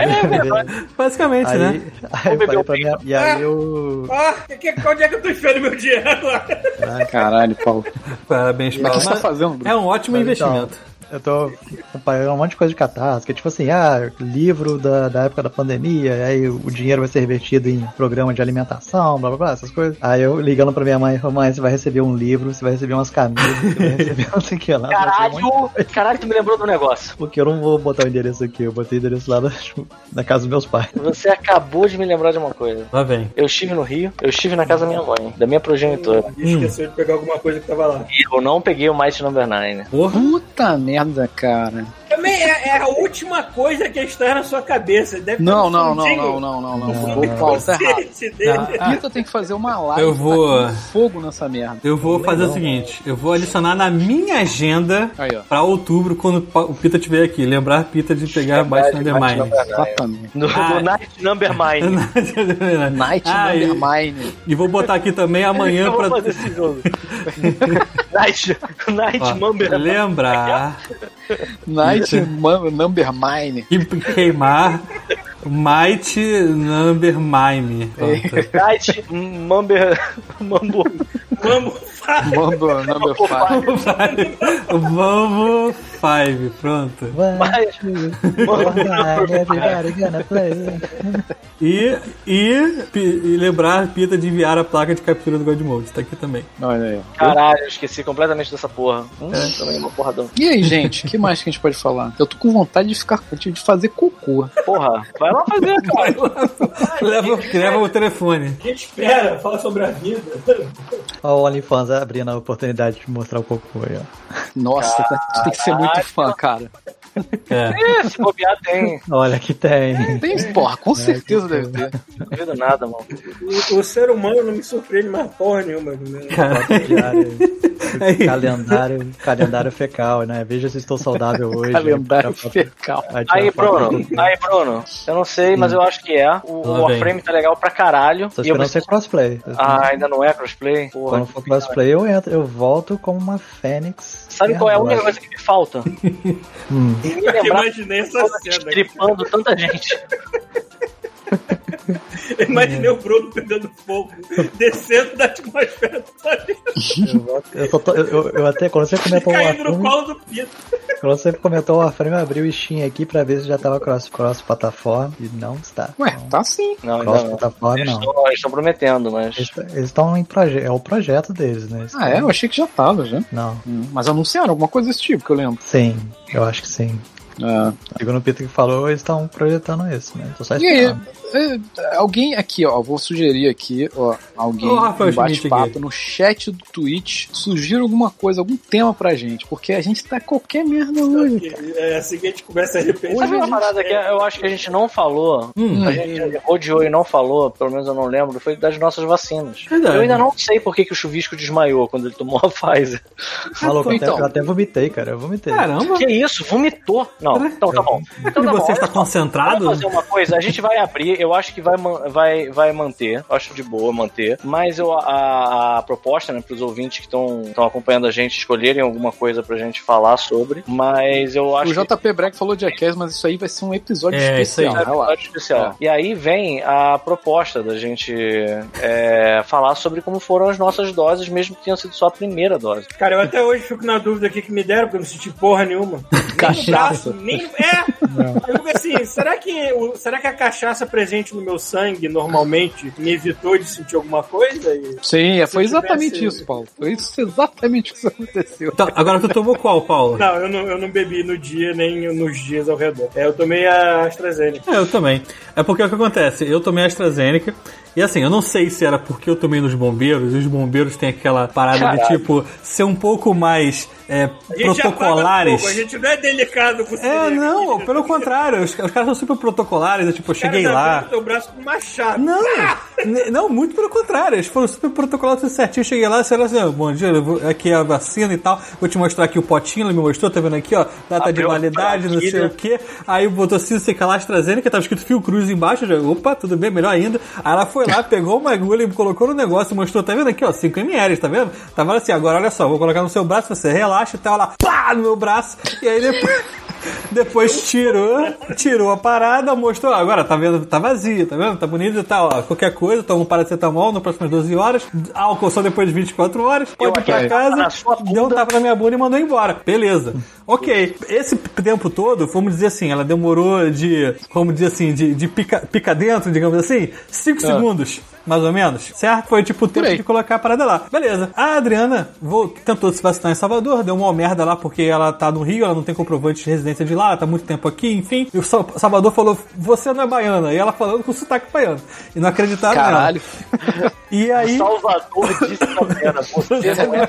Speaker 4: É
Speaker 6: Basicamente,
Speaker 1: aí,
Speaker 6: né?
Speaker 1: aí eu
Speaker 4: beber
Speaker 1: falei
Speaker 4: um
Speaker 1: pra minha. E aí eu.
Speaker 3: Ah, que, que- onde é que eu tô enfiando meu dinheiro agora?
Speaker 5: Caralho, Paulo.
Speaker 6: Parabéns,
Speaker 5: Mas o que você tá
Speaker 6: Paulo.
Speaker 5: fazendo, Bruno?
Speaker 6: É um ótimo investimento.
Speaker 1: Eu tô comparando um monte de coisa de catarse, que é tipo assim, ah, livro da, da época da pandemia, aí o dinheiro vai ser revertido em programa de alimentação, blá blá blá, essas coisas. Aí eu ligando pra minha mãe, "Ô, mãe, você vai receber um livro, você vai receber umas camisas, você vai receber não sei o que lá. você vai receber um monte de
Speaker 4: Caralho, né? caralho, tu me lembrou do negócio.
Speaker 1: Porque eu não vou botar o endereço aqui, eu botei o endereço lá na, na casa dos meus pais.
Speaker 4: Você acabou de me lembrar de uma coisa.
Speaker 6: Lá vem.
Speaker 4: Eu estive no Rio, eu estive na casa da minha avó, hein, da minha progenitora.
Speaker 3: E esqueceu de pegar alguma coisa que tava lá.
Speaker 4: E eu não peguei o Might Number 9.
Speaker 6: Porra.
Speaker 5: é Puta merda, cara.
Speaker 3: Também é, é a última coisa que está na sua cabeça. Deve ter
Speaker 5: Não,
Speaker 3: um
Speaker 5: não, não,
Speaker 3: fundinho
Speaker 5: não, não, não, não.
Speaker 3: no
Speaker 5: O Paulo tá errado.
Speaker 3: consciente dele.
Speaker 6: Ah,
Speaker 5: Pita tem que fazer uma live.
Speaker 6: Eu vou-
Speaker 5: tacando fogo nessa merda.
Speaker 6: Eu vou fazer o seguinte, eu vou adicionar na minha agenda
Speaker 5: Aí, ó.
Speaker 6: pra outubro, quando o Pa- o Pita estiver aqui. Lembrar Pita de pegar Bite Undermine.
Speaker 5: Exatamente.
Speaker 4: No,
Speaker 6: Ah.
Speaker 4: no Night Number 9.
Speaker 5: Night
Speaker 6: Ah, e-
Speaker 5: Undermine.
Speaker 6: E vou botar aqui também amanhã
Speaker 4: Eu vou fazer
Speaker 6: pra
Speaker 4: esse jogo. Night, Night
Speaker 6: ó,
Speaker 4: Number 9.
Speaker 6: lembrar
Speaker 5: Night Man- Numbermine.
Speaker 6: e queimar Might Number Mime. Pronto.
Speaker 4: Night Number. Mambo.
Speaker 3: Vamos, fala.
Speaker 5: Mamba Number Five.
Speaker 6: Vamos Five, pronto.
Speaker 4: Mas-
Speaker 1: Everybody gonna play.
Speaker 6: E, e, pi- e lembrar Pita de enviar a placa de captura do God Mode. Tá aqui também.
Speaker 5: Olha aí. ó.
Speaker 4: Caralho, eu esqueci completamente dessa porra. Hum, também uma porradão.
Speaker 5: E aí, gente, o que mais que a gente pode falar? Eu tô com vontade de ficar de fazer cocô.
Speaker 4: Porra, vai lá fazer, cara.
Speaker 6: Leva, leva o telefone.
Speaker 3: A gente espera, fala sobre a vida.
Speaker 1: Ó, o OnlyFans abrindo a oportunidade de mostrar o cocô aí, ó.
Speaker 5: Nossa, tu tem que ser muito fã, cara.
Speaker 6: É.
Speaker 4: É, se bobear tem.
Speaker 1: Olha que tem.
Speaker 5: Tem, porra,
Speaker 6: É,
Speaker 5: com certeza deve ter.
Speaker 4: Não duvido nada, mano.
Speaker 3: O, o ser humano não me surpreende mais porra nenhuma. né?
Speaker 1: Diário,
Speaker 6: Aí.
Speaker 1: calendário, calendário fecal, né? Veja se estou saudável hoje.
Speaker 6: é,
Speaker 5: Calendário
Speaker 1: Aí,
Speaker 5: fecal.
Speaker 1: pra- pra-
Speaker 4: Aí,
Speaker 1: pra- pra-
Speaker 4: Bruno, aí, Bruno, eu não sei, mas eu acho que é. O, o
Speaker 6: Lá vem.
Speaker 4: Warframe tá legal pra caralho.
Speaker 1: Tô
Speaker 4: E eu
Speaker 1: esperando
Speaker 4: preciso...
Speaker 1: ser crossplay.
Speaker 4: Ah, ainda não é crossplay? Porra.
Speaker 1: Quando for crossplay, eu entro, eu volto como uma fênix.
Speaker 4: Sabe qual é a única
Speaker 1: ferroada.
Speaker 4: coisa que me falta?
Speaker 1: Hum.
Speaker 4: Me
Speaker 3: Eu
Speaker 4: lembrar
Speaker 3: imaginei essa
Speaker 4: toda
Speaker 3: cena.
Speaker 4: estripando tanta gente.
Speaker 3: Eu imaginei o Bruno pegando fogo, descendo da atmosfera do planeta,
Speaker 1: Eu, volto- eu, só tô- eu- eu- eu até, quando você comentou é o
Speaker 3: caindo no
Speaker 1: Warframe,
Speaker 3: colo do Pito.
Speaker 1: Quando você comentou o Warframe, eu abri o Steam aqui pra ver se já tava cross, cross plataforma e não está.
Speaker 5: Ué, tá sim.
Speaker 4: Não, ainda
Speaker 1: cross
Speaker 4: não.
Speaker 1: plataforma
Speaker 4: Eles
Speaker 1: não.
Speaker 4: estão, eles estão prometendo, mas.
Speaker 1: Eles estão em projeto, é o projeto deles, né? Eles
Speaker 5: Ah, é? Eu achei que já tava, já.
Speaker 1: Não.
Speaker 5: Hum, Mas anunciaram alguma coisa desse tipo, que eu lembro.
Speaker 1: Sim, eu acho que sim.
Speaker 5: Ah,
Speaker 6: É.
Speaker 1: Segundo o Peter que falou, eles estão projetando isso, né? Tô só
Speaker 5: E aí,
Speaker 1: esperando.
Speaker 5: é, alguém aqui, ó, vou sugerir aqui, ó, alguém
Speaker 6: Ô, Rafael
Speaker 5: um
Speaker 6: Schmidt
Speaker 5: bate-papo
Speaker 6: aqui.
Speaker 5: no chat do Twitch, sugira alguma coisa, algum tema pra gente, porque a gente tá qualquer merda hoje.
Speaker 3: É assim que a gente começa a repensar.
Speaker 4: Sabe uma parada que eu acho que a gente não falou?
Speaker 6: Hum.
Speaker 4: A gente odiou e não falou, pelo menos eu não lembro, foi das nossas vacinas.
Speaker 6: Verdade.
Speaker 4: Eu ainda não sei por que, que o chuvisco desmaiou quando ele tomou a Pfizer.
Speaker 1: Maluco, até-
Speaker 5: então.
Speaker 1: eu até vomitei, cara. Eu vomitei.
Speaker 6: Caramba.
Speaker 4: Que isso? Vomitou? Não, então tá bom. Então
Speaker 6: E
Speaker 4: tá bom.
Speaker 6: você está
Speaker 4: Vamos
Speaker 6: concentrado?
Speaker 4: fazer uma coisa, a gente vai abrir, eu acho que vai, man- vai, vai manter, acho de boa manter, mas eu, a, a proposta, né, pros ouvintes que estão acompanhando a gente escolherem alguma coisa pra gente falar sobre, mas eu acho
Speaker 5: O JP Breck falou de Jackass, mas isso aí vai ser um episódio
Speaker 6: É, isso aí.
Speaker 5: especial,
Speaker 4: É um
Speaker 5: relaxa.
Speaker 4: episódio especial. E aí vem a proposta da gente é, falar sobre como foram as nossas doses, mesmo que tenha sido só a primeira dose.
Speaker 3: Cara, eu até hoje fico na dúvida aqui que me deram, porque eu não senti porra nenhuma. Nem no braço, nem. É! Eu fico assim, será que, o- será que a cachaça presente no meu sangue normalmente me evitou de sentir alguma coisa? E-
Speaker 5: Sim, é, foi
Speaker 3: Se eu
Speaker 5: exatamente
Speaker 3: tivesse-
Speaker 5: isso, Paulo. Foi isso, exatamente o que aconteceu.
Speaker 6: Então, agora tu tomou qual, Paulo?
Speaker 3: Não, eu não, eu não bebi no dia, nem nos dias ao redor. É, eu tomei a AstraZeneca.
Speaker 6: É, eu também. É porque o que acontece? Eu tomei AstraZeneca. E assim, eu não sei se era porque eu tomei nos bombeiros, e os bombeiros têm aquela parada de tipo ser um pouco mais é,
Speaker 3: A gente já paga
Speaker 6: protocolares.
Speaker 3: pouco, a gente não é delicado com
Speaker 6: É,
Speaker 3: cerveja.
Speaker 6: não, pelo contrário, os, os caras são super protocolares, eu, tipo, eu
Speaker 3: O cara
Speaker 6: cheguei
Speaker 3: tá
Speaker 6: lá.
Speaker 3: abrindo teu braço com um machado.
Speaker 6: Não,
Speaker 3: Ah!
Speaker 6: n- não, muito pelo contrário. Eles foram super protocolados, tudo certinho. Eu Cheguei lá, disseram assim: ó, bom dia, eu vou- aqui é a vacina e tal. Vou te mostrar aqui o potinho, ele me mostrou, tá vendo aqui, ó, data de
Speaker 4: Abriu a
Speaker 6: validade, não sei
Speaker 4: partilha.
Speaker 6: o quê. Aí botou assim, sei que lá, AstraZeneca, tava escrito Fio Cruz embaixo. Eu, já, opa, tudo bem, melhor ainda. Aí ela foi lá, pegou uma agulha e colocou no negócio, mostrou, tá vendo aqui, ó, 5 ml, tá vendo? Tava assim, agora olha só, vou colocar no seu braço, você relaxa e tal, ela, pá, no meu braço. E aí depois. Depois tirou, tirou a parada, mostrou. ó, Agora tá vendo, tá vazio, tá vendo? Tá bonito e tal. ó, Qualquer coisa, toma um paracetamol nas próximas 12 horas, álcool só depois de 24 horas, pode ir pra
Speaker 4: achei.
Speaker 6: casa,
Speaker 4: Na sua bunda.
Speaker 6: deu um tapa na minha bunda e mandou embora. Beleza. Ok. Esse tempo todo, vamos dizer assim, ela demorou de, vamos dizer assim, de, de pica, pica dentro, digamos assim, 5 segundos. Mais ou menos, certo? Foi tipo o tempo
Speaker 5: Ah. aí.
Speaker 6: de colocar a parada lá. Beleza. A Adriana vou, tentou se vacinar em Salvador, deu uma merda lá porque ela tá no Rio, ela não tem comprovante de residência de lá, ela tá muito tempo aqui, enfim. E o Sa- Salvador falou: Você não é baiana. E ela falando com sotaque baiano. E não acreditaram nela.
Speaker 5: Caralho.
Speaker 6: E aí.
Speaker 4: Salvador disse pra Vera, você não é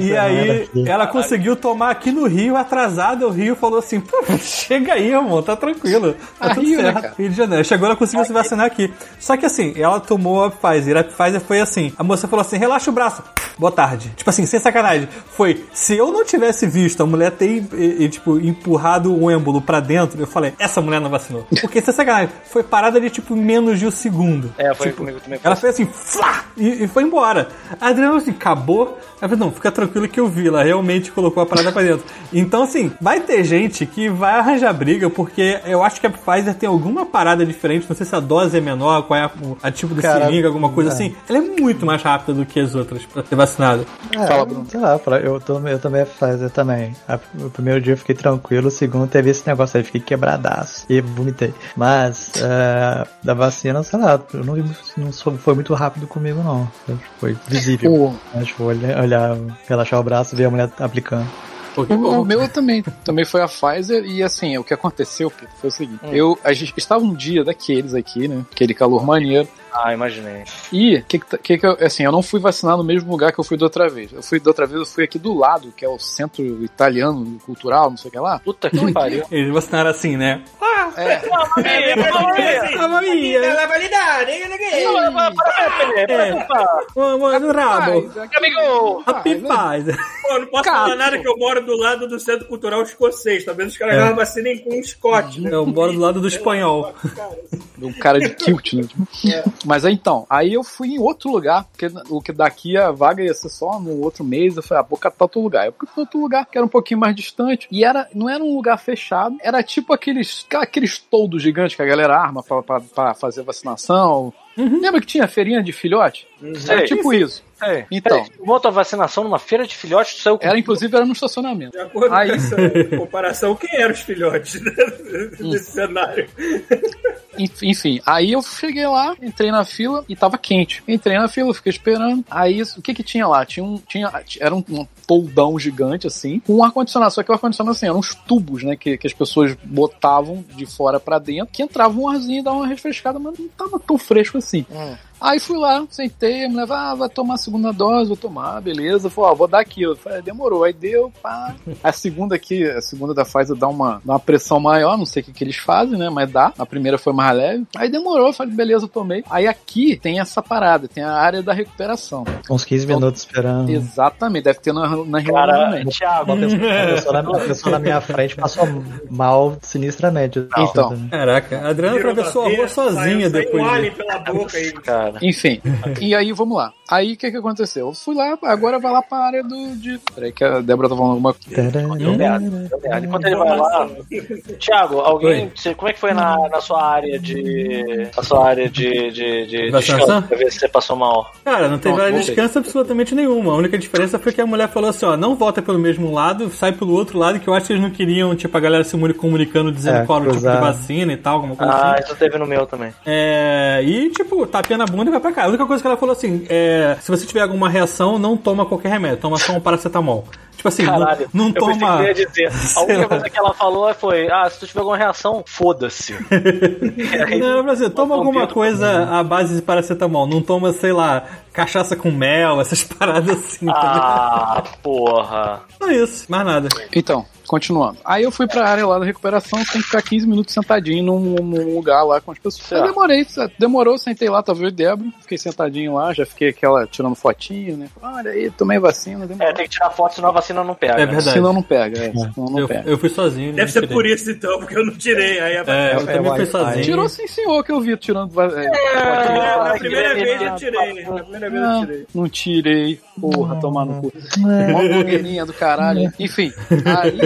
Speaker 6: E
Speaker 1: Essa
Speaker 6: aí,
Speaker 1: merda aqui.
Speaker 6: ela conseguiu tomar aqui no Rio, atrasada. O Rio falou assim: Pô, chega aí, irmão, tá tranquilo. Tá
Speaker 5: Ah,
Speaker 6: tudo
Speaker 5: Rio, né,
Speaker 6: certo.
Speaker 5: cara?
Speaker 6: Rio de Janeiro. Chegou, ela conseguiu se vacinar aqui. Só que assim, ela tomou a Pfizer. A Pfizer foi assim: a moça falou assim, relaxa o braço. Boa tarde. Tipo assim, sem sacanagem. Foi, se eu não tivesse visto a mulher ter, e- e, tipo, empurrado o êmbolo pra dentro, eu falei, essa mulher não vacinou. Porque, sem sacanagem, foi parada de, tipo, menos de um segundo.
Speaker 4: É, foi
Speaker 6: Tipo,
Speaker 4: comigo também.
Speaker 6: ela fez assim, flá, e, e foi embora. A Adriana falou assim, acabou. Ela falou, não, fica tranquilo que eu vi. Ela realmente colocou a parada pra dentro. Então, assim, vai ter gente que vai arranjar briga, porque eu acho que a Pfizer tem alguma parada diferente. Não sei se a dose é menor, qual é a, o- a tipo de
Speaker 1: Cara,
Speaker 6: seringa, alguma coisa
Speaker 1: é.
Speaker 6: assim. Ela é muito mais rápida do que as outras pra ser vacinada.
Speaker 1: É,
Speaker 5: Fala, Bruno.
Speaker 1: Sei lá, pra- eu, to- eu tomei a Pfizer também. A- o primeiro dia eu fiquei tranquilo, o segundo teve esse negócio aí, fiquei quebradaço e vomitei. Mas, é, da vacina, sei lá, eu não, não sou- foi muito rápido comigo, não. Foi visível.
Speaker 5: O,
Speaker 1: Acho que vou olhar, olhar, relaxar o braço e ver a mulher aplicando.
Speaker 6: Pô, que
Speaker 1: Uhum.
Speaker 5: o,
Speaker 6: bom.
Speaker 5: o meu também, também foi a Pfizer e assim, o que aconteceu, Pedro, foi o seguinte.
Speaker 6: Hum.
Speaker 5: Eu, a gente estava um dia daqueles aqui, né? Aquele calor maneiro.
Speaker 4: Ah, imaginei.
Speaker 5: E que, que- que que eu, assim, eu não fui vacinar no mesmo lugar que eu fui da outra vez. Eu fui da outra vez, eu fui aqui do lado, que é o centro italiano cultural, não tipo, sei o que lá.
Speaker 4: Puta que pariu.
Speaker 6: Eles vacinaram assim, né?
Speaker 5: é,
Speaker 3: Ela
Speaker 6: Ah, maminha,
Speaker 3: vai lidar, né?
Speaker 4: é
Speaker 3: é,
Speaker 6: mamãe do rabo.
Speaker 5: Mas aqui-
Speaker 4: Amigo!
Speaker 6: Happy
Speaker 5: Pfizer.
Speaker 6: Pfizer.
Speaker 3: Pô, não posso
Speaker 5: Cara,
Speaker 3: falar nada que eu moro do lado do Centro Cultural Escocês. Talvez os caras
Speaker 6: É.
Speaker 3: já vacinem com um Scott, né?
Speaker 6: Eu moro do lado do espanhol.
Speaker 5: Um cara de kilt, né?
Speaker 4: É.
Speaker 5: Mas aí, então, aí eu fui em outro lugar, porque o que daqui a vaga ia ser só no outro mês, eu falei, ah, vou catar outro lugar. Eu fui pra outro lugar, que era um pouquinho mais distante, e era, não era um lugar fechado, era tipo aqueles, aqueles toldos gigantes que a galera arma pra, pra, pra fazer vacinação. Lembra que tinha feirinha de filhote? Era
Speaker 4: Sei.
Speaker 5: tipo isso.
Speaker 4: Sei.
Speaker 5: Então,
Speaker 4: Monta a vacinação numa feira de filhotes, tu saiu com
Speaker 5: era inclusive era no estacionamento.
Speaker 3: De acordo
Speaker 5: Aí-
Speaker 3: com essa comparação, quem eram os filhotes né?
Speaker 6: Hum.
Speaker 3: desse cenário?
Speaker 5: Enf- Enfim, aí eu cheguei lá, entrei na fila e tava quente. Entrei na fila, fiquei esperando. Aí isso- o que que tinha lá? Tinha um. Tinha, era um, um toldão gigante, assim, com um ar-condicionado. Só que o ar-condicionado, assim, eram uns tubos, né? Que, que as pessoas botavam de fora pra dentro, que entrava um arzinho e dava uma refrescada, mas não tava tão fresco assim. Aí fui lá, sentei, a mulher falou, ah, vai tomar a segunda dose, vou tomar, beleza. Falei, ó, vou dar aqui. Eu falei, demorou. Aí deu, pá. A segunda aqui, a segunda da Pfizer dá uma, dá uma pressão maior, não sei o que, que eles fazem, né? Mas dá. A primeira foi mais leve. Aí demorou, eu falei, beleza, eu tomei. Aí aqui tem essa parada, tem a área da recuperação.
Speaker 1: Uns 15
Speaker 5: Então,
Speaker 1: minutos esperando.
Speaker 5: Exatamente, deve ter na, na reunião.
Speaker 4: cara,
Speaker 5: né?
Speaker 4: Thiago,
Speaker 1: Uma pessoa, uma pessoa na, uma pessoa na minha frente passou mal sinistramente.
Speaker 5: Então.
Speaker 6: Caraca, a Adriana
Speaker 3: Viram da
Speaker 6: atravessou a
Speaker 3: feira,
Speaker 6: rua
Speaker 3: saiu- saiu
Speaker 6: sozinha depois.
Speaker 3: um
Speaker 6: disso.
Speaker 3: alien pela boca aí.
Speaker 4: cara. cara.
Speaker 5: Enfim, e aí vamos lá. Aí o que, que aconteceu? Eu fui lá, agora vai lá pra área do. De... Peraí, que a Débora tá falando alguma coisa.
Speaker 4: Deu merda, deu merda. Enquanto ele vai lá. Thiago, alguém.
Speaker 6: Oi.
Speaker 4: você- como é que foi na, na sua área de. Na sua área de. de, de
Speaker 6: Vacinação?
Speaker 4: descanso, pra ver se você passou mal?
Speaker 6: Cara, não teve
Speaker 5: Pronto,
Speaker 6: área de
Speaker 5: voltei.
Speaker 6: descanso absolutamente nenhuma. A única diferença foi que a mulher falou assim, ó, não volta pelo mesmo lado, sai pelo outro lado, que eu acho que eles não queriam, tipo, a galera se muni- comunicando, dizendo
Speaker 1: É,
Speaker 6: qual era o tipo de
Speaker 1: cruzar.
Speaker 6: vacina e tal, alguma coisa assim.
Speaker 4: Ah, isso teve no meu também.
Speaker 6: É, e tipo, tapinha na bunda e vai pra cá. A única coisa que ela falou assim: é, se você tiver alguma reação, não toma qualquer remédio, toma só um paracetamol. Tipo assim, não-
Speaker 4: Caralho,
Speaker 6: não,
Speaker 4: eu pensei
Speaker 6: toma.
Speaker 4: que você ia dizer. A única coisa que ela falou foi: ah, se tu tiver alguma reação, foda-se.
Speaker 6: Não, Brasil, toma alguma coisa à base de paracetamol, não toma, sei lá, cachaça com mel, essas paradas assim, entendeu?
Speaker 4: Ah, porra.
Speaker 6: Só isso, mais nada.
Speaker 5: Então, continuando. Aí eu fui pra área lá da recuperação, tem que ficar 15 minutos sentadinho num, num lugar lá com as pessoas. Eu
Speaker 4: Certo.
Speaker 5: demorei, se- demorou, sentei lá, tava eu e Débora, fiquei sentadinho lá, já fiquei aquela tirando fotinho, né? Olha aí, tomei vacina, demorou.
Speaker 4: É, tem que tirar foto, senão a vacina não pega.
Speaker 6: É verdade.
Speaker 5: Senão não pega, é, senão não
Speaker 6: Eu,
Speaker 5: pega.
Speaker 6: eu fui sozinho. né,
Speaker 3: Deve
Speaker 6: não
Speaker 3: ser
Speaker 6: tirei.
Speaker 3: por isso, então, porque eu não tirei. Aí a...
Speaker 6: É, eu
Speaker 1: É,
Speaker 6: também fui
Speaker 1: Wi-Fi.
Speaker 6: sozinho.
Speaker 5: Tirou sim, senhor, que eu vi tirando. va- É, fotinho.
Speaker 3: É, na
Speaker 4: Ah,
Speaker 3: primeira
Speaker 4: que
Speaker 3: vez eu
Speaker 4: pena.
Speaker 3: tirei. Na primeira vez eu
Speaker 5: Não,
Speaker 3: tirei.
Speaker 5: não tirei. Porra, tomar no cu. Mó blogueirinha do caralho. Enfim, aí,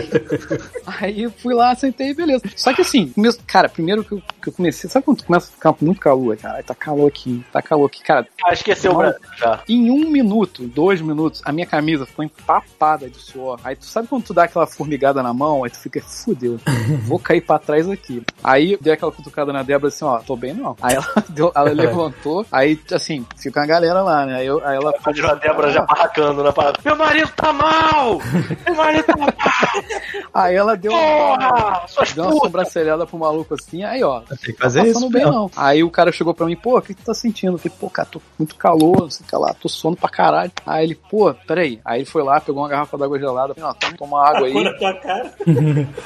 Speaker 5: aí eu fui lá, sentei e beleza. Só que assim, meu- cara, primeiro que eu, que eu comecei, sabe quando tu começa a ficar muito calor? Cara, tá calor aqui, tá calor aqui. Cara,
Speaker 4: Ah, esqueceu o
Speaker 5: Não.
Speaker 4: Brasil já.
Speaker 5: em um minuto, dois minutos, a minha camisa ficou empapada de suor. Aí tu sabe quando tu dá aquela formigada na mão, aí tu fica, fudeu, vou cair pra trás aqui. Aí dei aquela cutucada na Débora assim, ó, tô bem não. Aí ela, deu- ela levantou, aí assim, fica uma galera lá, né? Aí, eu- aí ela
Speaker 4: Continua a Débora já barracando na parada. Meu marido tá mal! Meu marido tá mal!
Speaker 5: Aí ela deu
Speaker 4: Porra! Suas
Speaker 5: Deu uma
Speaker 4: putas!
Speaker 5: sobrancelhada pro maluco assim, aí ó, tá
Speaker 1: Tem que fazer
Speaker 5: passando
Speaker 1: é isso.
Speaker 5: bem
Speaker 1: mesmo.
Speaker 5: não. Aí o cara chegou pra mim, pô, o que tu tá sentindo? Eu falei, pô, cara, tô com muito calor, não sei o que lá, tô suando pra caralho. Aí ele, pô, peraí. Aí ele foi lá, pegou uma garrafa d'água gelada, falei, ó, toma- toma
Speaker 3: Tacou
Speaker 5: água aí.
Speaker 3: na tua cara.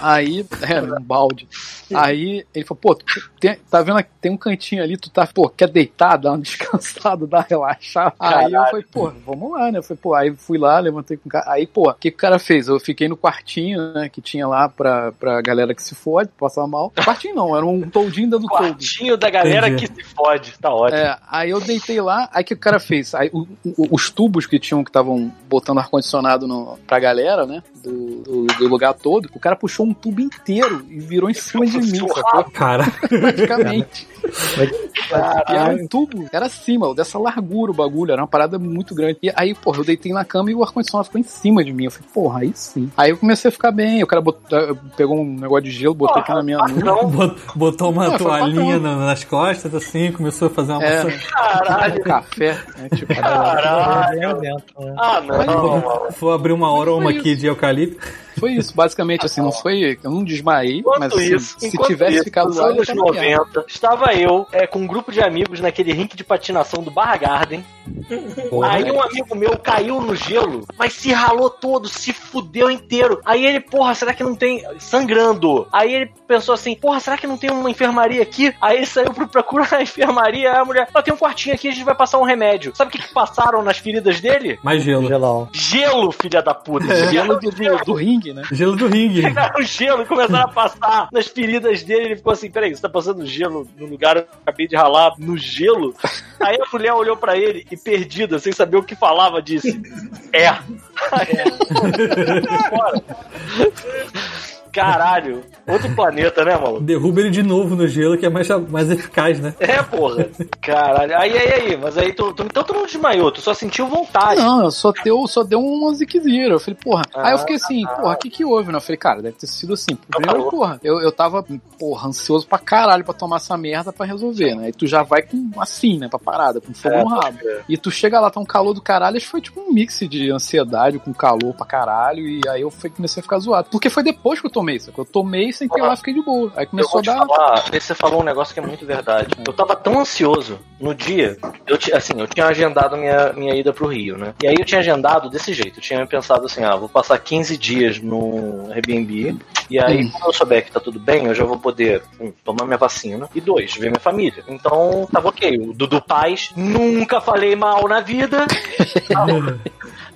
Speaker 5: Aí, é, um balde. Aí ele falou, pô, tu tem- tá vendo, que tem um cantinho ali, tu tá, pô, quer deitar, dar uma descansada, dar uma relaxada. Aí eu falei, pô, vamos lá, né? Eu falei, pô, aí fui lá, levantei com o cara. Aí, pô, o que, que o cara fez? Eu fiquei no quartinho, né, que tinha lá pra, pra galera que se fode, passar mal. Quartinho não, era um toldinho dando toldo.
Speaker 4: Quartinho da galera
Speaker 6: Entendi.
Speaker 4: que se fode. Tá ótimo.
Speaker 5: É, aí eu deitei lá, aí o que o cara fez? Aí o- o- os tubos que tinham, que estavam botando ar-condicionado no- pra galera, né? Do, do- do lugar todo, o cara puxou um tubo inteiro e virou em cima de mim, sacou?
Speaker 6: Cara,
Speaker 5: Praticamente. E era
Speaker 1: Caralho.
Speaker 5: um tubo, era assim, mano, dessa largura o bagulho, era uma parada muito grande. E aí, porra, eu deitei na cama e o ar-condicionado ficou em cima de mim. Eu falei, porra, aí sim. Aí eu comecei a ficar bem, o cara botou- pegou um negócio de gelo, botou aqui na minha nuca.
Speaker 4: Não,
Speaker 6: bot- botou uma
Speaker 5: Não, foi
Speaker 6: toalhinha na- nas costas, assim, começou a fazer uma
Speaker 5: É.
Speaker 6: maçã-
Speaker 4: caralho.
Speaker 5: Café, né? Tipo,
Speaker 6: é,
Speaker 5: é
Speaker 4: Caralho. Ah, não. mano.
Speaker 6: Vou abrir uma aroma
Speaker 5: foi
Speaker 6: aqui de eucalipto.
Speaker 5: Foi isso, basicamente, assim, não foi. Eu não desmaiei, mas
Speaker 4: Enquanto
Speaker 5: assim,
Speaker 4: isso,
Speaker 5: se
Speaker 4: enquanto
Speaker 5: tivesse
Speaker 4: isso,
Speaker 5: ficado
Speaker 4: nos
Speaker 5: lá, eu
Speaker 4: anos
Speaker 5: tava quieto.
Speaker 4: 90, estava eu é, com um grupo de amigos naquele rink de patinação do Barra Garden. Aí um amigo meu caiu no gelo, mas se ralou todo, se fudeu inteiro. Aí ele, porra, será que não tem. sangrando. Aí ele pensou assim, porra, será que não tem uma enfermaria aqui? Aí ele saiu pra procurar a enfermaria. Aí a mulher, ó, tem um quartinho aqui, a gente vai passar um remédio. Sabe o que, que passaram nas feridas dele?
Speaker 6: Mais gelo.
Speaker 1: Gelol.
Speaker 4: Gelo, filha da puta.
Speaker 5: Gelo do, do, do ringue, né?
Speaker 6: Gelo do ringue.
Speaker 4: pegaram gelo e começaram a passar nas feridas dele. Ele ficou assim: peraí, você tá passando gelo no lugar que eu acabei de ralar no gelo? Aí a mulher olhou pra ele e, perdida, sem saber o que falava, disse: É. Aí ele foi embora. Caralho, outro planeta, né, maluco?
Speaker 6: Derruba ele de novo no gelo, que é mais, mais eficaz, né?
Speaker 4: É, porra. Caralho. Aí, aí, aí. Mas aí, tu, tu- então tu não desmaiou, tu só sentiu vontade.
Speaker 5: Não, eu só deu, só deu uma ziquezira. Eu falei, porra. Aí eu fiquei assim, porra, o que que houve? né? Eu falei, cara, deve ter sido assim. Primeiro,
Speaker 4: calor.
Speaker 5: porra, eu, eu tava, porra, ansioso pra caralho pra tomar essa merda pra resolver, né? E tu já vai com assim, né, pra parada, com fogo
Speaker 4: É,
Speaker 5: no rabo. E tu chega lá, tá um calor do caralho, acho que foi tipo um mix de ansiedade com calor pra caralho, e aí eu fui- comecei a ficar zoado. Porque foi depois que eu tomei, sacou? Eu tomei, sentei lá, fiquei de boa. Aí
Speaker 4: Eu
Speaker 5: começou
Speaker 4: vou
Speaker 5: a
Speaker 4: te
Speaker 5: dar...
Speaker 4: falar, você falou um negócio que é muito verdade. Eu tava tão ansioso no dia, eu ti- assim, eu tinha agendado minha, minha ida pro Rio, né? E aí eu tinha agendado desse jeito, eu tinha pensado assim, ah, vou passar 15 dias no Airbnb, e aí quando eu souber que tá tudo bem, eu já vou poder, um, tomar minha vacina, e dois, ver minha família. Então, tava ok. O Dudu Paz, nunca falei mal na vida,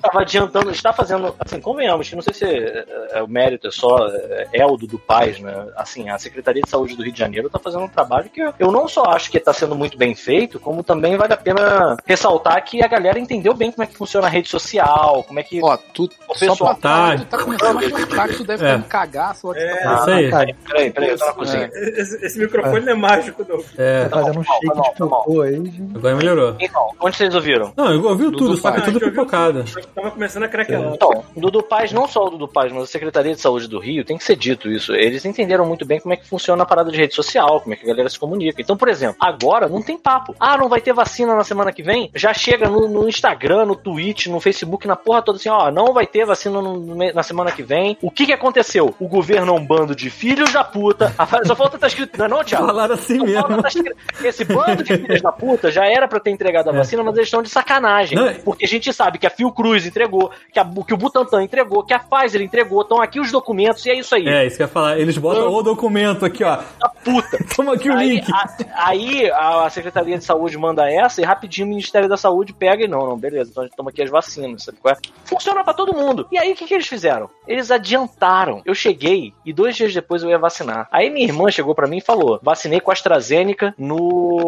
Speaker 4: tava adiantando, está fazendo, assim, convenhamos, que não sei se é, é, o mérito é só é, Eldo do Paz, né? Assim, a Secretaria de Saúde do Rio de Janeiro está fazendo um trabalho que eu- eu não só acho que está sendo muito bem feito, como também vale a pena ressaltar que a galera entendeu bem como é que funciona a rede social, como é que
Speaker 5: Ó, tu
Speaker 4: o
Speaker 5: só
Speaker 4: pessoal.
Speaker 5: pra falar que tu tá começando a contar que tu deve
Speaker 6: É.
Speaker 5: ter um cagaço. ó, que
Speaker 3: É.
Speaker 5: tu tá-
Speaker 6: É isso aí.
Speaker 4: Ah,
Speaker 1: cara,
Speaker 4: Peraí, peraí, eu tô na cozinha.
Speaker 5: É.
Speaker 3: Esse, esse microfone não é mágico, não.
Speaker 6: É,
Speaker 1: tá fazendo um
Speaker 4: Tá bom,
Speaker 1: shake
Speaker 4: tá bom,
Speaker 1: de
Speaker 4: tá bom.
Speaker 1: cocô aí.
Speaker 6: agora melhorou.
Speaker 4: Então, onde vocês ouviram?
Speaker 6: Não, eu ouvi tudo,
Speaker 5: Dudu
Speaker 6: só que
Speaker 3: Paz.
Speaker 6: tudo pipocado.
Speaker 3: Eu tava começando a craquelar.
Speaker 4: Então, o Dudu Paz, não só o Dudu Paz, mas a Secretaria de Saúde do Rio, tem que ser dito isso. Eles entenderam muito bem como é que funciona a parada de rede social, como é que a galera se comunica. Então, por exemplo, agora não tem papo. Ah, não vai ter vacina na semana que vem? Já chega no, no Instagram, no Twitch, no Facebook, na porra toda assim, ó, não vai ter vacina no- no me- na semana que vem. O que que aconteceu? O governo é um bando de filhos da puta. A fa- Só falta tá escrito, não é não, Thiago?
Speaker 6: Falaram assim
Speaker 4: Só falta
Speaker 6: mesmo.
Speaker 4: tá escrito- Esse bando de filhos da puta já era pra ter entregado a vacina, mas eles estão de sacanagem.
Speaker 6: É. Não, é-
Speaker 4: Porque a gente sabe que a Fiocruz entregou, que, a- que o Butantan entregou, que a Pfizer entregou, estão aqui os documentos e é isso aí.
Speaker 6: É, isso que eu ia falar. Eles botam o documento aqui, ó.
Speaker 4: Da puta.
Speaker 6: Toma aqui o
Speaker 4: Aí,
Speaker 6: link.
Speaker 4: a, aí a a Secretaria de Saúde manda essa e rapidinho o Ministério da Saúde pega e não, não, beleza, então a gente toma aqui as vacinas, sabe qual é? Funciona pra todo mundo. E aí o que, que eles fizeram? Eles adiantaram. Eu cheguei e dois dias depois eu ia vacinar. Aí minha irmã chegou pra mim e falou: vacinei com a AstraZeneca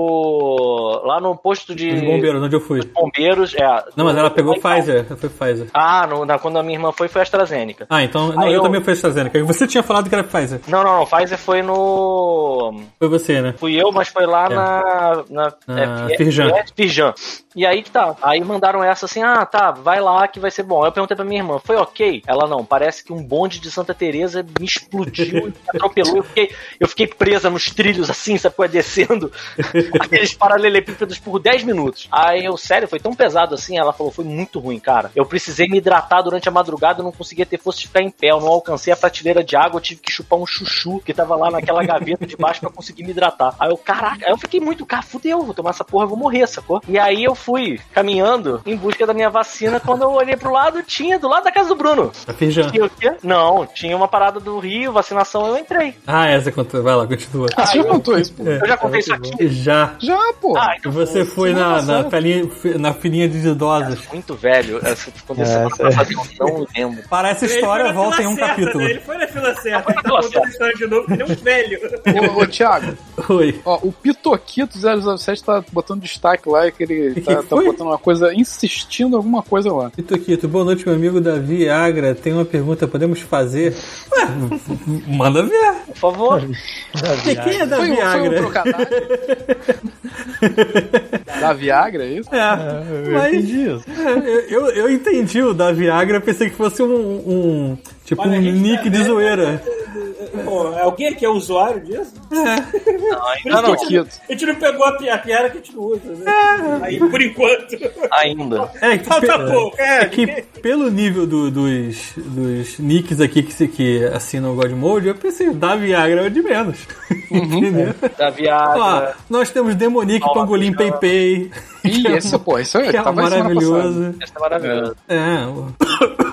Speaker 4: no. lá no posto de.
Speaker 6: Os bombeiros, onde eu fui.
Speaker 4: bombeiros, é.
Speaker 6: Não, mas ela pegou
Speaker 4: Aí,
Speaker 6: Pfizer. Foi Pfizer.
Speaker 4: Ah, no- na, quando a minha irmã foi, foi AstraZeneca.
Speaker 6: Ah, então. Não,
Speaker 4: Aí
Speaker 6: eu,
Speaker 4: eu-
Speaker 6: também fui AstraZeneca. Você tinha falado que era Pfizer.
Speaker 4: Não, não, não. Pfizer foi no.
Speaker 6: Foi você, né?
Speaker 4: Fui eu, mas foi lá
Speaker 6: É.
Speaker 4: na. Na.
Speaker 6: Na
Speaker 4: F-
Speaker 6: Firjan.
Speaker 4: F- Firjan. E aí que tá. Aí mandaram essa assim: ah, tá, vai lá que vai ser bom. Aí eu perguntei pra minha irmã: foi ok? Ela não. Parece que um bonde de Santa Teresa me explodiu, me atropelou. Eu fiquei, eu fiquei presa nos trilhos assim, sabe? qual é, Descendo aqueles paralelepípedos por 10 minutos. Aí eu, sério, foi tão pesado assim. Ela falou: foi muito ruim, cara. Eu precisei me hidratar durante a madrugada, eu não conseguia ter força de ficar em pé. Eu não alcancei a prateleira de água, eu tive que chupar um chuchu que tava lá naquela gaveta de baixo pra conseguir me hidratar. Aí eu, caraca, aí eu fiquei muito, cara, fudeu, vou tomar essa porra, eu vou morrer, sacou? E aí eu fui caminhando em busca da minha vacina. Quando eu olhei pro lado, tinha do lado da casa do Bruno.
Speaker 6: A Firjan.
Speaker 4: Tinha o quê? Não, tinha uma parada do Rio, vacinação, eu entrei.
Speaker 6: Ah, essa contou. Vai lá, continua.
Speaker 5: Ah, Você já contou isso, pô?
Speaker 6: É,
Speaker 4: Eu já contei
Speaker 6: é
Speaker 4: isso
Speaker 6: muito
Speaker 4: aqui.
Speaker 6: bom. Já.
Speaker 5: Já, pô.
Speaker 4: Ah, então
Speaker 6: Você foi
Speaker 5: Sim,
Speaker 6: na, na,
Speaker 5: passou.
Speaker 6: filinha, na filinha de idosos.
Speaker 4: muito velho. Essa
Speaker 1: É,
Speaker 4: aconteceu
Speaker 1: essa-
Speaker 4: passada, eu um não lembro.
Speaker 6: Para essa
Speaker 3: Ele foi
Speaker 6: história,
Speaker 3: na
Speaker 6: volta em
Speaker 3: fila
Speaker 6: um
Speaker 3: certa,
Speaker 6: capítulo.
Speaker 3: né? Ele foi na fila certa. Ele tá
Speaker 4: Fila
Speaker 3: contando a história de novo, ele é um velho.
Speaker 5: Ô, ô, Thiago,
Speaker 6: Oi.
Speaker 5: ó, o Pitoquito 007 tá botando destaque lá, que ele
Speaker 6: Que
Speaker 5: tá, tá
Speaker 6: foi?
Speaker 5: botando uma coisa, insistindo em alguma coisa lá.
Speaker 6: Pitoquito, boa noite, meu amigo Davi Agra. Tem uma pergunta, podemos fazer? Ué, manda ver.
Speaker 4: Por favor.
Speaker 6: Quem é
Speaker 5: Foi,
Speaker 6: Davi
Speaker 5: um- foi um
Speaker 6: Agra?
Speaker 5: trocadilho. da Viagra, é isso?
Speaker 6: É,
Speaker 1: Eu
Speaker 6: Mas- é,
Speaker 1: entendi isso.
Speaker 6: eu, eu entendi o Davi Agra, pensei que fosse um, um- tipo
Speaker 3: Olha, a
Speaker 6: um
Speaker 3: gente tá
Speaker 6: nick de
Speaker 3: vendo.
Speaker 6: zoeira.
Speaker 3: Pô, alguém aqui é usuário disso?
Speaker 4: Ainda não,
Speaker 5: Pitoquito.
Speaker 3: A gente não pegou a, pi- a piada que a gente usa, né? Aí, por enquanto.
Speaker 4: ainda.
Speaker 6: É, que
Speaker 3: Falta
Speaker 6: pe-
Speaker 3: pouco, é.
Speaker 6: é que pelo nível do- dos, dos nicks aqui que, se- que assinam o God Mode, eu pensei, Davi Agra é o de menos.
Speaker 5: Uhum.
Speaker 6: Entendeu?
Speaker 4: Da
Speaker 6: É,
Speaker 4: viagem. né?
Speaker 6: Ó, nós temos Demonic,
Speaker 4: Olá,
Speaker 6: Pangolim, Pei
Speaker 4: pessoal.
Speaker 6: Pei,
Speaker 5: Ih, esse, pô, isso aí,
Speaker 6: que é
Speaker 5: tava aí tá semana passada.
Speaker 6: maravilhoso.
Speaker 4: Essa é maravilhosa.
Speaker 6: É,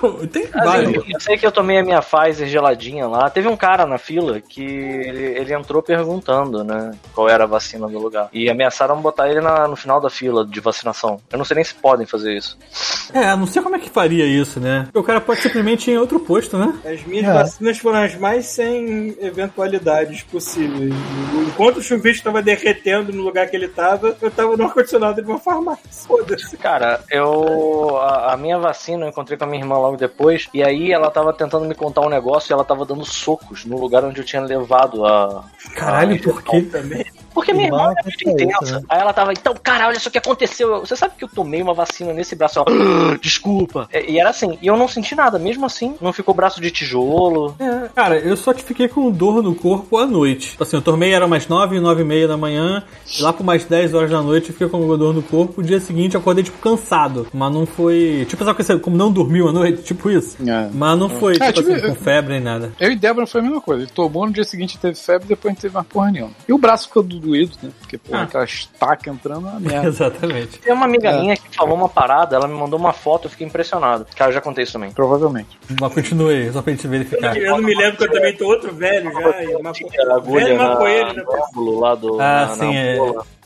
Speaker 6: o- tem
Speaker 4: Mas
Speaker 6: vários.
Speaker 4: Eu, eu sei que eu tomei a minha Pfizer geladinha lá. Teve um cara na fila que ele, ele entrou perguntando, né? Qual era a vacina do lugar. E ameaçaram botar ele na- no final da fila de vacinação. Eu não sei nem se podem fazer isso.
Speaker 6: É, não sei como é que faria isso, né? Porque o cara pode simplesmente ir em outro posto, né?
Speaker 3: As minhas
Speaker 1: É.
Speaker 3: vacinas foram as mais sem eventualidades possíveis. Enquanto o chuvisco estava derretendo no lugar que ele estava, eu estava no ar-condicionado de uma farmácia. Foda-se.
Speaker 4: Cara, eu. A, a minha vacina eu encontrei com a minha irmã logo depois. E aí ela tava tentando me contar um negócio e ela tava dando socos no lugar onde eu tinha levado a.
Speaker 6: Caralho, por quê?
Speaker 3: Também.
Speaker 4: Porque minha irmã
Speaker 1: Irmão,
Speaker 4: é
Speaker 1: que
Speaker 4: muito
Speaker 1: que é isso,
Speaker 4: intensa.
Speaker 1: né?
Speaker 4: Aí ela tava, então, cara, olha só o que aconteceu. Eu- Você sabe que eu tomei uma vacina nesse braço, ela, "Ah, desculpa. E, e era assim, e eu não senti nada, mesmo assim. Não ficou braço de tijolo.
Speaker 6: É, cara, eu só te fiquei com dor no corpo à noite. Assim, eu tomei, era mais 9, 9 e meia da manhã, e lá por mais 10 horas da noite eu fiquei com dor no corpo. O dia seguinte eu acordei, tipo, cansado. Mas não foi. Tipo, sabe o que você- como não dormiu à noite? Tipo isso.
Speaker 5: É.
Speaker 6: Mas não foi,
Speaker 5: É,
Speaker 6: tipo
Speaker 5: tive-
Speaker 6: assim, com febre nem nada.
Speaker 5: Eu e Débora foi a mesma coisa. Ele tomou no dia seguinte, teve febre, depois não teve mais porra nenhuma. E o braço ficou do- doído, né? Porque, pô,
Speaker 6: Ah.
Speaker 5: aquela estaca entrando é uma merda.
Speaker 6: Exatamente.
Speaker 4: Tem uma amiga
Speaker 5: É.
Speaker 4: minha que falou uma parada, ela me mandou uma foto, eu fiquei impressionado. Cara, eu já contei isso também.
Speaker 5: Provavelmente.
Speaker 6: Mas continue aí, só pra gente verificar.
Speaker 3: Eu não me lembro que eu também tô outro velho já. e uma-
Speaker 4: Tinha É, agulha
Speaker 3: Velho
Speaker 4: na,
Speaker 3: maconheiro, né?
Speaker 4: no ângulo lá do.
Speaker 6: Ah,
Speaker 4: na-
Speaker 6: sim,
Speaker 4: na
Speaker 6: é.
Speaker 4: bola.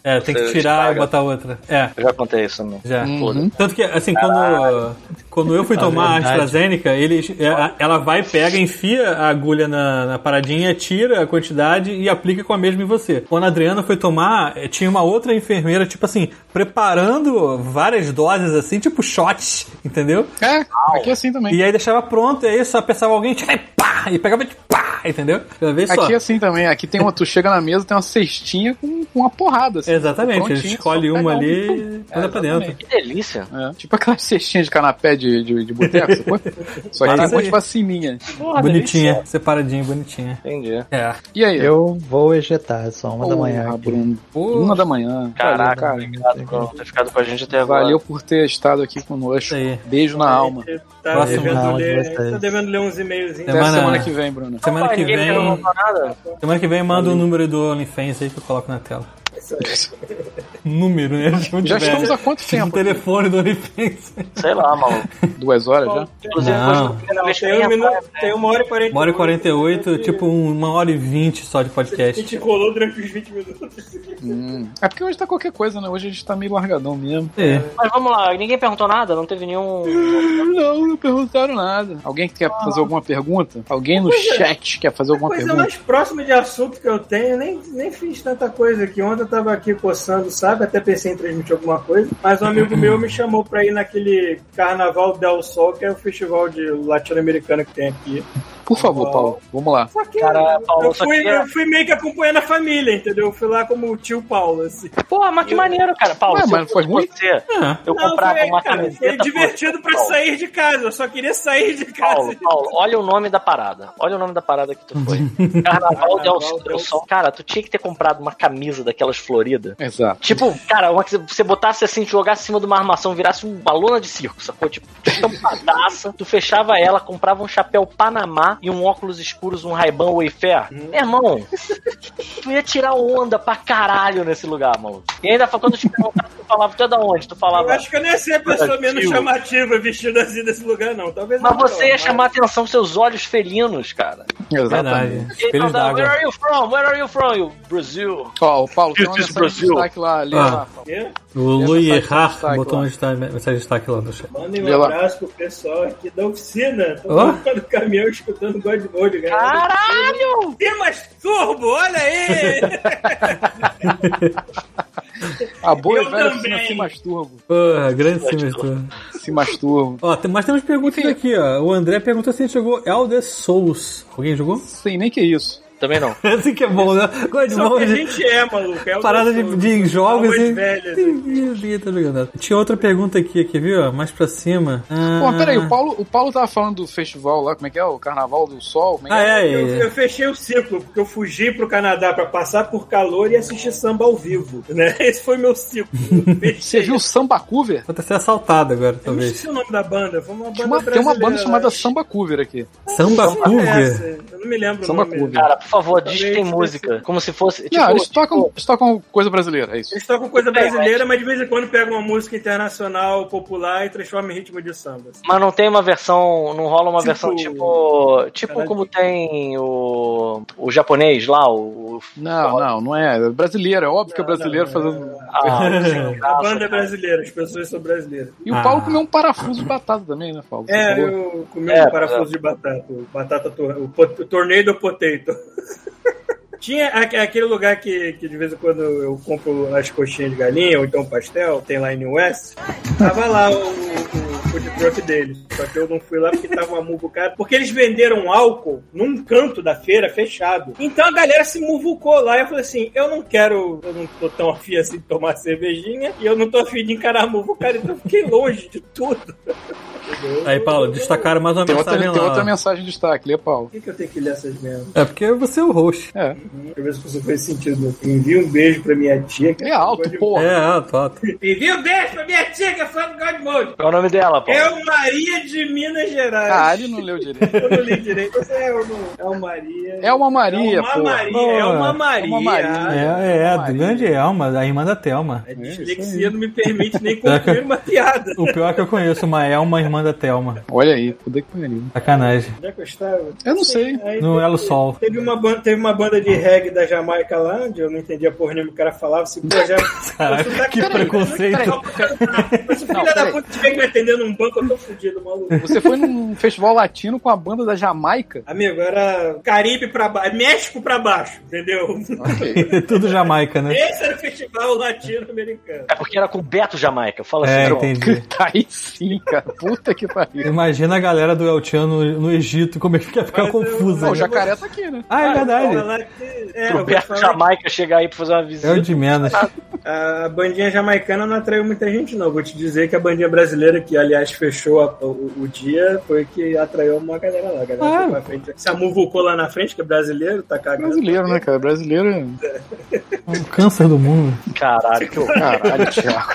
Speaker 6: É, tem que
Speaker 4: Você
Speaker 6: tirar e
Speaker 4: paga.
Speaker 6: botar outra. É.
Speaker 4: Eu já contei isso também.
Speaker 6: Já.
Speaker 5: Uhum.
Speaker 6: Tanto que, assim, quando, quando eu fui tomar a AstraZeneca, ele, é, ela vai, pega, enfia a agulha na, na paradinha, tira a quantidade e aplica com a mesma em você. Quando a Adriana foi tomar, eh, tinha uma outra enfermeira, tipo assim, preparando várias doses, assim, tipo shots, entendeu?
Speaker 5: É, aqui é assim também.
Speaker 6: E aí deixava pronto, e aí só pensava alguém, tira e pá, e pegava de pá, entendeu? Uma vez só.
Speaker 5: Aqui é assim também. Aqui tem uma, tu chega na mesa, tem uma cestinha com, com uma porrada.
Speaker 6: É.
Speaker 5: assim.
Speaker 6: Exatamente,
Speaker 5: Prontinho,
Speaker 6: ele escolhe
Speaker 5: só
Speaker 6: uma
Speaker 5: pegar um
Speaker 6: ali
Speaker 5: e
Speaker 6: e manda pra
Speaker 5: exatamente.
Speaker 6: dentro.
Speaker 4: Que delícia.
Speaker 5: É, tipo aquela cestinha de canapé de, de, de boteco, sacou? Só que
Speaker 6: Mas
Speaker 5: tem um
Speaker 6: isso
Speaker 5: monte
Speaker 6: aí.
Speaker 5: de vacininha.
Speaker 4: Porra, delícia.
Speaker 5: é-
Speaker 6: Bonitinha, separadinha, bonitinha.
Speaker 4: Entendi.
Speaker 6: É.
Speaker 5: E aí?
Speaker 1: Eu vou ejetar, é só uma da manhã.
Speaker 5: Porra,
Speaker 1: aqui.
Speaker 5: Bruno. Uma da manhã.
Speaker 4: Caraca,
Speaker 1: cara,
Speaker 6: né?
Speaker 4: obrigado por ter ficado com a gente até agora.
Speaker 5: Valeu por ter estado aqui conosco.
Speaker 6: Isso aí.
Speaker 5: Beijo na alma.
Speaker 3: Tá
Speaker 6: Próximo
Speaker 3: devendo,
Speaker 1: round,
Speaker 3: ler,
Speaker 1: vocês.
Speaker 3: tá devendo ler uns e-mailzinhos. um
Speaker 5: Até
Speaker 6: Semana-
Speaker 5: semana que vem, Bruno.
Speaker 6: Semana
Speaker 4: Ah,
Speaker 6: que
Speaker 4: ninguém
Speaker 6: vem.
Speaker 4: perguntou nada?
Speaker 6: Semana que vem manda o número do OnlyFans aí que eu coloco na tela. Número, né?
Speaker 5: Já estamos há quanto
Speaker 6: O
Speaker 5: tempo?
Speaker 6: telefone do OnlyFans.
Speaker 4: Sei lá, maluco.
Speaker 5: Duas horas já?
Speaker 4: Inclusive,
Speaker 6: Não.
Speaker 4: hoje, no primeiro
Speaker 3: Não,
Speaker 4: mês que
Speaker 3: tem,
Speaker 4: vem,
Speaker 3: um minuto,
Speaker 4: é-
Speaker 3: tem uma hora e quarenta
Speaker 6: Uma hora e 48, tipo uma hora e vinte só de
Speaker 3: A
Speaker 6: podcast.
Speaker 3: gente rolou durante os 20 minutos.
Speaker 5: Hum. É porque hoje tá qualquer coisa, né? Hoje a gente tá meio largadão mesmo.
Speaker 6: É.
Speaker 4: Mas vamos lá, ninguém perguntou nada? Não teve nenhum.
Speaker 5: Não, não perguntaram nada. Alguém que quer
Speaker 3: Ah.
Speaker 5: fazer alguma pergunta? Alguém no
Speaker 3: é.
Speaker 5: chat quer fazer alguma
Speaker 3: coisa
Speaker 5: pergunta?
Speaker 3: mais próxima de assunto que eu tenho, nem, nem fiz tanta coisa aqui. Ontem eu tava aqui coçando, sabe? Até pensei em transmitir alguma coisa. Mas um amigo meu me chamou pra ir naquele Carnaval Del Sol, que é o festival de latino-americano que tem aqui.
Speaker 5: Por favor, Paulo, vamos lá.
Speaker 3: Só que
Speaker 4: Cara, Paulo, é?
Speaker 3: eu,
Speaker 4: só
Speaker 3: fui,
Speaker 4: queria-
Speaker 3: eu fui meio que acompanhando a família, entendeu? Eu fui lá como o tio Paulo, assim.
Speaker 4: Porra, mas que maneiro, cara. Paulo,
Speaker 5: Ué,
Speaker 4: se
Speaker 5: mas
Speaker 4: eu
Speaker 5: foi
Speaker 4: fosse
Speaker 5: ruim? É.
Speaker 4: você,
Speaker 6: Ah,
Speaker 4: eu
Speaker 3: Não,
Speaker 4: comprava
Speaker 3: foi,
Speaker 4: uma
Speaker 3: cara,
Speaker 4: camiseta.
Speaker 3: Foi divertido pra
Speaker 4: Paulo,
Speaker 3: sair de casa. Eu só queria sair de casa.
Speaker 4: Paulo, Paulo, olha o nome da parada. Olha o nome da parada que tu foi. Carnaval Del Sol. Del Sol. Cara, tu tinha que ter comprado uma camisa daquelas floridas.
Speaker 5: Exato.
Speaker 4: Tipo, cara, uma que você botasse assim, jogasse em cima de uma armação, virasse uma lona de circo, sacou? Tipo, estampadaça. Tu fechava ela, comprava um chapéu Panamá e um óculos escuros, um raibão Wayfair.
Speaker 3: Hum.
Speaker 4: Meu irmão, tu ia tirar onda pra caralho nesse lugar, maluco. E ainda quando eu te perguntava, tu falava, tu é da onde? Tu
Speaker 3: Eu
Speaker 4: falava.
Speaker 3: acho que eu não ia ser a pessoa menos
Speaker 4: Tio.
Speaker 3: chamativa vestida assim desse lugar, não. Talvez
Speaker 4: Mas
Speaker 3: não,
Speaker 4: você ia
Speaker 3: mas-
Speaker 4: chamar a atenção seus olhos felinos, cara.
Speaker 5: Exatamente.
Speaker 6: verdade.
Speaker 4: E aí,
Speaker 6: Espelhos
Speaker 5: né?
Speaker 4: mandava, Where
Speaker 6: d'água.
Speaker 4: are you from? Where are you from? You Brasil.
Speaker 5: Ó, o Paulo tem uma
Speaker 4: Isso,
Speaker 5: mensagem de
Speaker 4: Brasil.
Speaker 5: destaque lá, lê
Speaker 6: Ah.
Speaker 5: lá, Paulo.
Speaker 3: Quê?
Speaker 6: O Lu
Speaker 5: mensagem de
Speaker 6: Errar
Speaker 5: destaque
Speaker 6: botou
Speaker 5: lá.
Speaker 6: uma desta- mensagem de destaque lá no chat.
Speaker 3: Mandem
Speaker 5: Vê
Speaker 3: um
Speaker 5: lá.
Speaker 3: abraço pro pessoal aqui da oficina. Tô
Speaker 6: Ó.
Speaker 3: oh? no caminhão escutando God Mode, galera.
Speaker 4: Caralho!
Speaker 3: Simas Turbo, olha aí!
Speaker 5: A boa e
Speaker 3: Eu
Speaker 5: velha
Speaker 3: também.
Speaker 5: se masturbo.
Speaker 6: Porra, grande semestre.
Speaker 5: Se masturbo.
Speaker 6: Ó, tem- mas temos perguntas aqui, ó. O André perguntou se a gente jogou Elder Souls. Alguém jogou?
Speaker 5: Sei nem que é isso.
Speaker 4: Também não.
Speaker 6: Esse que é bom, né?
Speaker 3: Só que a
Speaker 6: Godmode.
Speaker 3: gente é, maluco. É o
Speaker 6: Parada de,
Speaker 3: nosso-
Speaker 6: de jogos
Speaker 3: almas
Speaker 6: e.
Speaker 3: velhas.
Speaker 6: Ninguém tá jogando nada. Tinha outra pergunta aqui, aqui viu? Mais pra cima. Ah,
Speaker 5: Pô, peraí, o Paulo, o Paulo tava falando do festival lá, como é que é? O Carnaval do Sol? Como é que
Speaker 6: Ah,
Speaker 5: é?
Speaker 6: é,
Speaker 3: Eu,
Speaker 6: é, é.
Speaker 3: eu fechei o ciclo, porque eu fugi pro Canadá pra passar por calor e assistir samba ao vivo, né? Esse foi meu ciclo. Eu
Speaker 6: é?
Speaker 3: fechei.
Speaker 5: Você viu o Samba Cover?
Speaker 6: Vou até ser assaltado agora,
Speaker 3: Eu não
Speaker 6: talvez.
Speaker 3: esqueci o nome da banda. Foi uma banda
Speaker 5: Tem uma, tem uma banda
Speaker 3: brasileira. É tipo
Speaker 5: chamada Samba Cover aqui.
Speaker 6: Samba é Cougar?
Speaker 3: Essa, Eu não me lembro
Speaker 5: Samba
Speaker 3: o nome.
Speaker 5: Cover.
Speaker 4: Cara, por favor, diz que tem
Speaker 3: Talvez
Speaker 4: música. Como se fosse.
Speaker 5: não,
Speaker 4: Tipo,
Speaker 5: eles tocam, eles tocam coisa brasileira, é isso.
Speaker 3: Eles tocam coisa
Speaker 4: Bem,
Speaker 3: brasileira, mas de vez em quando pegam uma música internacional popular e transformam em ritmo de samba. assim.
Speaker 4: mas não tem uma versão. Não rola uma
Speaker 3: Tipo-
Speaker 4: versão tipo. Tipo
Speaker 3: Caralho.
Speaker 4: como tem o. O japonês lá, o. o
Speaker 5: Não, não, não é. É Brasileiro, é óbvio que é
Speaker 3: Não,
Speaker 5: brasileiro
Speaker 3: não,
Speaker 5: fazendo.
Speaker 4: ah, o sem
Speaker 3: A
Speaker 4: graça,
Speaker 3: banda é
Speaker 4: cara.
Speaker 3: brasileira, as pessoas são brasileiras.
Speaker 5: E o Paulo
Speaker 6: Ah.
Speaker 5: comeu um parafuso de batata também, né, Paulo? Você
Speaker 3: É,
Speaker 5: falou.
Speaker 3: eu comi
Speaker 4: É,
Speaker 3: um parafuso de batata, o batata tor o, pot- o torneio do potato. Tinha a- aquele lugar que, que de vez em quando eu compro as coxinhas de galinha ou então pastel, tem lá em New West. Tava lá o, o, o food truck deles. Só que eu não fui lá porque tava uma muvucada. Porque eles venderam álcool num canto da feira fechado. Então a galera se muvucou lá e eu falei assim: eu não quero, eu não tô tão afim assim de tomar cervejinha e eu não tô afim de encarar a muvucada. Então eu fiquei longe de tudo.
Speaker 6: Aí, Paulo, destacaram mais uma
Speaker 5: Tem outra,
Speaker 6: mensagem
Speaker 5: tem
Speaker 6: lá.
Speaker 5: outra
Speaker 6: ó.
Speaker 5: mensagem de destaque, lê, Paulo.
Speaker 3: Por que, que eu tenho que ler essas merdas?
Speaker 6: É porque você é o host.
Speaker 5: É.
Speaker 3: Deixa eu ver se isso fez sentido. Envia um beijo pra minha tia. Que
Speaker 5: É alto, porra.
Speaker 6: É, alto, alto.
Speaker 3: Envia um beijo pra minha tia que é fã do God Mode.
Speaker 4: Qual é o nome dela, pô?
Speaker 3: É o Maria de Minas Gerais.
Speaker 5: Ah, ele não leu direito.
Speaker 3: Eu não li direito. Mas é, o não. é o Maria.
Speaker 5: É uma Maria,
Speaker 3: É uma
Speaker 5: pô.
Speaker 3: Maria.
Speaker 6: Pô.
Speaker 3: É uma Maria.
Speaker 5: É uma Maria.
Speaker 6: É, é, a
Speaker 5: Maria.
Speaker 6: grande Elma, a irmã da Thelma.
Speaker 3: A dislexia não me permite nem concluir uma piada.
Speaker 6: O pior é que eu conheço uma Elma, irmã da Thelma.
Speaker 5: Olha aí, puta que pariu.
Speaker 6: Sacanagem.
Speaker 3: Onde é que eu estava?
Speaker 5: Eu não sei.
Speaker 3: Aí
Speaker 6: No
Speaker 3: teve-
Speaker 6: Elo Sol.
Speaker 3: Teve uma, banda, teve uma banda de reggae da Jamaica lá, onde eu não entendia porra nenhuma o cara falava. Assim, pô, já, tá
Speaker 6: Caraca, que
Speaker 3: né?
Speaker 6: preconceito.
Speaker 3: Mas se o
Speaker 5: Não,
Speaker 3: filho da
Speaker 5: peraí.
Speaker 3: puta tiver que me atender num banco, eu tô fudido, maluco.
Speaker 5: Você foi num festival latino com a banda da Jamaica?
Speaker 3: Amigo, era Caribe pra baixo, México pra baixo, entendeu?
Speaker 6: Tudo Jamaica, né?
Speaker 3: Esse era o festival latino-americano.
Speaker 4: É porque era com o Beto Jamaica. Fala
Speaker 6: É,
Speaker 4: assim,
Speaker 6: entendi.
Speaker 5: Tá Aí sim, cara. Puta que pariu.
Speaker 6: Imagina a galera do El Chan no, no Egito, como é que fica, fica
Speaker 3: Mas eu-
Speaker 6: confusa.
Speaker 5: Não, o
Speaker 6: né?
Speaker 5: jacaré tá aqui, né?
Speaker 6: Ah, é
Speaker 3: Eu vou
Speaker 6: verdade.
Speaker 3: falar que- é,
Speaker 4: Pro
Speaker 3: eu vou
Speaker 4: Beto
Speaker 3: falar
Speaker 4: Jamaica chegar aí pra fazer uma
Speaker 6: É o
Speaker 4: visita.
Speaker 6: de menos.
Speaker 3: que a bandinha jamaicana não atraiu muita gente, não. Vou te dizer que a bandinha brasileira, que aliás fechou a- o, o dia, foi que atraiu uma galera lá. A galera
Speaker 6: Ah.
Speaker 3: foi pra frente. Samu vulcou lá na frente, que é brasileiro, tá cagando.
Speaker 5: Brasileiro, né, cara? Brasileiro é.
Speaker 6: O câncer do mundo.
Speaker 4: Caralho, que horror.
Speaker 5: Caralho, Thiago.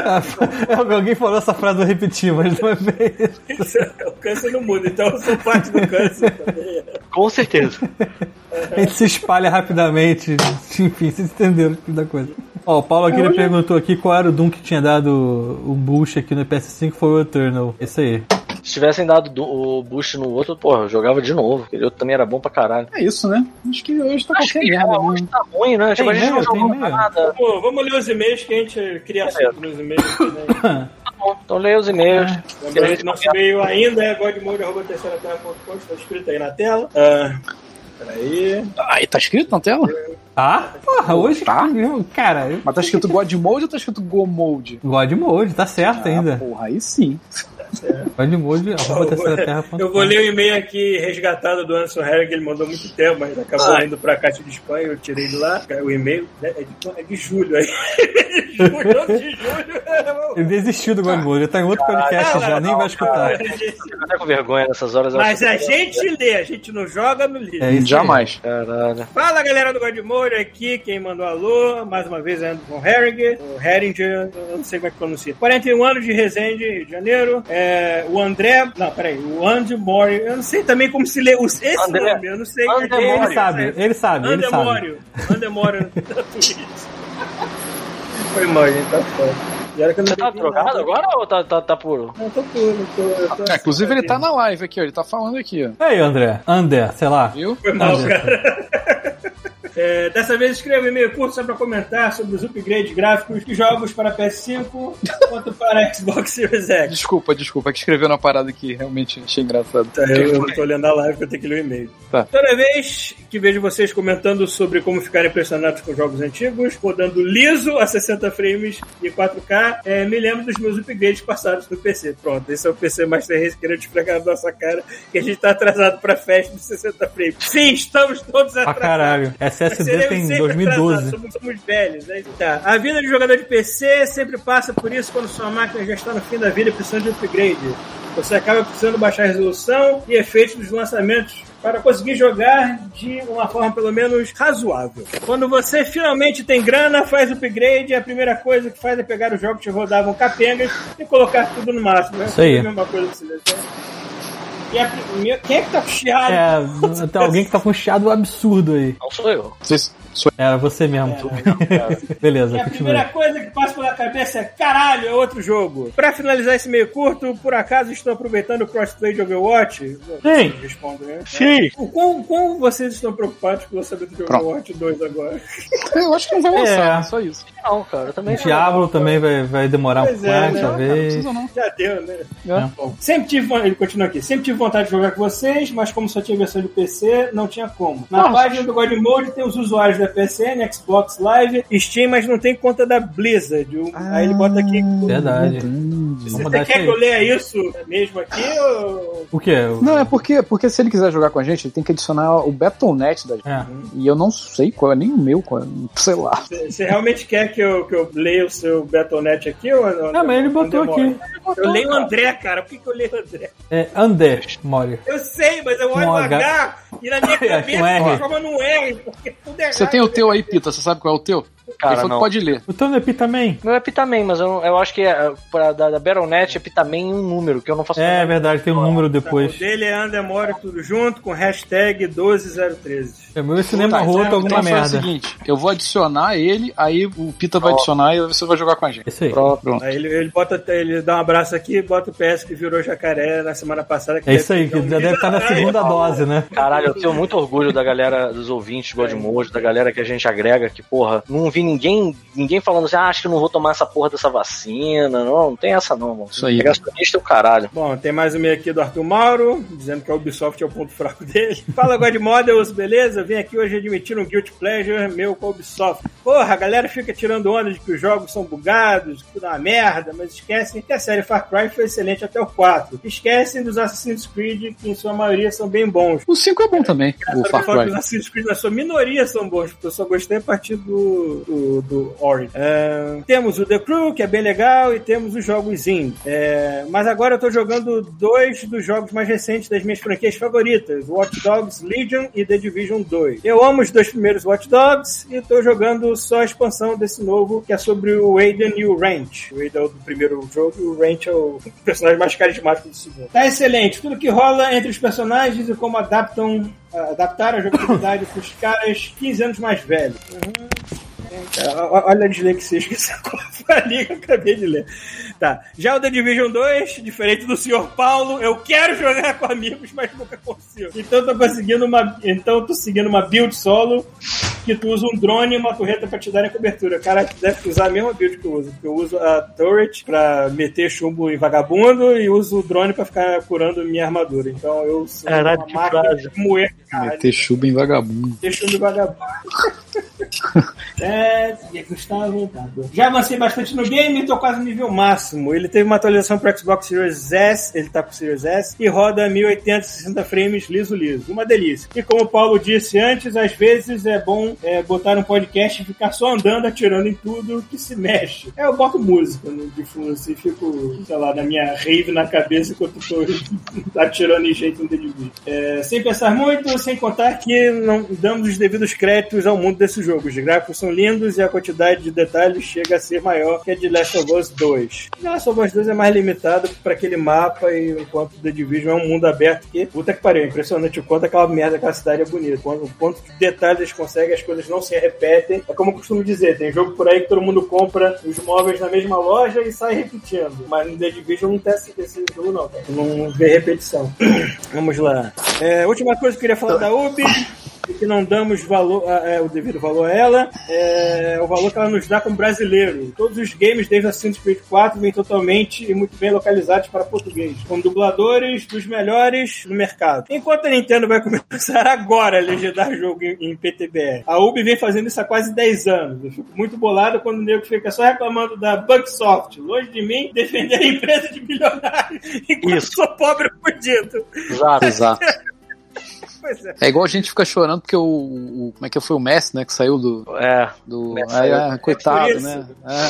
Speaker 6: Alguém falou essa frase, eu repeti, mas não é bem.
Speaker 3: O câncer não muda, então eu sou parte do câncer também.
Speaker 4: Com certeza.
Speaker 6: A gente se espalha rapidamente. Enfim, vocês entenderam tudo da coisa. Ó, o Paulo Aguirre perguntou aqui qual era o Doom que tinha dado um boost aqui no PS5 foi o Eternal. Esse aí.
Speaker 4: Se tivessem dado do- o boost no outro, porra, eu jogava de novo. Aquele outro também era bom pra caralho.
Speaker 5: É isso, né? Acho que hoje tá qualquer merda,
Speaker 4: ó, hoje
Speaker 5: né?
Speaker 4: tá ruim, né? Tipo, a gente
Speaker 6: meia,
Speaker 4: não jogou
Speaker 6: tem meia.
Speaker 4: nada.
Speaker 3: Pô, vamos ler os e-mails que a gente cria assunto nos e-mails. Né?
Speaker 4: Tá bom, Então leia os e-mails.
Speaker 3: É. Lembrando que nosso e-mail ainda é godmode.terceiraterra.com, está escrito aí na tela. Ah, peraí.
Speaker 5: Aí tá escrito na tela?
Speaker 3: Ah?
Speaker 6: Tá? Porra, hoje.
Speaker 5: Tá?
Speaker 6: Não, Cara, eu-
Speaker 5: Mas tá escrito God Mode ou tá escrito Go Mode?
Speaker 6: God Mode, tá certo
Speaker 5: Ah,
Speaker 6: ainda.
Speaker 5: porra, aí sim.
Speaker 6: God Mode, arroba terceira terra. é
Speaker 3: Eu vou ler o e-mail aqui resgatado do Anson Herrig, ele mandou muito tempo, mas acabou indo pra Caixa de Espanha, eu tirei de lá. O e-mail né, é de, é de julho aí. De julho, de julho.
Speaker 6: Ele desistiu do God Mode, ele tá em outro podcast já, nem vai escutar.
Speaker 4: Eu tô com vergonha nessas horas. eu
Speaker 3: Mas
Speaker 4: acho
Speaker 3: a
Speaker 4: que-
Speaker 3: gente lê, a gente não joga no livro.
Speaker 6: É isso aí.
Speaker 5: Jamais.
Speaker 4: Caralho.
Speaker 3: Fala galera do Godmode aqui, quem mandou alô, mais uma vez é Anderson Herring, o Herringer, eu não sei como é que pronuncia. 41 anos de Resende, Rio de Janeiro. É, o André, não, peraí, o Andy Mori, eu não sei também como se lê os- esse
Speaker 4: André-
Speaker 3: nome, eu não sei.
Speaker 4: André
Speaker 3: quem é.
Speaker 6: Ele sabe, ele sabe, ele sabe.
Speaker 3: Andemório, Andemório da Twitch. Foi mal, gente, tá foda. E era que eu não
Speaker 4: Você tá
Speaker 3: bebi nada.
Speaker 4: drogado agora ou tá, tá, tá puro?
Speaker 3: Não, tô puro, tô, eu tô
Speaker 5: É, inclusive ele tá
Speaker 3: assim,
Speaker 5: na live aqui, ó. Ele tá falando aqui, ó.
Speaker 6: Aí, André. André, sei lá.
Speaker 5: Viu?
Speaker 3: Foi mal, cara. É, dessa vez escreva um e-mail curto só pra comentar sobre os upgrades gráficos de jogos para PS5 quanto para Xbox Series X.
Speaker 5: Desculpa, desculpa. É que escreveu na parada que realmente achei engraçado.
Speaker 3: Tá, eu, eu tô olhando a live que eu tenho que ler o e-mail.
Speaker 5: Tá.
Speaker 3: Toda vez que vejo vocês comentando sobre como ficar impressionados com jogos antigos, rodando liso a 60 frames e 4K, é, me lembro dos meus upgrades passados no PC. Pronto, esse é o PC Master Race querendo esfregar na nossa cara que a gente tá atrasado pra festa de 60 frames. Sim, estamos todos
Speaker 6: Pra
Speaker 3: atrasados.
Speaker 6: caralho. É
Speaker 3: Seremos
Speaker 6: SSD tem
Speaker 3: sempre
Speaker 6: 2012.
Speaker 3: atrasados, Somos, somos velhos, né? Tá. A vida de jogador de PC sempre passa por isso quando sua máquina já está no fim da vida e precisa de upgrade. Você acaba precisando baixar a resolução e efeitos dos lançamentos para conseguir jogar de uma forma pelo menos razoável. Quando você finalmente tem grana, faz upgrade, a primeira coisa que faz é pegar os jogos que rodavam capengas e colocar tudo no máximo.
Speaker 6: Isso aí.
Speaker 3: É a mesma coisa que você lê, né? e a primeira- Quem é que tá chiado?
Speaker 6: É, tem alguém que tá com um chiado absurdo aí.
Speaker 4: Não sou eu.
Speaker 5: Vocês- sou-
Speaker 6: Era você mesmo.
Speaker 3: E
Speaker 6: Beleza,
Speaker 3: É a
Speaker 6: continua.
Speaker 3: primeira coisa que passa pela cabeça é caralho, é outro jogo. Pra finalizar esse meio curto, por acaso estou aproveitando o crossplay de Overwatch?
Speaker 6: Sim.
Speaker 3: Respondo, né?
Speaker 6: Sim.
Speaker 3: O quão, quão vocês estão preocupados com o lançamento de
Speaker 5: Pronto.
Speaker 3: Overwatch 2 agora?
Speaker 5: Eu acho que não vai lançar,
Speaker 6: É.
Speaker 5: só isso.
Speaker 4: Não, cara, eu também.
Speaker 6: Diablo também vai, vai demorar um
Speaker 3: Pois
Speaker 6: pouco,
Speaker 3: é, né?
Speaker 5: Não, cara, não
Speaker 6: talvez.
Speaker 5: precisa não.
Speaker 3: Já deu, né?
Speaker 5: É.
Speaker 3: Bom, sempre tive vontade, ele continua aqui, sempre tive vontade de jogar com vocês, mas como só tinha versão de PC, não tinha como. Na
Speaker 5: Nossa.
Speaker 3: página do God Mode tem os usuários da PSN, Xbox Live, Steam, mas não tem conta da Blizzard. O- Aí ele bota aqui.
Speaker 6: Verdade. Ah. Vamos mudar
Speaker 3: Você
Speaker 6: isso
Speaker 3: quer que eu
Speaker 6: aí.
Speaker 3: leia isso mesmo aqui ou
Speaker 6: O quê?
Speaker 5: Não, é porque, porque se ele quiser jogar com a gente, ele tem que adicionar o Battle.net da gente.
Speaker 6: É.
Speaker 5: E eu não sei qual é, nem o meu, qual é, sei lá.
Speaker 3: Você realmente quer que eu, que eu leia o seu Battle.net aqui? Ou, ou-
Speaker 6: Não, Ah, mas ele
Speaker 3: ou
Speaker 6: botou
Speaker 3: demora?
Speaker 6: aqui.
Speaker 3: Eu leio o André, cara. Por que, que eu leio o André?
Speaker 6: É André Mori.
Speaker 3: Eu sei, mas eu
Speaker 6: Com
Speaker 3: olho o
Speaker 6: H.
Speaker 3: H, e na minha
Speaker 6: É, com
Speaker 3: cabeça
Speaker 6: R.
Speaker 3: eu jogo no R, porque tudo é errado.
Speaker 5: Você tem o teu aí, Pita? Você sabe qual é o teu? Ele
Speaker 4: Cara,
Speaker 5: falou que
Speaker 4: não.
Speaker 5: pode ler.
Speaker 6: O Thunderpit também?
Speaker 4: Não é Pitaman, mas eu, não- eu acho que é, pra, da, da Baronet é Pitaman um número, que eu não faço
Speaker 6: É
Speaker 4: ideia.
Speaker 6: verdade, tem um número depois.
Speaker 3: O dele é Andemore tudo junto com hashtag 12013.
Speaker 6: É meu cinema
Speaker 3: Tá,
Speaker 6: roto
Speaker 3: então
Speaker 6: alguma
Speaker 5: Então faz o
Speaker 6: merda.
Speaker 5: seguinte, eu vou adicionar ele, aí o Pita vai adicionar e você vai jogar com a gente.
Speaker 6: Isso aí.
Speaker 5: Pronto. pronto.
Speaker 3: Aí ele, ele bota, até- ele dá um abraço aqui, bota o PS que virou jacaré na semana passada. que
Speaker 6: É isso
Speaker 3: deve
Speaker 6: aí, que
Speaker 3: dar um
Speaker 6: já deve
Speaker 3: vídeo
Speaker 6: estar na
Speaker 3: atrás.
Speaker 6: segunda dose, né?
Speaker 4: Caralho, eu tenho muito orgulho da galera dos ouvintes do Godmojo, da galera que a gente agrega, que, porra, não vi ninguém, ninguém falando assim, ah, acho que não vou tomar essa porra dessa vacina. Não, não tem essa não, mano.
Speaker 5: Isso aí.
Speaker 4: Negacionista é o caralho.
Speaker 3: Bom, tem mais um meio aqui do Arthur Mauro, dizendo que a Ubisoft é o ponto fraco dele. Fala, God Models, beleza? Vim aqui hoje admitir um Guilty Pleasure meu com a Ubisoft. Porra, a galera fica tirando onda de que os jogos são bugados, que tudo é uma merda, mas esquecem que a série Far Cry foi excelente até o 4. Esquecem dos Assassin's Creed, que em sua maioria são bem bons.
Speaker 5: O 5 é bom também, o
Speaker 3: Só que
Speaker 5: Far
Speaker 3: fora dos
Speaker 5: Cry.
Speaker 3: Assassin's Creed, na sua minoria são bons, porque eu só gostei a partir do, do, do Origin. É, temos o The Crew, que é bem legal, e temos os jogos indie. É, mas agora eu tô jogando dois dos jogos mais recentes das minhas franquias favoritas, Watch Dogs Legion e The Division 2. Eu amo os dois primeiros Watch Dogs e tô jogando só a expansão desse novo, que é sobre o Aiden e o Ranch. O Aiden é o do primeiro jogo e o Ranch é o personagem mais carismático do segundo. Tá excelente. Tudo que rola entre os personagens e como adaptam adaptar a jogabilidade para os caras 15 anos mais velhos. Cara, o- Olha a dislexia, esqueci a ali é que eu acabei de ler. Tá. Já o The Division 2, diferente do Sr. Paulo, eu quero jogar com amigos, mas nunca consigo. Então tô conseguindo uma. Então eu tô seguindo uma build solo que tu usa um drone e uma torreta pra te dar a cobertura. Cara, tu deve usar a mesma build que eu uso. Porque eu uso a turret pra meter chumbo em vagabundo e uso o drone pra ficar curando minha armadura. Então eu sou
Speaker 4: Caralho, que
Speaker 3: uma máquina
Speaker 4: frase.
Speaker 3: de moer, cara.
Speaker 5: Meter chuva em vagabundo.
Speaker 3: Deixa eu me vagabundo. é, é Gustavo Dado. Já avancei bastante no game e tô quase no nível máximo. Ele teve uma atualização pro Xbox Series S, ele tá pro Series S, e roda 1080, 60 frames liso liso. Uma delícia. E como o Paulo disse antes, às vezes é bom é, botar um podcast e ficar só andando, atirando em tudo que se mexe. É, eu boto música no, de fundo assim, fico, sei lá, na minha rave na cabeça enquanto tô atirando em jeito no dedo de vídeo. É, sem pensar muito, sem contar que não damos os devidos créditos ao mundo desse jogo. Os gráficos são lindos e a quantidade de detalhes chega a ser maior que a de Last of Us 2. The Last of Us 2 é mais limitado para aquele mapa e enquanto The Division é um mundo aberto que, puta que pariu, é impressionante o quanto aquela merda, aquela cidade é bonita. Quanto, quanto de detalhes eles conseguem, as coisas não se repetem. É como eu costumo dizer, tem jogo por aí que todo mundo compra os móveis na mesma loja e sai repetindo. Mas no The Division não tem esse, esse jogo não, cara. Não vê repetição. Vamos lá. É, última coisa que eu queria falar da Ubi é que não damos valor a- é, o devido valor a ela, é o valor que ela nos dá como brasileiro. Todos os games desde Assassin's Creed 4 vêm totalmente e muito bem localizados para português, com dubladores dos melhores no mercado. Enquanto a Nintendo vai começar agora a legendar jogo em, em PTBR, a Ubi vem fazendo isso há quase 10 anos. Eu fico muito bolado quando o nego fica só reclamando da Bugsoft, longe de mim, defender a empresa de bilionário enquanto
Speaker 4: Isso.
Speaker 3: sou pobre fudido.
Speaker 4: Exato.
Speaker 5: Exato.
Speaker 3: Pois é.
Speaker 5: É igual a gente fica chorando porque o, o- Como é que foi o Messi, né? Que saiu do.
Speaker 4: É.
Speaker 5: do
Speaker 4: Messi
Speaker 5: ah,
Speaker 4: saiu.
Speaker 5: é, coitado,
Speaker 3: isso.
Speaker 5: né?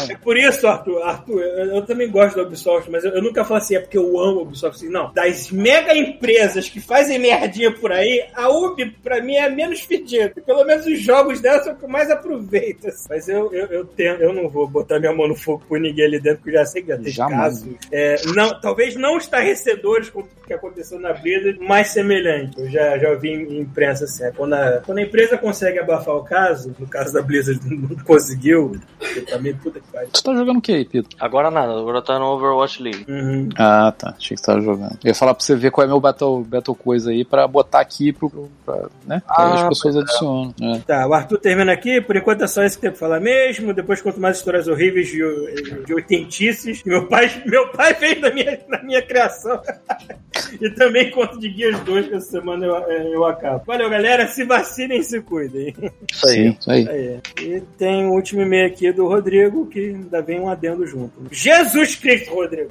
Speaker 5: É.
Speaker 3: É por isso, Arthur, Arthur, eu, eu também gosto da Ubisoft, mas eu, eu nunca falo assim, é porque eu amo a Ubisoft. Assim, não, das mega empresas que fazem merdinha por aí, a Ubi, pra mim, é a menos fedida. Pelo menos os jogos dela são o que eu mais aproveito. assim. Mas eu, eu, eu, tenho, eu não vou botar minha mão no fogo por ninguém ali dentro, que eu já sei que já tem
Speaker 5: Jamais.
Speaker 3: caso. É, não, talvez não estarrecedores com o que aconteceu na Blizzard, mas semelhante. Eu já, já ouvi em imprensa assim. é, Quando a, quando a empresa consegue abafar o caso, no caso da Blizzard não conseguiu, porque também puta que pariu.
Speaker 5: Tu tá jogando o que aí, Pito?
Speaker 4: Agora nada, agora tá no Overwatch League.
Speaker 3: Uhum.
Speaker 5: Ah, tá. Achei que tu tava jogando. Eu ia falar pra você ver qual é meu Battle, battle Coisa aí pra botar aqui pro. pro- pra, né? Pra
Speaker 4: Ah,
Speaker 5: as pessoas adicionam. É.
Speaker 3: Tá, o Arthur termina aqui. Por enquanto é só isso que tem pra falar mesmo. Depois conto mais histórias horríveis de, de oitentices. Meu pai, meu pai fez na minha, na minha criação. e também conto de guias dois que essa semana eu, eu acabo. Valeu, galera. Se vacinem e se cuidem.
Speaker 4: Isso aí.
Speaker 5: Sim, isso aí.
Speaker 3: Aí, É, E tem o último e-mail aqui do Rodrigo, que ainda vem um adendo junto. Jesus Cristo, Rodrigo!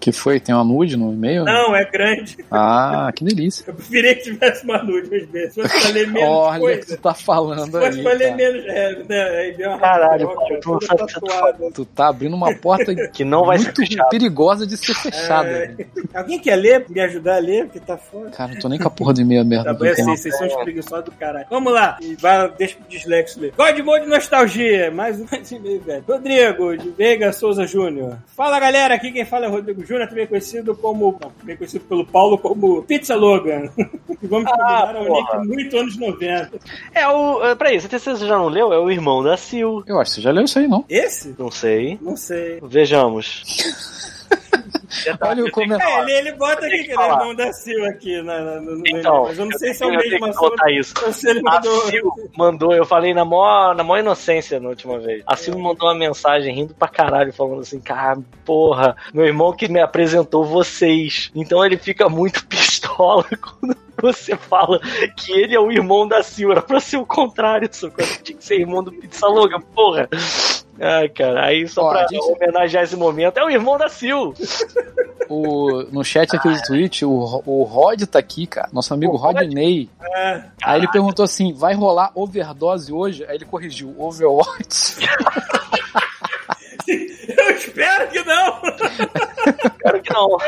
Speaker 5: que foi? Tem uma nude no e-mail? né?
Speaker 3: Não, é grande.
Speaker 5: Ah, que delícia.
Speaker 3: Eu preferia que tivesse uma nude às vezes. Se fosse pra ler menos
Speaker 5: Olha o que
Speaker 3: coisa.
Speaker 5: tu tá
Speaker 3: Se
Speaker 5: falando
Speaker 3: fosse
Speaker 5: aí.
Speaker 3: pra ler
Speaker 5: cara.
Speaker 3: menos. É, né? Aí deu uma
Speaker 4: Caralho,
Speaker 3: uma-
Speaker 4: cara,
Speaker 3: uma-
Speaker 4: tu-
Speaker 3: uma tatuada.
Speaker 5: Tu tá abrindo uma porta
Speaker 4: Que não vai
Speaker 5: muito
Speaker 4: ser fechado.
Speaker 5: perigosa de ser fechada.
Speaker 3: É. Alguém quer ler? Me ajudar a ler? Porque tá foda.
Speaker 5: Cara, não tô nem com a porra de e-mail
Speaker 3: Tá
Speaker 5: merda. do
Speaker 3: bom, eu sei,
Speaker 4: assim,
Speaker 5: tempo.
Speaker 3: vocês são os preguiçosos do caralho. Vamos lá, e vai, deixa pro dislexo ler. God Mode Nostalgia, mais um mais um e-mail, velho. Rodrigo, de Veiga Souza Júnior. Fala galera, aqui quem fala é Rodrigo Júnior, também conhecido como. não, também conhecido pelo Paulo como Pizza Logan. E vamos combinar, é um
Speaker 4: Ah, porra.
Speaker 3: nick muito anos 90.
Speaker 4: É o. É, peraí, você você já não leu? É o irmão da Sil.
Speaker 5: Eu acho que você já leu isso aí, não.
Speaker 3: Esse?
Speaker 4: Não sei.
Speaker 3: Não sei.
Speaker 4: Vejamos.
Speaker 5: Olha o
Speaker 3: É,
Speaker 5: comentário.
Speaker 3: ele, ele bota aqui que ele é
Speaker 4: falar.
Speaker 3: irmão da Silva aqui na, na- no, no
Speaker 4: Então,
Speaker 3: mas eu não
Speaker 4: eu
Speaker 3: sei se é o
Speaker 4: tenho- eu tenho
Speaker 3: mesmo
Speaker 4: que
Speaker 3: assunto.
Speaker 4: botar isso.
Speaker 3: ou se ele
Speaker 4: A
Speaker 3: mandou-
Speaker 4: Sil mandou, eu falei na maior, na maior inocência na última vez.
Speaker 3: É.
Speaker 4: A Sil me mandou uma mensagem rindo pra caralho, falando assim: cara, porra, meu irmão que me apresentou vocês. Então ele fica muito pistola quando você fala que ele é o irmão da Sil. Era pra ser o contrário, só que tinha que ser irmão do Pizza Logan, porra. Ai, cara, aí só
Speaker 5: Ó,
Speaker 4: pra
Speaker 5: a gente-
Speaker 4: homenagear esse momento, é o irmão da Sil.
Speaker 5: O, no chat aqui do Twitch, o, Ro- o Rod tá aqui, cara. Nosso amigo
Speaker 4: O Rod?
Speaker 5: Rodney.
Speaker 3: Ah,
Speaker 5: Aí ele perguntou assim: vai rolar overdose hoje? Aí ele corrigiu: Overwatch.
Speaker 3: eu espero que não!
Speaker 4: Espero que não.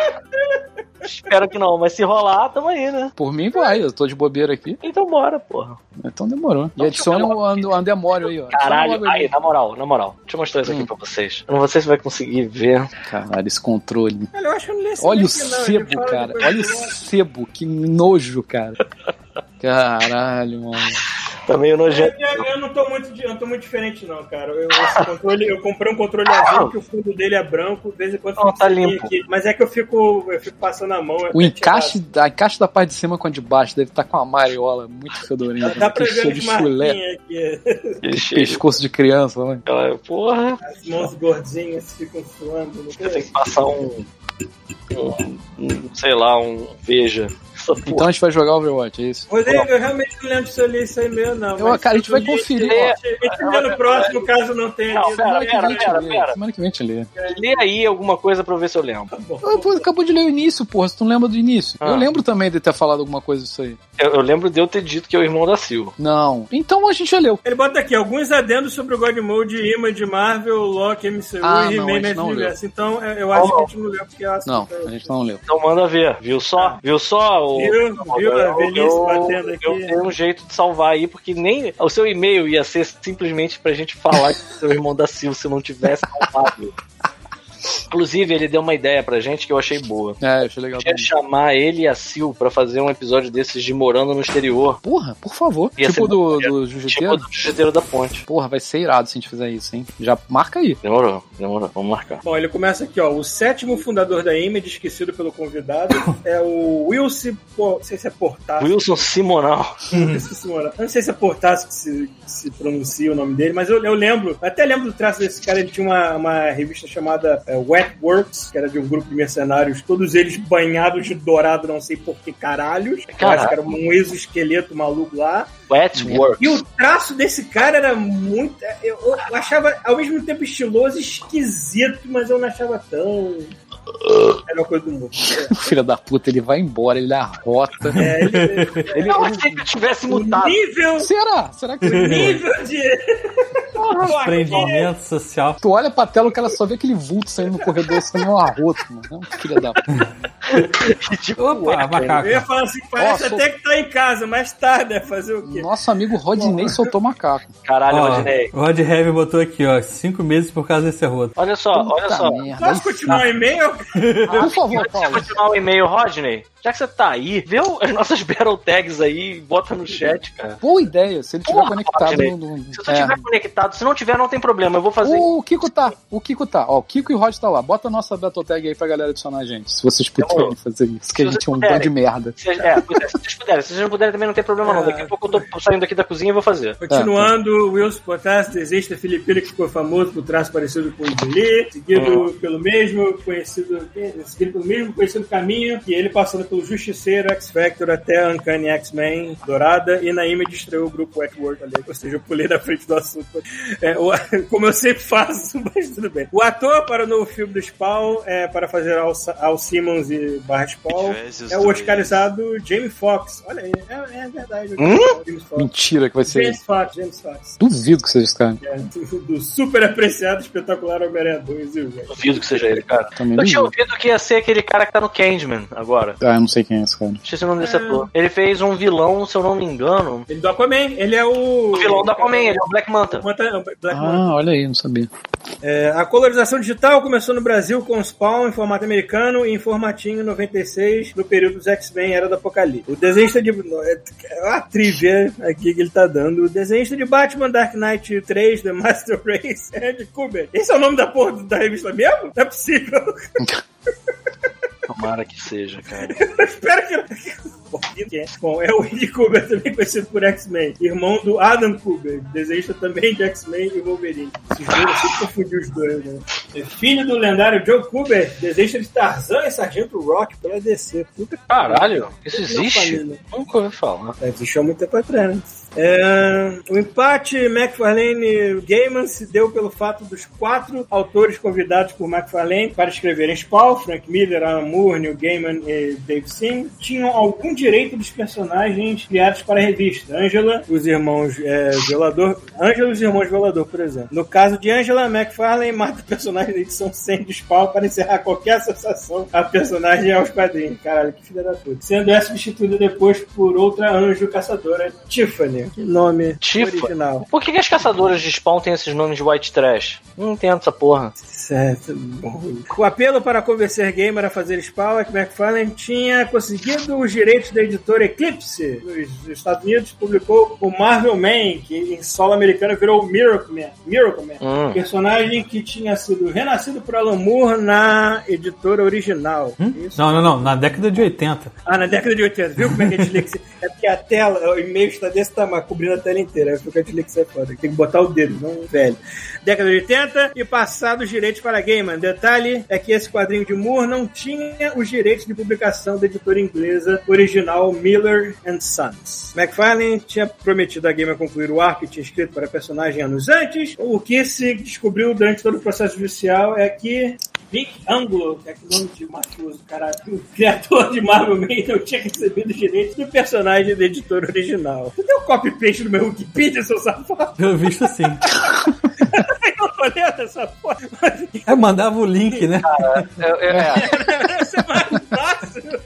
Speaker 4: Espero que não, mas se rolar, tamo aí, né?
Speaker 5: Por mim, vai, eu tô de bobeira aqui.
Speaker 4: Então bora, porra.
Speaker 5: Então demorou. E adicione o And Andemório aí, ó. Adicione
Speaker 4: Caralho,
Speaker 5: logo
Speaker 4: aí,
Speaker 5: ali.
Speaker 4: na moral, na moral. Deixa eu mostrar isso aqui pra vocês. Eu não sei se vai conseguir ver.
Speaker 5: Caralho, esse controle.
Speaker 3: Olha, eu acho que eu não li esse
Speaker 5: Olha o
Speaker 3: link, não, ele
Speaker 5: sebo,
Speaker 3: fala
Speaker 5: cara.
Speaker 3: depois
Speaker 5: Olha o
Speaker 3: do outro.
Speaker 5: sebo, que nojo, cara. Caralho, mano.
Speaker 4: Tá meio nojento.
Speaker 3: Eu, eu não tô muito, di- eu não tô muito diferente, não, cara. Eu, esse
Speaker 4: Ah.
Speaker 3: controle- eu comprei um controle azul que o fundo dele é branco, de vez em quando
Speaker 4: Não,
Speaker 3: fica
Speaker 4: tá
Speaker 3: isso aqui,
Speaker 4: limpo.
Speaker 3: aqui. Mas é que eu fico, eu fico passando a mão.
Speaker 5: O
Speaker 3: é
Speaker 5: encaixe, a encaixe da parte de cima com a de baixo deve estar com uma mariola muito fedorenta.
Speaker 3: tirado. Dá pra
Speaker 5: que cheio
Speaker 3: ver
Speaker 5: de
Speaker 3: as
Speaker 5: chulé,
Speaker 3: marquinhas aqui.
Speaker 5: pescoço de criança. Né?
Speaker 4: Cara, Porra,
Speaker 3: As mãos gordinhas ficam suando. não
Speaker 4: eu
Speaker 3: tem?
Speaker 4: tenho que passar um. um- um, sei lá, um. Veja. Essa porra.
Speaker 5: Então a gente vai jogar Overwatch, é isso?
Speaker 3: Rodrigo, eu realmente não lembro se eu li isso aí meu, não.
Speaker 5: Eu,
Speaker 3: mas
Speaker 5: É cara, a gente
Speaker 3: se
Speaker 5: vai
Speaker 3: eu li,
Speaker 5: conferir.
Speaker 4: lê.
Speaker 5: ó.
Speaker 3: A gente lê no próximo, caso não tenha
Speaker 4: Não,
Speaker 3: lido.
Speaker 4: é pera,
Speaker 5: Semana que vem
Speaker 4: pera,
Speaker 5: a gente lê.
Speaker 4: pera.
Speaker 5: Semana que vem a gente lê.
Speaker 4: Lê aí alguma coisa pra eu ver se eu lembro.
Speaker 5: Ah, pô, acabou de ler o início, porra. Você não lembra do início?
Speaker 4: Ah.
Speaker 5: Eu lembro também de ter falado alguma coisa disso aí.
Speaker 4: Eu, eu lembro de eu ter dito que é o irmão da Silva.
Speaker 5: Não. Então a gente já leu.
Speaker 3: Ele bota aqui alguns adendos sobre o God Mode, Ima de Marvel, Loki, MCU
Speaker 5: Ah,
Speaker 3: e
Speaker 5: não, a
Speaker 3: He-Man
Speaker 5: gente
Speaker 3: Mestre
Speaker 5: não leu.
Speaker 3: Universo. Então eu- eu acho
Speaker 4: não.
Speaker 3: que a gente não leu porque é eu acho
Speaker 5: Não,
Speaker 3: que-
Speaker 5: a gente não leu.
Speaker 4: Então manda ver. Viu só? Viu só? o-
Speaker 3: Viu? Viu a
Speaker 4: Eu-
Speaker 3: velhice
Speaker 4: eu-
Speaker 3: batendo aqui?
Speaker 4: Eu tenho um jeito de salvar aí, porque nem o seu e-mail ia ser simplesmente pra gente falar que seu irmão da Sil se não tivesse salvado. Inclusive, ele deu uma ideia pra gente que eu achei boa.
Speaker 5: É, eu achei
Speaker 3: Tá
Speaker 5: legal
Speaker 4: Podia
Speaker 5: também.
Speaker 4: chamar ele e a Sil pra fazer um episódio desses de morando no exterior.
Speaker 5: Porra, por favor.
Speaker 4: Ia
Speaker 5: tipo
Speaker 4: ser
Speaker 5: do,
Speaker 4: maneiro.
Speaker 5: do
Speaker 4: Tipo
Speaker 5: Jiu-Jiteiro.
Speaker 4: do chuteiro da ponte.
Speaker 5: Porra, vai ser irado se a gente fizer isso, hein? Já marca aí.
Speaker 4: Demorou, demorou. Vamos marcar.
Speaker 3: Bom, ele começa aqui, ó. O sétimo fundador da Image, esquecido pelo convidado, é o Wilson. Po- Não sei se é Portaço.
Speaker 4: Wilson Simonal.
Speaker 3: esqueci o nome. Eu Não sei se é Portaço que se, que se pronuncia o nome dele, mas eu, eu lembro. Até lembro do traço desse cara. Ele tinha uma, uma revista chamada é, Wet Works, que era de um grupo de mercenários, todos eles banhados de dourado, não sei por que caralhos. Eu acho que era um exoesqueleto maluco lá.
Speaker 4: Wetwork.
Speaker 3: E o traço desse cara era muito. Eu, eu achava ao mesmo tempo estiloso, esquisito, mas eu não achava tão. A melhor coisa do mundo.
Speaker 5: O filho da puta, ele vai embora, ele arrota.
Speaker 3: É, ele-
Speaker 4: Ele não achei que eu tivesse
Speaker 3: o
Speaker 4: mutado.
Speaker 3: nível,
Speaker 5: Será? Será que
Speaker 3: o nível de. Porra,
Speaker 6: Prendimento social.
Speaker 5: Tu olha pra tela, o cara só vê aquele vulto saindo no corredor, saindo um arroto, mano. É um filho da puta.
Speaker 4: né?
Speaker 6: Opa,
Speaker 3: eu ia
Speaker 6: macaco.
Speaker 3: falar assim, parece
Speaker 5: Ó, sou-
Speaker 3: até que tá em casa, mas tá, né? Fazer o quê?
Speaker 5: Nosso amigo Rodney soltou macaco.
Speaker 4: Caralho,
Speaker 6: Ó,
Speaker 4: Rodinei.
Speaker 6: o Rod Heavy botou aqui, ó. Cinco meses por causa desse arroto.
Speaker 4: Olha só, olha
Speaker 5: Puta
Speaker 4: só.
Speaker 5: merda.
Speaker 3: Posso continuar o e-mail?
Speaker 5: Por favor,
Speaker 4: Antes de
Speaker 5: Paulo.
Speaker 4: continuar o e-mail, Rodney, já que você tá aí, vê o- as nossas battle tags aí e bota no chat, cara.
Speaker 5: Boa ideia, se ele tiver
Speaker 4: Porra,
Speaker 5: conectado
Speaker 4: Rodney.
Speaker 5: no. no-
Speaker 4: Se tu tiver
Speaker 5: é.
Speaker 4: conectado, se não tiver, não tem problema. Eu vou fazer.
Speaker 5: O Kiko tá, o Kiko tá. Ó, o Kiko e o Rod tá lá. Bota a nossa Battle Tag aí pra galera adicionar a gente, se vocês podem fazer isso, que a
Speaker 4: Se
Speaker 5: gente é um
Speaker 4: vocês
Speaker 5: bando de merda.
Speaker 4: Se, é, pois é, se vocês puderem, se vocês não puderem também não tem problema não. Daqui a pouco eu tô saindo aqui da cozinha e vou fazer.
Speaker 3: Continuando, Wilson Potássio, desenhista filipino que ficou famoso por traço parecido com o Dili, seguido pelo mesmo conhecido, seguido pelo mesmo conhecido caminho, e ele passando pelo Justiceiro, X-Factor até Uncanny X-Men Dourada, e na Image estreou o grupo Wetworth ali, ou seja, eu pulei da frente do assunto. É, o- como eu sempre faço, mas tudo bem. O ator para o novo filme do Spawn, é, para fazer Al, Al Simmons e Barra Spawn,
Speaker 7: Jesus
Speaker 3: é o
Speaker 7: doido.
Speaker 3: oscarizado Jamie Foxx. Olha aí, é, é verdade. James Foxx.
Speaker 5: Mentira que vai ser
Speaker 3: James
Speaker 5: isso.
Speaker 3: Fox, James Fox.
Speaker 5: Duvido que seja esse cara.
Speaker 3: É, do- do super apreciado, espetacular Homem-Aranha 2, viu, velho?
Speaker 4: Duvido que seja ele, cara.
Speaker 5: Também
Speaker 4: Eu tinha
Speaker 5: duvido.
Speaker 4: ouvido que ia ser aquele cara que tá no Candyman agora.
Speaker 5: Ah, eu não sei quem é esse cara.
Speaker 4: Não sei se o nome desse ator. Ele fez um vilão, se eu não me engano.
Speaker 3: Ele do Aquaman, ele é o.
Speaker 4: O vilão da Aquaman, ele é o Black Manta.
Speaker 3: Manta- Black Manta.
Speaker 5: Ah, olha aí, não sabia.
Speaker 3: É, a colorização digital começou no Brasil com Spawn em formato americano e em formatinho em 96, no período dos X-Men Era do Apocalipse. O desenhista de. no- É é uma trivia aqui que ele tá dando. O desenhista de Batman Dark Knight 3, The Master Race, é de Kubrick. Esse é o nome da porra do- da revista mesmo? Não é possível.
Speaker 4: Tomara que seja, cara.
Speaker 3: Espero que não. Bom, é o Andy Cooper, também conhecido por X-Men, irmão do Adam Cooper, desenhista também de X-Men e Wolverine. Esses dois, eu sempre confundi os dois, né? É filho do lendário Joe Cooper, desenhista de Tarzan e Sargento Rock pela DC. Puta que
Speaker 4: Caralho, isso
Speaker 3: pariu,
Speaker 4: existe?
Speaker 3: né?
Speaker 4: Nunca ouvi falar.
Speaker 3: É, Existiu há muito tempo atrás, né? É, o empate McFarlane Gaiman se deu pelo fato dos quatro autores convidados por McFarlane para escreverem Spawn, Frank Miller, Alan Moore, Neil Gaiman e Dave Sim, tinham algum direito dos personagens criados para a revista. Angela, os irmãos é, Violador, Angela e os irmãos Violador, por exemplo. No caso de Angela, McFarlane mata o personagem da edição 100 de Spawn para encerrar qualquer associação a personagem aos quadrinhos. Caralho, que filha da puta. Sendo essa substituída depois por outra anjo caçadora, Tiffany. Que nome
Speaker 4: Tiffany?
Speaker 3: original.
Speaker 4: Por que, que as caçadoras de spawn têm esses nomes de white trash? Não entendo essa porra.
Speaker 3: Certo. Bom. O apelo para convencer gamer a fazer spawn é que McFarlane tinha conseguido os direitos da editora Eclipse nos Estados Unidos, publicou o Marvel Man, que em solo americano virou o Miracle Man. Miracle Man.
Speaker 4: Hum.
Speaker 3: Personagem que tinha sido renascido por Alan Moore na editora original. Isso.
Speaker 6: Não, não, não. Na década de 80.
Speaker 3: Ah, na década de 80, viu como é que a dislexia... é porque a tela, o e-mail está desse tamanho, cobrindo a tela inteira, aí fica a dislexia foda, tem que botar o dedo, não o velho. Década de 80 e passado os direitos para Gaiman. Detalhe é que esse quadrinho de Moore não tinha os direitos de publicação da editora inglesa original Miller and Sons. McFarlane tinha prometido a Gaiman concluir o arco que tinha escrito para a personagem anos antes, o que se descobriu durante todo o processo judicial é que Vic Anglo, que é o nome de mafioso, caralho. O criador de Marvel Man não tinha recebido os direitos do personagem do editor original. Você deu copy-paste no meu Wikipedia, seu safado?
Speaker 6: Pelo visto, sim.
Speaker 3: Eu tô lendo essa porra. Mas
Speaker 6: Eu mandava o link, né?
Speaker 3: isso é mais fácil.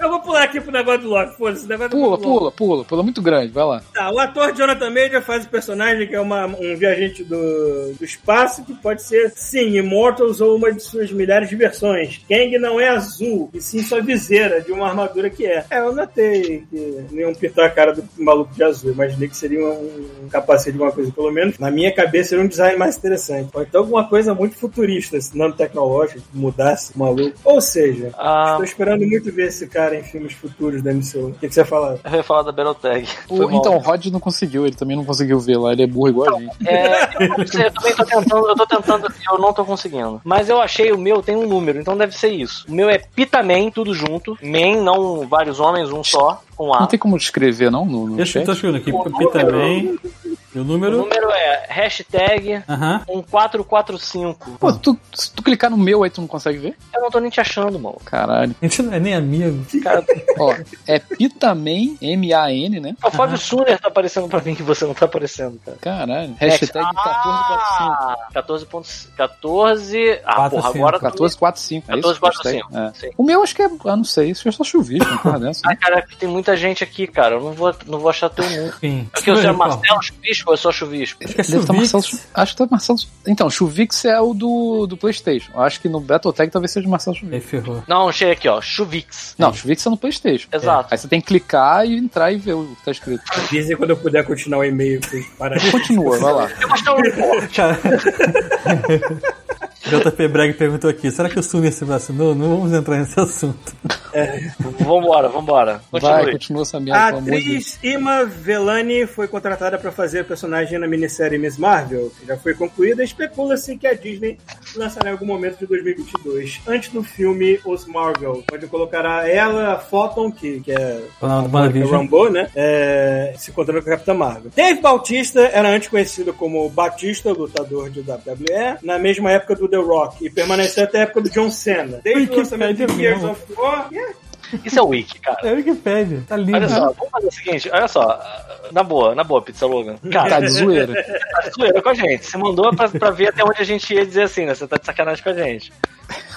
Speaker 3: Eu vou pular aqui pro negócio do Loki, foda-se. negócio do
Speaker 5: Pula,
Speaker 3: Loki.
Speaker 5: pula, pula, pula. Muito grande, vai lá.
Speaker 3: Tá, o ator Jonathan Major faz o personagem que é uma- um viajante do, do espaço que pode ser, sim, Immortals ou uma de suas milhares de versões. Kang não é azul, e sim sua viseira de uma armadura que é. É, eu notei que não iam pintar a cara do maluco de azul. Imaginei que seria um, um capacete de alguma coisa, pelo menos. Na minha cabeça seria um design mais interessante. Ou então alguma coisa muito futurista, esse nanotecnológico, que mudasse o maluco. Ou seja,
Speaker 4: Ah,
Speaker 3: estou esperando muito ver esse cara em filmes futuros da MCU. O que, que você ia falar?
Speaker 4: eu ia falar da Battletech.
Speaker 5: O- então, o Rod não conseguiu, ele também não conseguiu ver lá, ele é burro igual a gente.
Speaker 4: É, eu, não sei, eu também tô tentando, eu tô tentando, assim, eu não tô conseguindo. Mas eu achei o meu, tem um número, então deve ser isso. O meu é Pitaman, tudo junto. Man, não vários homens, um só, com
Speaker 5: Não
Speaker 4: A.
Speaker 5: tem como escrever, não, no, no
Speaker 6: Deixa eu
Speaker 5: chat?
Speaker 6: tô escrevendo aqui. P também. E o
Speaker 4: O
Speaker 6: número.
Speaker 4: número é hashtag
Speaker 6: Aham.
Speaker 4: 1445.
Speaker 5: Pô, tu, se tu clicar no meu aí, tu não consegue ver?
Speaker 4: Eu não tô nem te achando, mano.
Speaker 5: Caralho.
Speaker 6: A gente não é nem amigo.
Speaker 5: Ó, é Pitaman, M-A-N, né?
Speaker 4: O Fábio Suner tá aparecendo pra mim que você não tá aparecendo, cara.
Speaker 5: Caralho. Hashtag 1445.
Speaker 4: Ah, 14. ponto- 14. Ah,
Speaker 6: Quatro,
Speaker 4: porra,
Speaker 6: cinco.
Speaker 4: agora.
Speaker 5: 1445. é isso?
Speaker 4: 1445,
Speaker 5: Hashtag? É.
Speaker 4: sim.
Speaker 5: O meu acho que é. Ah, não sei. Isso é só chuvisco, não porra dessa.
Speaker 4: Ah, cara, tem muita gente aqui, cara. Eu não vou, não vou achar teu número.
Speaker 6: Enfim.
Speaker 4: Porque eu sei
Speaker 6: Bom,
Speaker 4: Marcelo Chuvisco ou é só Chuvisco?
Speaker 6: Acho que é
Speaker 5: Deve tá Marcelo,
Speaker 6: Chuvix.
Speaker 5: Chu- acho que tá Marcelo. Chu- Então, Chuvix é o do, do PlayStation. Eu Acho que no Battletech talvez seja Marcelo Chuvix.
Speaker 6: Aí ferrou.
Speaker 4: Não, achei aqui, ó. Chuvix.
Speaker 5: Não, Chuvix é no PlayStation.
Speaker 4: Exato.
Speaker 5: Aí você tem que clicar e entrar e ver o que tá escrito.
Speaker 3: Dizem quando eu puder continuar o e-mail. Para...
Speaker 5: Continua, vai lá.
Speaker 4: Eu vou achar o
Speaker 6: Cara, JP Breg perguntou aqui: será que o Sumir se vacinou? Não vamos entrar nesse assunto.
Speaker 4: Vambora, vambora.
Speaker 5: Vai,
Speaker 4: Continue.
Speaker 5: continua essa merda,
Speaker 3: A
Speaker 5: pelo amor de Deus.
Speaker 3: atriz Ima Velani foi contratada para fazer a personagem na minissérie Miss Marvel, que já foi concluída, e especula-se que a Disney lançará em algum momento de 2022, antes do filme Os Marvel, onde colocará ela, a Photon, que, que é
Speaker 6: Ronaldo
Speaker 3: o
Speaker 6: Maravilha.
Speaker 3: Rambo, né? É, se encontrando com a Capitã Marvel. Dave Bautista era antes conhecido como Batista, lutador de WWE, na mesma época do The Rock, e permaneceu até a época do John Cena. Desde o lançamento de
Speaker 6: Wikipedia
Speaker 3: Gears
Speaker 6: mesmo.
Speaker 3: of War, yeah,
Speaker 4: Isso é o Wiki, cara.
Speaker 6: É o Wikipedia. Tá lindo.
Speaker 4: Olha só, vamos fazer o seguinte, olha só. Na boa, na boa, Pizza Logan.
Speaker 5: Tá
Speaker 4: Cara,
Speaker 5: de zoeira.
Speaker 4: tá de zoeira com a gente. Você mandou pra, pra ver até onde a gente ia dizer assim, né? Você tá de sacanagem com a gente.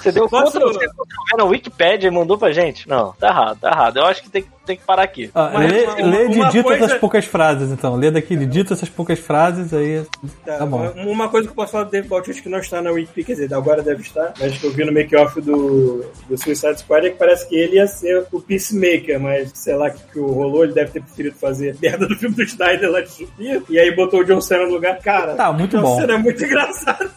Speaker 4: Você deu
Speaker 3: Posso-
Speaker 4: contra você deu na Wikipédia e mandou pra gente? Não, tá errado, tá errado. Eu acho que tem, que- tem que parar aqui.
Speaker 6: Ah,
Speaker 3: Mas
Speaker 6: lê,
Speaker 3: uma-
Speaker 6: lê de
Speaker 3: uma
Speaker 6: dito
Speaker 3: coisa-
Speaker 6: essas poucas frases, então. Lê daqui de dito essas poucas frases, aí
Speaker 3: tá,
Speaker 6: tá bom.
Speaker 3: Uma coisa que eu posso falar do Dave Bautista que não está na Wikipedia, quer dizer, agora deve estar, mas que eu vi no make-off do, do Suicide Squad é que parece que ele ia ser o Peacemaker, mas sei lá o que, que rolou, ele deve ter preferido fazer merda do filme do Snyder lá de Supia, e aí botou o John Cena no lugar. Cara,
Speaker 6: Tá, muito
Speaker 3: John
Speaker 6: bom.
Speaker 3: Cena é muito engraçado.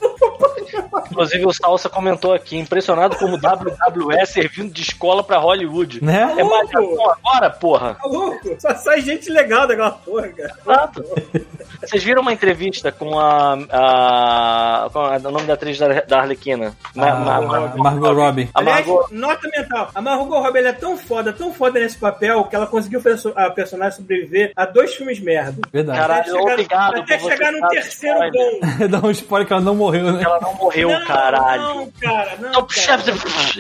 Speaker 4: Inclusive o Salsa comentou aqui, impressionado como WWE é servindo de escola pra Hollywood.
Speaker 6: Né?
Speaker 4: É malhação agora, porra.
Speaker 3: Tá louco? Só sai gente legal daquela porra, cara.
Speaker 4: Exato. Vocês viram uma entrevista com a. a com a- o nome da atriz da, da Arlequina? Ma- ma- ma-
Speaker 6: Ah, Margot Robbie.
Speaker 4: a
Speaker 3: Aliás,
Speaker 4: Margot.
Speaker 3: nota mental. A Margot Robbie ela é tão foda, tão foda nesse papel, que ela conseguiu perso- a personagem sobreviver a dois filmes merda.
Speaker 6: Verdade.
Speaker 4: Caralho,
Speaker 3: Até chegar-
Speaker 4: obrigado
Speaker 3: Até
Speaker 4: por você
Speaker 3: chegar num
Speaker 4: dar
Speaker 3: terceiro
Speaker 4: spoiler.
Speaker 3: bom.
Speaker 6: Dá um spoiler que ela não morreu, né?
Speaker 4: Ela não morreu,
Speaker 3: Não,
Speaker 4: caralho.
Speaker 3: Não, cara, não.
Speaker 4: Então,
Speaker 3: cara.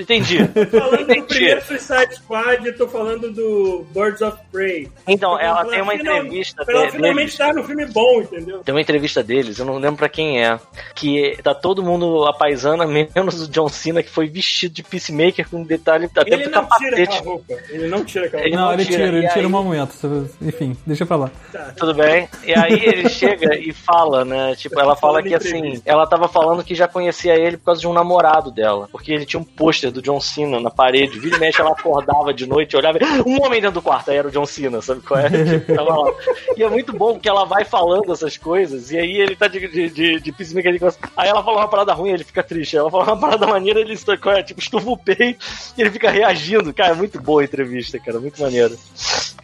Speaker 4: Entendi.
Speaker 3: Tô falando do
Speaker 4: Entendi.
Speaker 3: primeiro Suicide Squad, eu tô falando do Birds of Prey.
Speaker 4: Então,
Speaker 3: Pra
Speaker 4: ela
Speaker 3: ela
Speaker 4: tem uma
Speaker 3: final-
Speaker 4: entrevista
Speaker 3: Pra ela
Speaker 4: de-
Speaker 3: finalmente
Speaker 4: deles.
Speaker 3: estar no filme bom, entendeu?
Speaker 4: Tem uma entrevista deles, eu não lembro pra quem é. Que tá todo mundo a paisana, menos o John Cena, que foi vestido de peacemaker com um detalhe até
Speaker 3: Ele
Speaker 4: do
Speaker 3: não tira aquela
Speaker 4: capacete.
Speaker 3: roupa. Ele não tira aquela
Speaker 4: Ele
Speaker 3: roupa.
Speaker 6: Não, ele
Speaker 4: tira,
Speaker 6: tira, ele
Speaker 4: e
Speaker 6: tira
Speaker 4: aí-
Speaker 6: um momento. Enfim, deixa pra lá.
Speaker 4: Tudo bem. E aí ele chega e fala, né? Tipo, ela fala que assim, ela tava falando que já conhecia ele por causa de um namorado dela. Porque ele tinha um pôster do John Cena na parede. Vira e mexe, ela acordava de noite, olhava. Um homem dentro do quarto, aí era o John Cena, sabe qual é? Tipo, tava lá. E é muito bom que ela vai falando essas coisas, e aí ele tá de, de, de, de peacemaker, ele começa- Aí ela fala uma parada ruim, ele fica triste. Ela fala uma parada maneira, ele sabe qual é? tipo, estufa o peito e ele fica reagindo. Cara, é muito boa a entrevista, cara. Muito maneiro.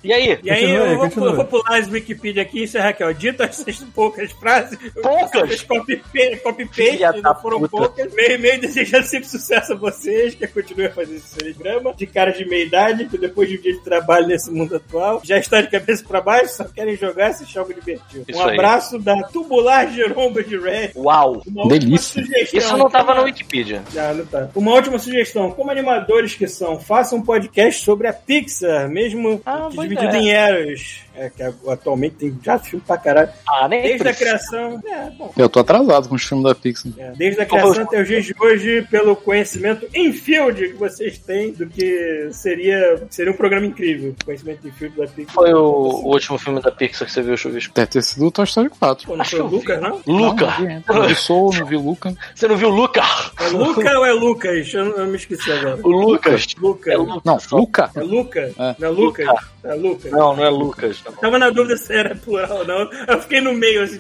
Speaker 4: E aí?
Speaker 3: E aí,
Speaker 6: Continua aí,
Speaker 3: eu, vou,
Speaker 6: continua.
Speaker 3: eu vou pular as Wikipedia aqui, isso é Raquel. Dito essas poucas frases.
Speaker 4: Poucas?
Speaker 3: Vocês copy pa- Copy-paste,
Speaker 4: Filha da
Speaker 3: não foram
Speaker 4: puta.
Speaker 3: poucas. Meu e-mail desejando sempre sucesso a vocês, que continuem a fazer esse telegrama. De cara de meia idade, que depois de um dia de trabalho nesse mundo atual, já está de cabeça para baixo, só querem jogar esse jogo divertido.
Speaker 4: Isso
Speaker 3: um
Speaker 4: aí.
Speaker 3: abraço da tubular geromba de Red.
Speaker 4: Uau!
Speaker 3: Uma última
Speaker 5: Delícia.
Speaker 3: sugestão.
Speaker 4: Isso não
Speaker 3: é.
Speaker 4: tava no Wikipedia.
Speaker 3: Já, não tá. Uma última sugestão. Como animadores que são, façam um podcast sobre a Pixar, mesmo
Speaker 4: Ah,
Speaker 3: que
Speaker 4: boa
Speaker 3: dividido
Speaker 4: ideia.
Speaker 3: em eras. É, que atualmente tem já filme pra caralho.
Speaker 4: Ah, nem
Speaker 3: Desde a
Speaker 4: precisa.
Speaker 3: criação. É, bom.
Speaker 5: Eu tô atrasado com os filmes da Pixar.
Speaker 3: é, desde a
Speaker 4: Qual
Speaker 3: criação
Speaker 4: foi o-
Speaker 3: até os dias de hoje, pelo conhecimento em field que vocês têm do que seria, seria um programa incrível. Conhecimento em field da Pixar.
Speaker 4: Foi o, o último filme da Pixar que você viu, Chuvisco?
Speaker 5: Deve ter sido o Toy Story 4.
Speaker 3: Pô, não foi o Lucas, né? não?
Speaker 4: Luca!
Speaker 5: Não, não vi Soul, não vi Luca.
Speaker 4: Você não viu o Luca?
Speaker 3: É Luca ou é Lucas? Eu, eu me esqueci agora.
Speaker 4: O Lucas.
Speaker 3: Luca.
Speaker 4: É Lucas.
Speaker 5: Não, Luca.
Speaker 3: É Luca?
Speaker 5: É.
Speaker 3: Não é Lucas? É Lucas.
Speaker 4: Não, não é Lucas. não.
Speaker 3: Tava na dúvida se era plural ou não. Eu fiquei no meio, assim.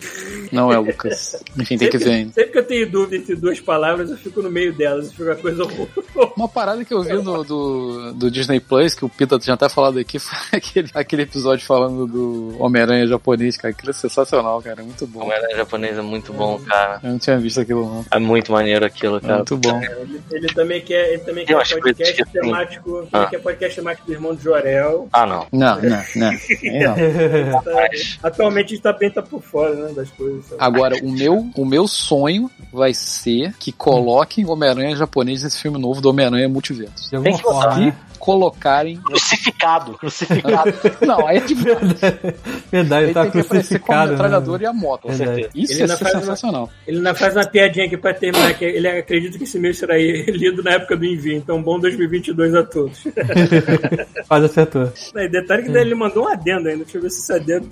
Speaker 5: Não é Lucas. Enfim, tem que ver ainda.
Speaker 3: Sempre que eu tenho dúvida entre duas palavras, eu fico no meio delas. Fica uma coisa horrorosa.
Speaker 5: Uma parada que eu vi do, do, do Disney Plus, que o Pita tinha até falado aqui, foi aquele, aquele episódio falando do Homem-Aranha japonês, cara. Aquilo é sensacional, cara. É muito bom.
Speaker 4: Homem-Aranha japonês é muito bom, cara.
Speaker 5: Eu não tinha visto aquilo, não.
Speaker 4: É muito maneiro aquilo,
Speaker 5: É
Speaker 4: cara.
Speaker 5: muito bom.
Speaker 3: Ele, ele também quer, ele também
Speaker 4: Eu
Speaker 3: quer
Speaker 4: acho que
Speaker 3: podcast
Speaker 4: eu tinha-
Speaker 3: temático. Ele
Speaker 4: Ah.
Speaker 3: quer podcast temático do irmão de Jorel.
Speaker 4: Ah, não.
Speaker 5: Não, não, não. Aí não.
Speaker 3: Tá- atualmente a gente tá bem tá por fora né, das coisas. sabe?
Speaker 5: Agora, o meu, o meu sonho vai ser que coloquem Homem-Aranha japonês nesse filme novo do Homem-Aranha Multiverso.
Speaker 6: De alguma
Speaker 4: que botar.
Speaker 6: forma,
Speaker 5: Se
Speaker 6: né?
Speaker 5: colocarem.
Speaker 4: Crucificado. Crucificado,
Speaker 5: Não, aí é de
Speaker 6: Verdade, ele
Speaker 5: Ele
Speaker 6: tá
Speaker 5: tem que aparecer com a
Speaker 6: crucificado.
Speaker 5: metralhadora
Speaker 6: né?
Speaker 5: e a moto.
Speaker 4: com certeza.
Speaker 5: Isso
Speaker 3: Ele
Speaker 5: ia
Speaker 3: ainda
Speaker 5: ser
Speaker 3: faz uma-
Speaker 5: sensacional.
Speaker 3: Ele ainda faz uma piadinha aqui pra terminar, que ele acredita que esse mês será lido na época do envio. Então, bom 2022 a todos.
Speaker 6: Quase acertou.
Speaker 3: E detalhe que daí ele mandou um adendo ainda. Deixa eu ver se esse adendo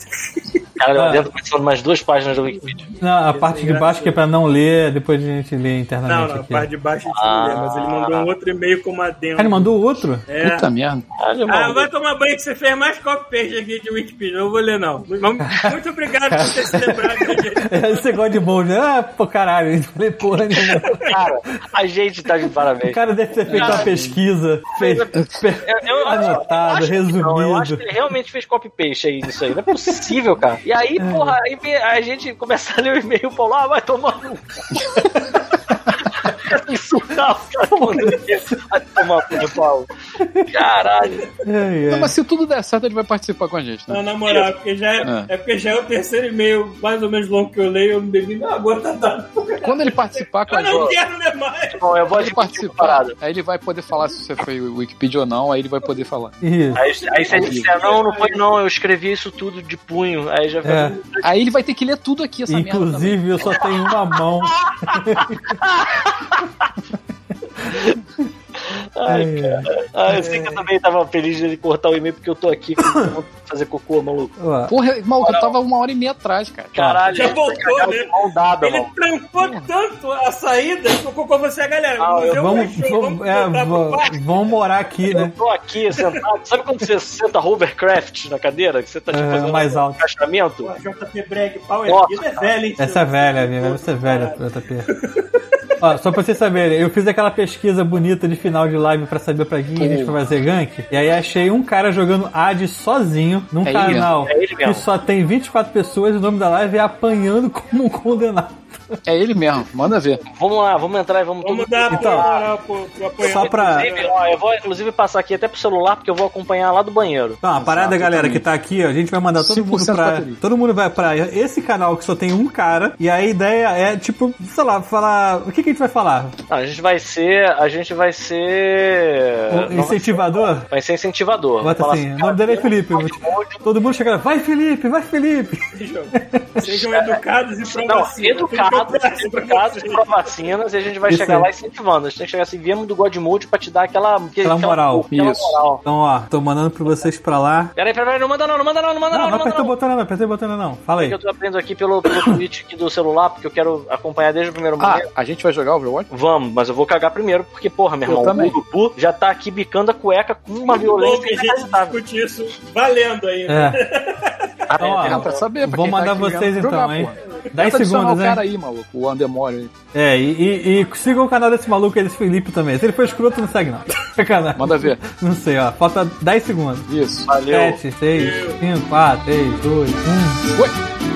Speaker 4: Caralho,
Speaker 6: Ah.
Speaker 4: eu dentro passando mais duas páginas do Wikipedia.
Speaker 6: Não, a parte de baixo que é pra não ler, depois a gente
Speaker 3: Ah,
Speaker 6: lê
Speaker 3: Não,
Speaker 6: internamente
Speaker 3: não, a
Speaker 6: aqui.
Speaker 3: parte de baixo a
Speaker 4: Ah.
Speaker 3: gente não lê, mas ele mandou um outro e-mail com uma
Speaker 6: Ah, ele
Speaker 3: adendo.
Speaker 6: mandou outro?
Speaker 3: É.
Speaker 5: Puta merda.
Speaker 4: Caralho,
Speaker 3: Ah,
Speaker 4: mano.
Speaker 3: vai tomar banho que você fez mais copy-paste aqui de Wikipedia, não vou ler não. Mas Muito obrigado por ter se lembrado. gente.
Speaker 6: Você gosta de bom, né? Ah, pô, caralho, não falei porra né, nenhuma.
Speaker 4: Cara, a gente tá de
Speaker 6: O
Speaker 4: parabéns.
Speaker 6: cara deve ter feito uma pesquisa, fez,
Speaker 4: Eu- eu- eu
Speaker 6: anotado,
Speaker 4: acho que não, eu acho
Speaker 6: resumido.
Speaker 4: que ele realmente fez copy-paste aí nisso aí. Não é possível, cara. E aí,
Speaker 6: É.
Speaker 4: porra, aí vem- a gente começa a ler o e-mail e falar, ah, vai tomar no cu." Insultar o cara mandando e-mail. Vai tomar no cu, Paulo. Caralho.
Speaker 6: Ai,
Speaker 5: Não,
Speaker 6: ai.
Speaker 5: mas se tudo der certo, ele vai participar com a gente, né?
Speaker 3: Não, na moral, porque já é,
Speaker 6: Ah.
Speaker 3: é porque já é o terceiro e-mail mais ou menos longo que eu leio, eu me bebi, não, agora tá dado.
Speaker 5: Quando ele participar com
Speaker 3: Eu
Speaker 5: a gente.
Speaker 3: não quero ler mais.
Speaker 4: Bom, eu vou
Speaker 5: Quando ele
Speaker 4: admitir uma
Speaker 5: participar,
Speaker 4: parada.
Speaker 5: aí ele vai poder falar se você foi o Wikipedia ou não, aí ele vai poder falar.
Speaker 6: Isso.
Speaker 4: Aí, aí você disser, não, não foi não, eu escrevi isso tudo de punho. Aí já fica.
Speaker 6: É.
Speaker 5: Aí ele vai ter que ler tudo aqui, essa merda. também.
Speaker 6: Inclusive, eu só tenho uma mão. É.
Speaker 4: Ai, Ah, eu sei que eu também tava feliz de ele cortar o e-mail porque eu tô aqui com vontade de fazer cocô, maluco.
Speaker 6: Olha lá.
Speaker 5: Porra, maluco, eu tava uma hora e meia atrás, cara.
Speaker 6: Tá.
Speaker 4: Caralho,
Speaker 6: é
Speaker 3: Já voltou,
Speaker 4: cara,
Speaker 3: né?
Speaker 4: mão dada,
Speaker 3: Ele
Speaker 4: mano.
Speaker 3: trampou tanto a saída que ficou com você, galera.
Speaker 4: Ah,
Speaker 3: O museu
Speaker 6: Vamos,
Speaker 3: fechou,
Speaker 6: vamos, é,
Speaker 3: voltar pro quarto.
Speaker 6: vamos, vamos morar aqui,
Speaker 4: Eu
Speaker 6: né?
Speaker 4: tô aqui sentado. Sabe quando você senta hovercraft na cadeira? Que você tá tipo,
Speaker 6: É,
Speaker 4: fazendo
Speaker 6: mais
Speaker 4: um
Speaker 6: alto.
Speaker 4: encaixamento?
Speaker 3: Pô, JP Breg, Power,
Speaker 4: Nossa,
Speaker 3: isso é velho, hein?
Speaker 6: Essa é velha, minha, essa é velha, JP. Ó, só pra vocês saberem, eu fiz aquela pesquisa bonita de final de live pra saber pra quem a gente vai fazer gank. E aí achei um cara jogando AD sozinho num
Speaker 5: É ele
Speaker 6: canal
Speaker 4: mesmo, é ele
Speaker 6: que
Speaker 4: mesmo.
Speaker 6: só tem 24 pessoas e o nome da live é Apanhando como um Condenado.
Speaker 5: É ele mesmo, manda ver.
Speaker 4: Vamos lá, vamos entrar e vamos
Speaker 3: Vamos
Speaker 4: todo-
Speaker 3: dar
Speaker 6: Então,
Speaker 3: então, moral pro, pro apoiador.
Speaker 6: Só pra.
Speaker 4: Inclusive, ó, eu vou inclusive passar aqui até pro celular porque eu vou acompanhar lá do banheiro.
Speaker 6: Então, a parada, galera, que tá aqui, ó, a gente vai mandar todo mundo
Speaker 5: 5%
Speaker 6: pra.
Speaker 5: bateria.
Speaker 6: Todo mundo vai pra esse canal que só tem um cara. E a ideia é, tipo, sei lá, falar. O que, que a gente vai falar?
Speaker 4: Ah, a gente vai ser. A gente vai ser.
Speaker 6: O
Speaker 4: não vai-
Speaker 6: incentivador?
Speaker 4: Vai ser incentivador. Vou
Speaker 6: Bota
Speaker 4: assim, falar
Speaker 6: assim. O
Speaker 4: assim,
Speaker 6: nome dele é Felipe. Todo mundo chega lá, vai Felipe, vai Felipe.
Speaker 3: Sejam, sejam educados e
Speaker 4: Não,
Speaker 3: provacinhos.
Speaker 4: educados, educados pra vacinas e a gente vai
Speaker 6: Isso
Speaker 4: chegar
Speaker 6: aí.
Speaker 4: lá incentivando. A gente tem que chegar assim, viemos do Godmode pra te dar aquela.
Speaker 6: Aquela moral.
Speaker 4: aquela
Speaker 5: Isso.
Speaker 4: moral.
Speaker 6: Então, ó, tô mandando pra vocês pra lá.
Speaker 4: Peraí, peraí, peraí, não manda não, não manda não, não manda não, não
Speaker 6: Não, não
Speaker 4: manda
Speaker 6: aperta o
Speaker 4: não.
Speaker 6: botão, não, não aperta o botão, não. Fala
Speaker 4: que
Speaker 6: aí.
Speaker 4: eu tô aprendendo aqui pelo, pelo tweet aqui do celular, porque eu quero acompanhar desde o primeiro
Speaker 5: Ah,
Speaker 4: momento.
Speaker 5: a gente vai jogar Overwatch?
Speaker 4: Vamos, mas eu vou cagar primeiro, porque, porra, meu
Speaker 5: Eu
Speaker 4: irmão,
Speaker 5: também.
Speaker 4: o Urubu já tá aqui bicando a cueca com uma
Speaker 3: Bom
Speaker 4: violência
Speaker 3: que a gente
Speaker 4: inacreditável.
Speaker 3: discute isso valendo aí. né?
Speaker 6: É,
Speaker 4: Ah,
Speaker 6: Então, ó,
Speaker 5: Ah, pra saber, pra
Speaker 6: vou
Speaker 5: quem tá
Speaker 6: mandar
Speaker 5: aqui
Speaker 6: vocês
Speaker 5: mesmo
Speaker 6: então,
Speaker 5: jogar,
Speaker 6: hein?
Speaker 5: porra.
Speaker 6: 10
Speaker 5: Tenta adicionar
Speaker 6: segundos,
Speaker 5: o cara
Speaker 6: né?
Speaker 5: aí, maluco, o Andemório aí.
Speaker 6: É, e, e, e sigam o canal desse maluco aí, desse Felipe também. Se ele for escroto, não segue, não. Sacanagem.
Speaker 5: Manda ver.
Speaker 6: Não sei, ó. Falta 10 segundos.
Speaker 5: Isso.
Speaker 4: Valeu.
Speaker 6: um. 7, 6, 5, 4, 3, 2, 1.
Speaker 5: Oi!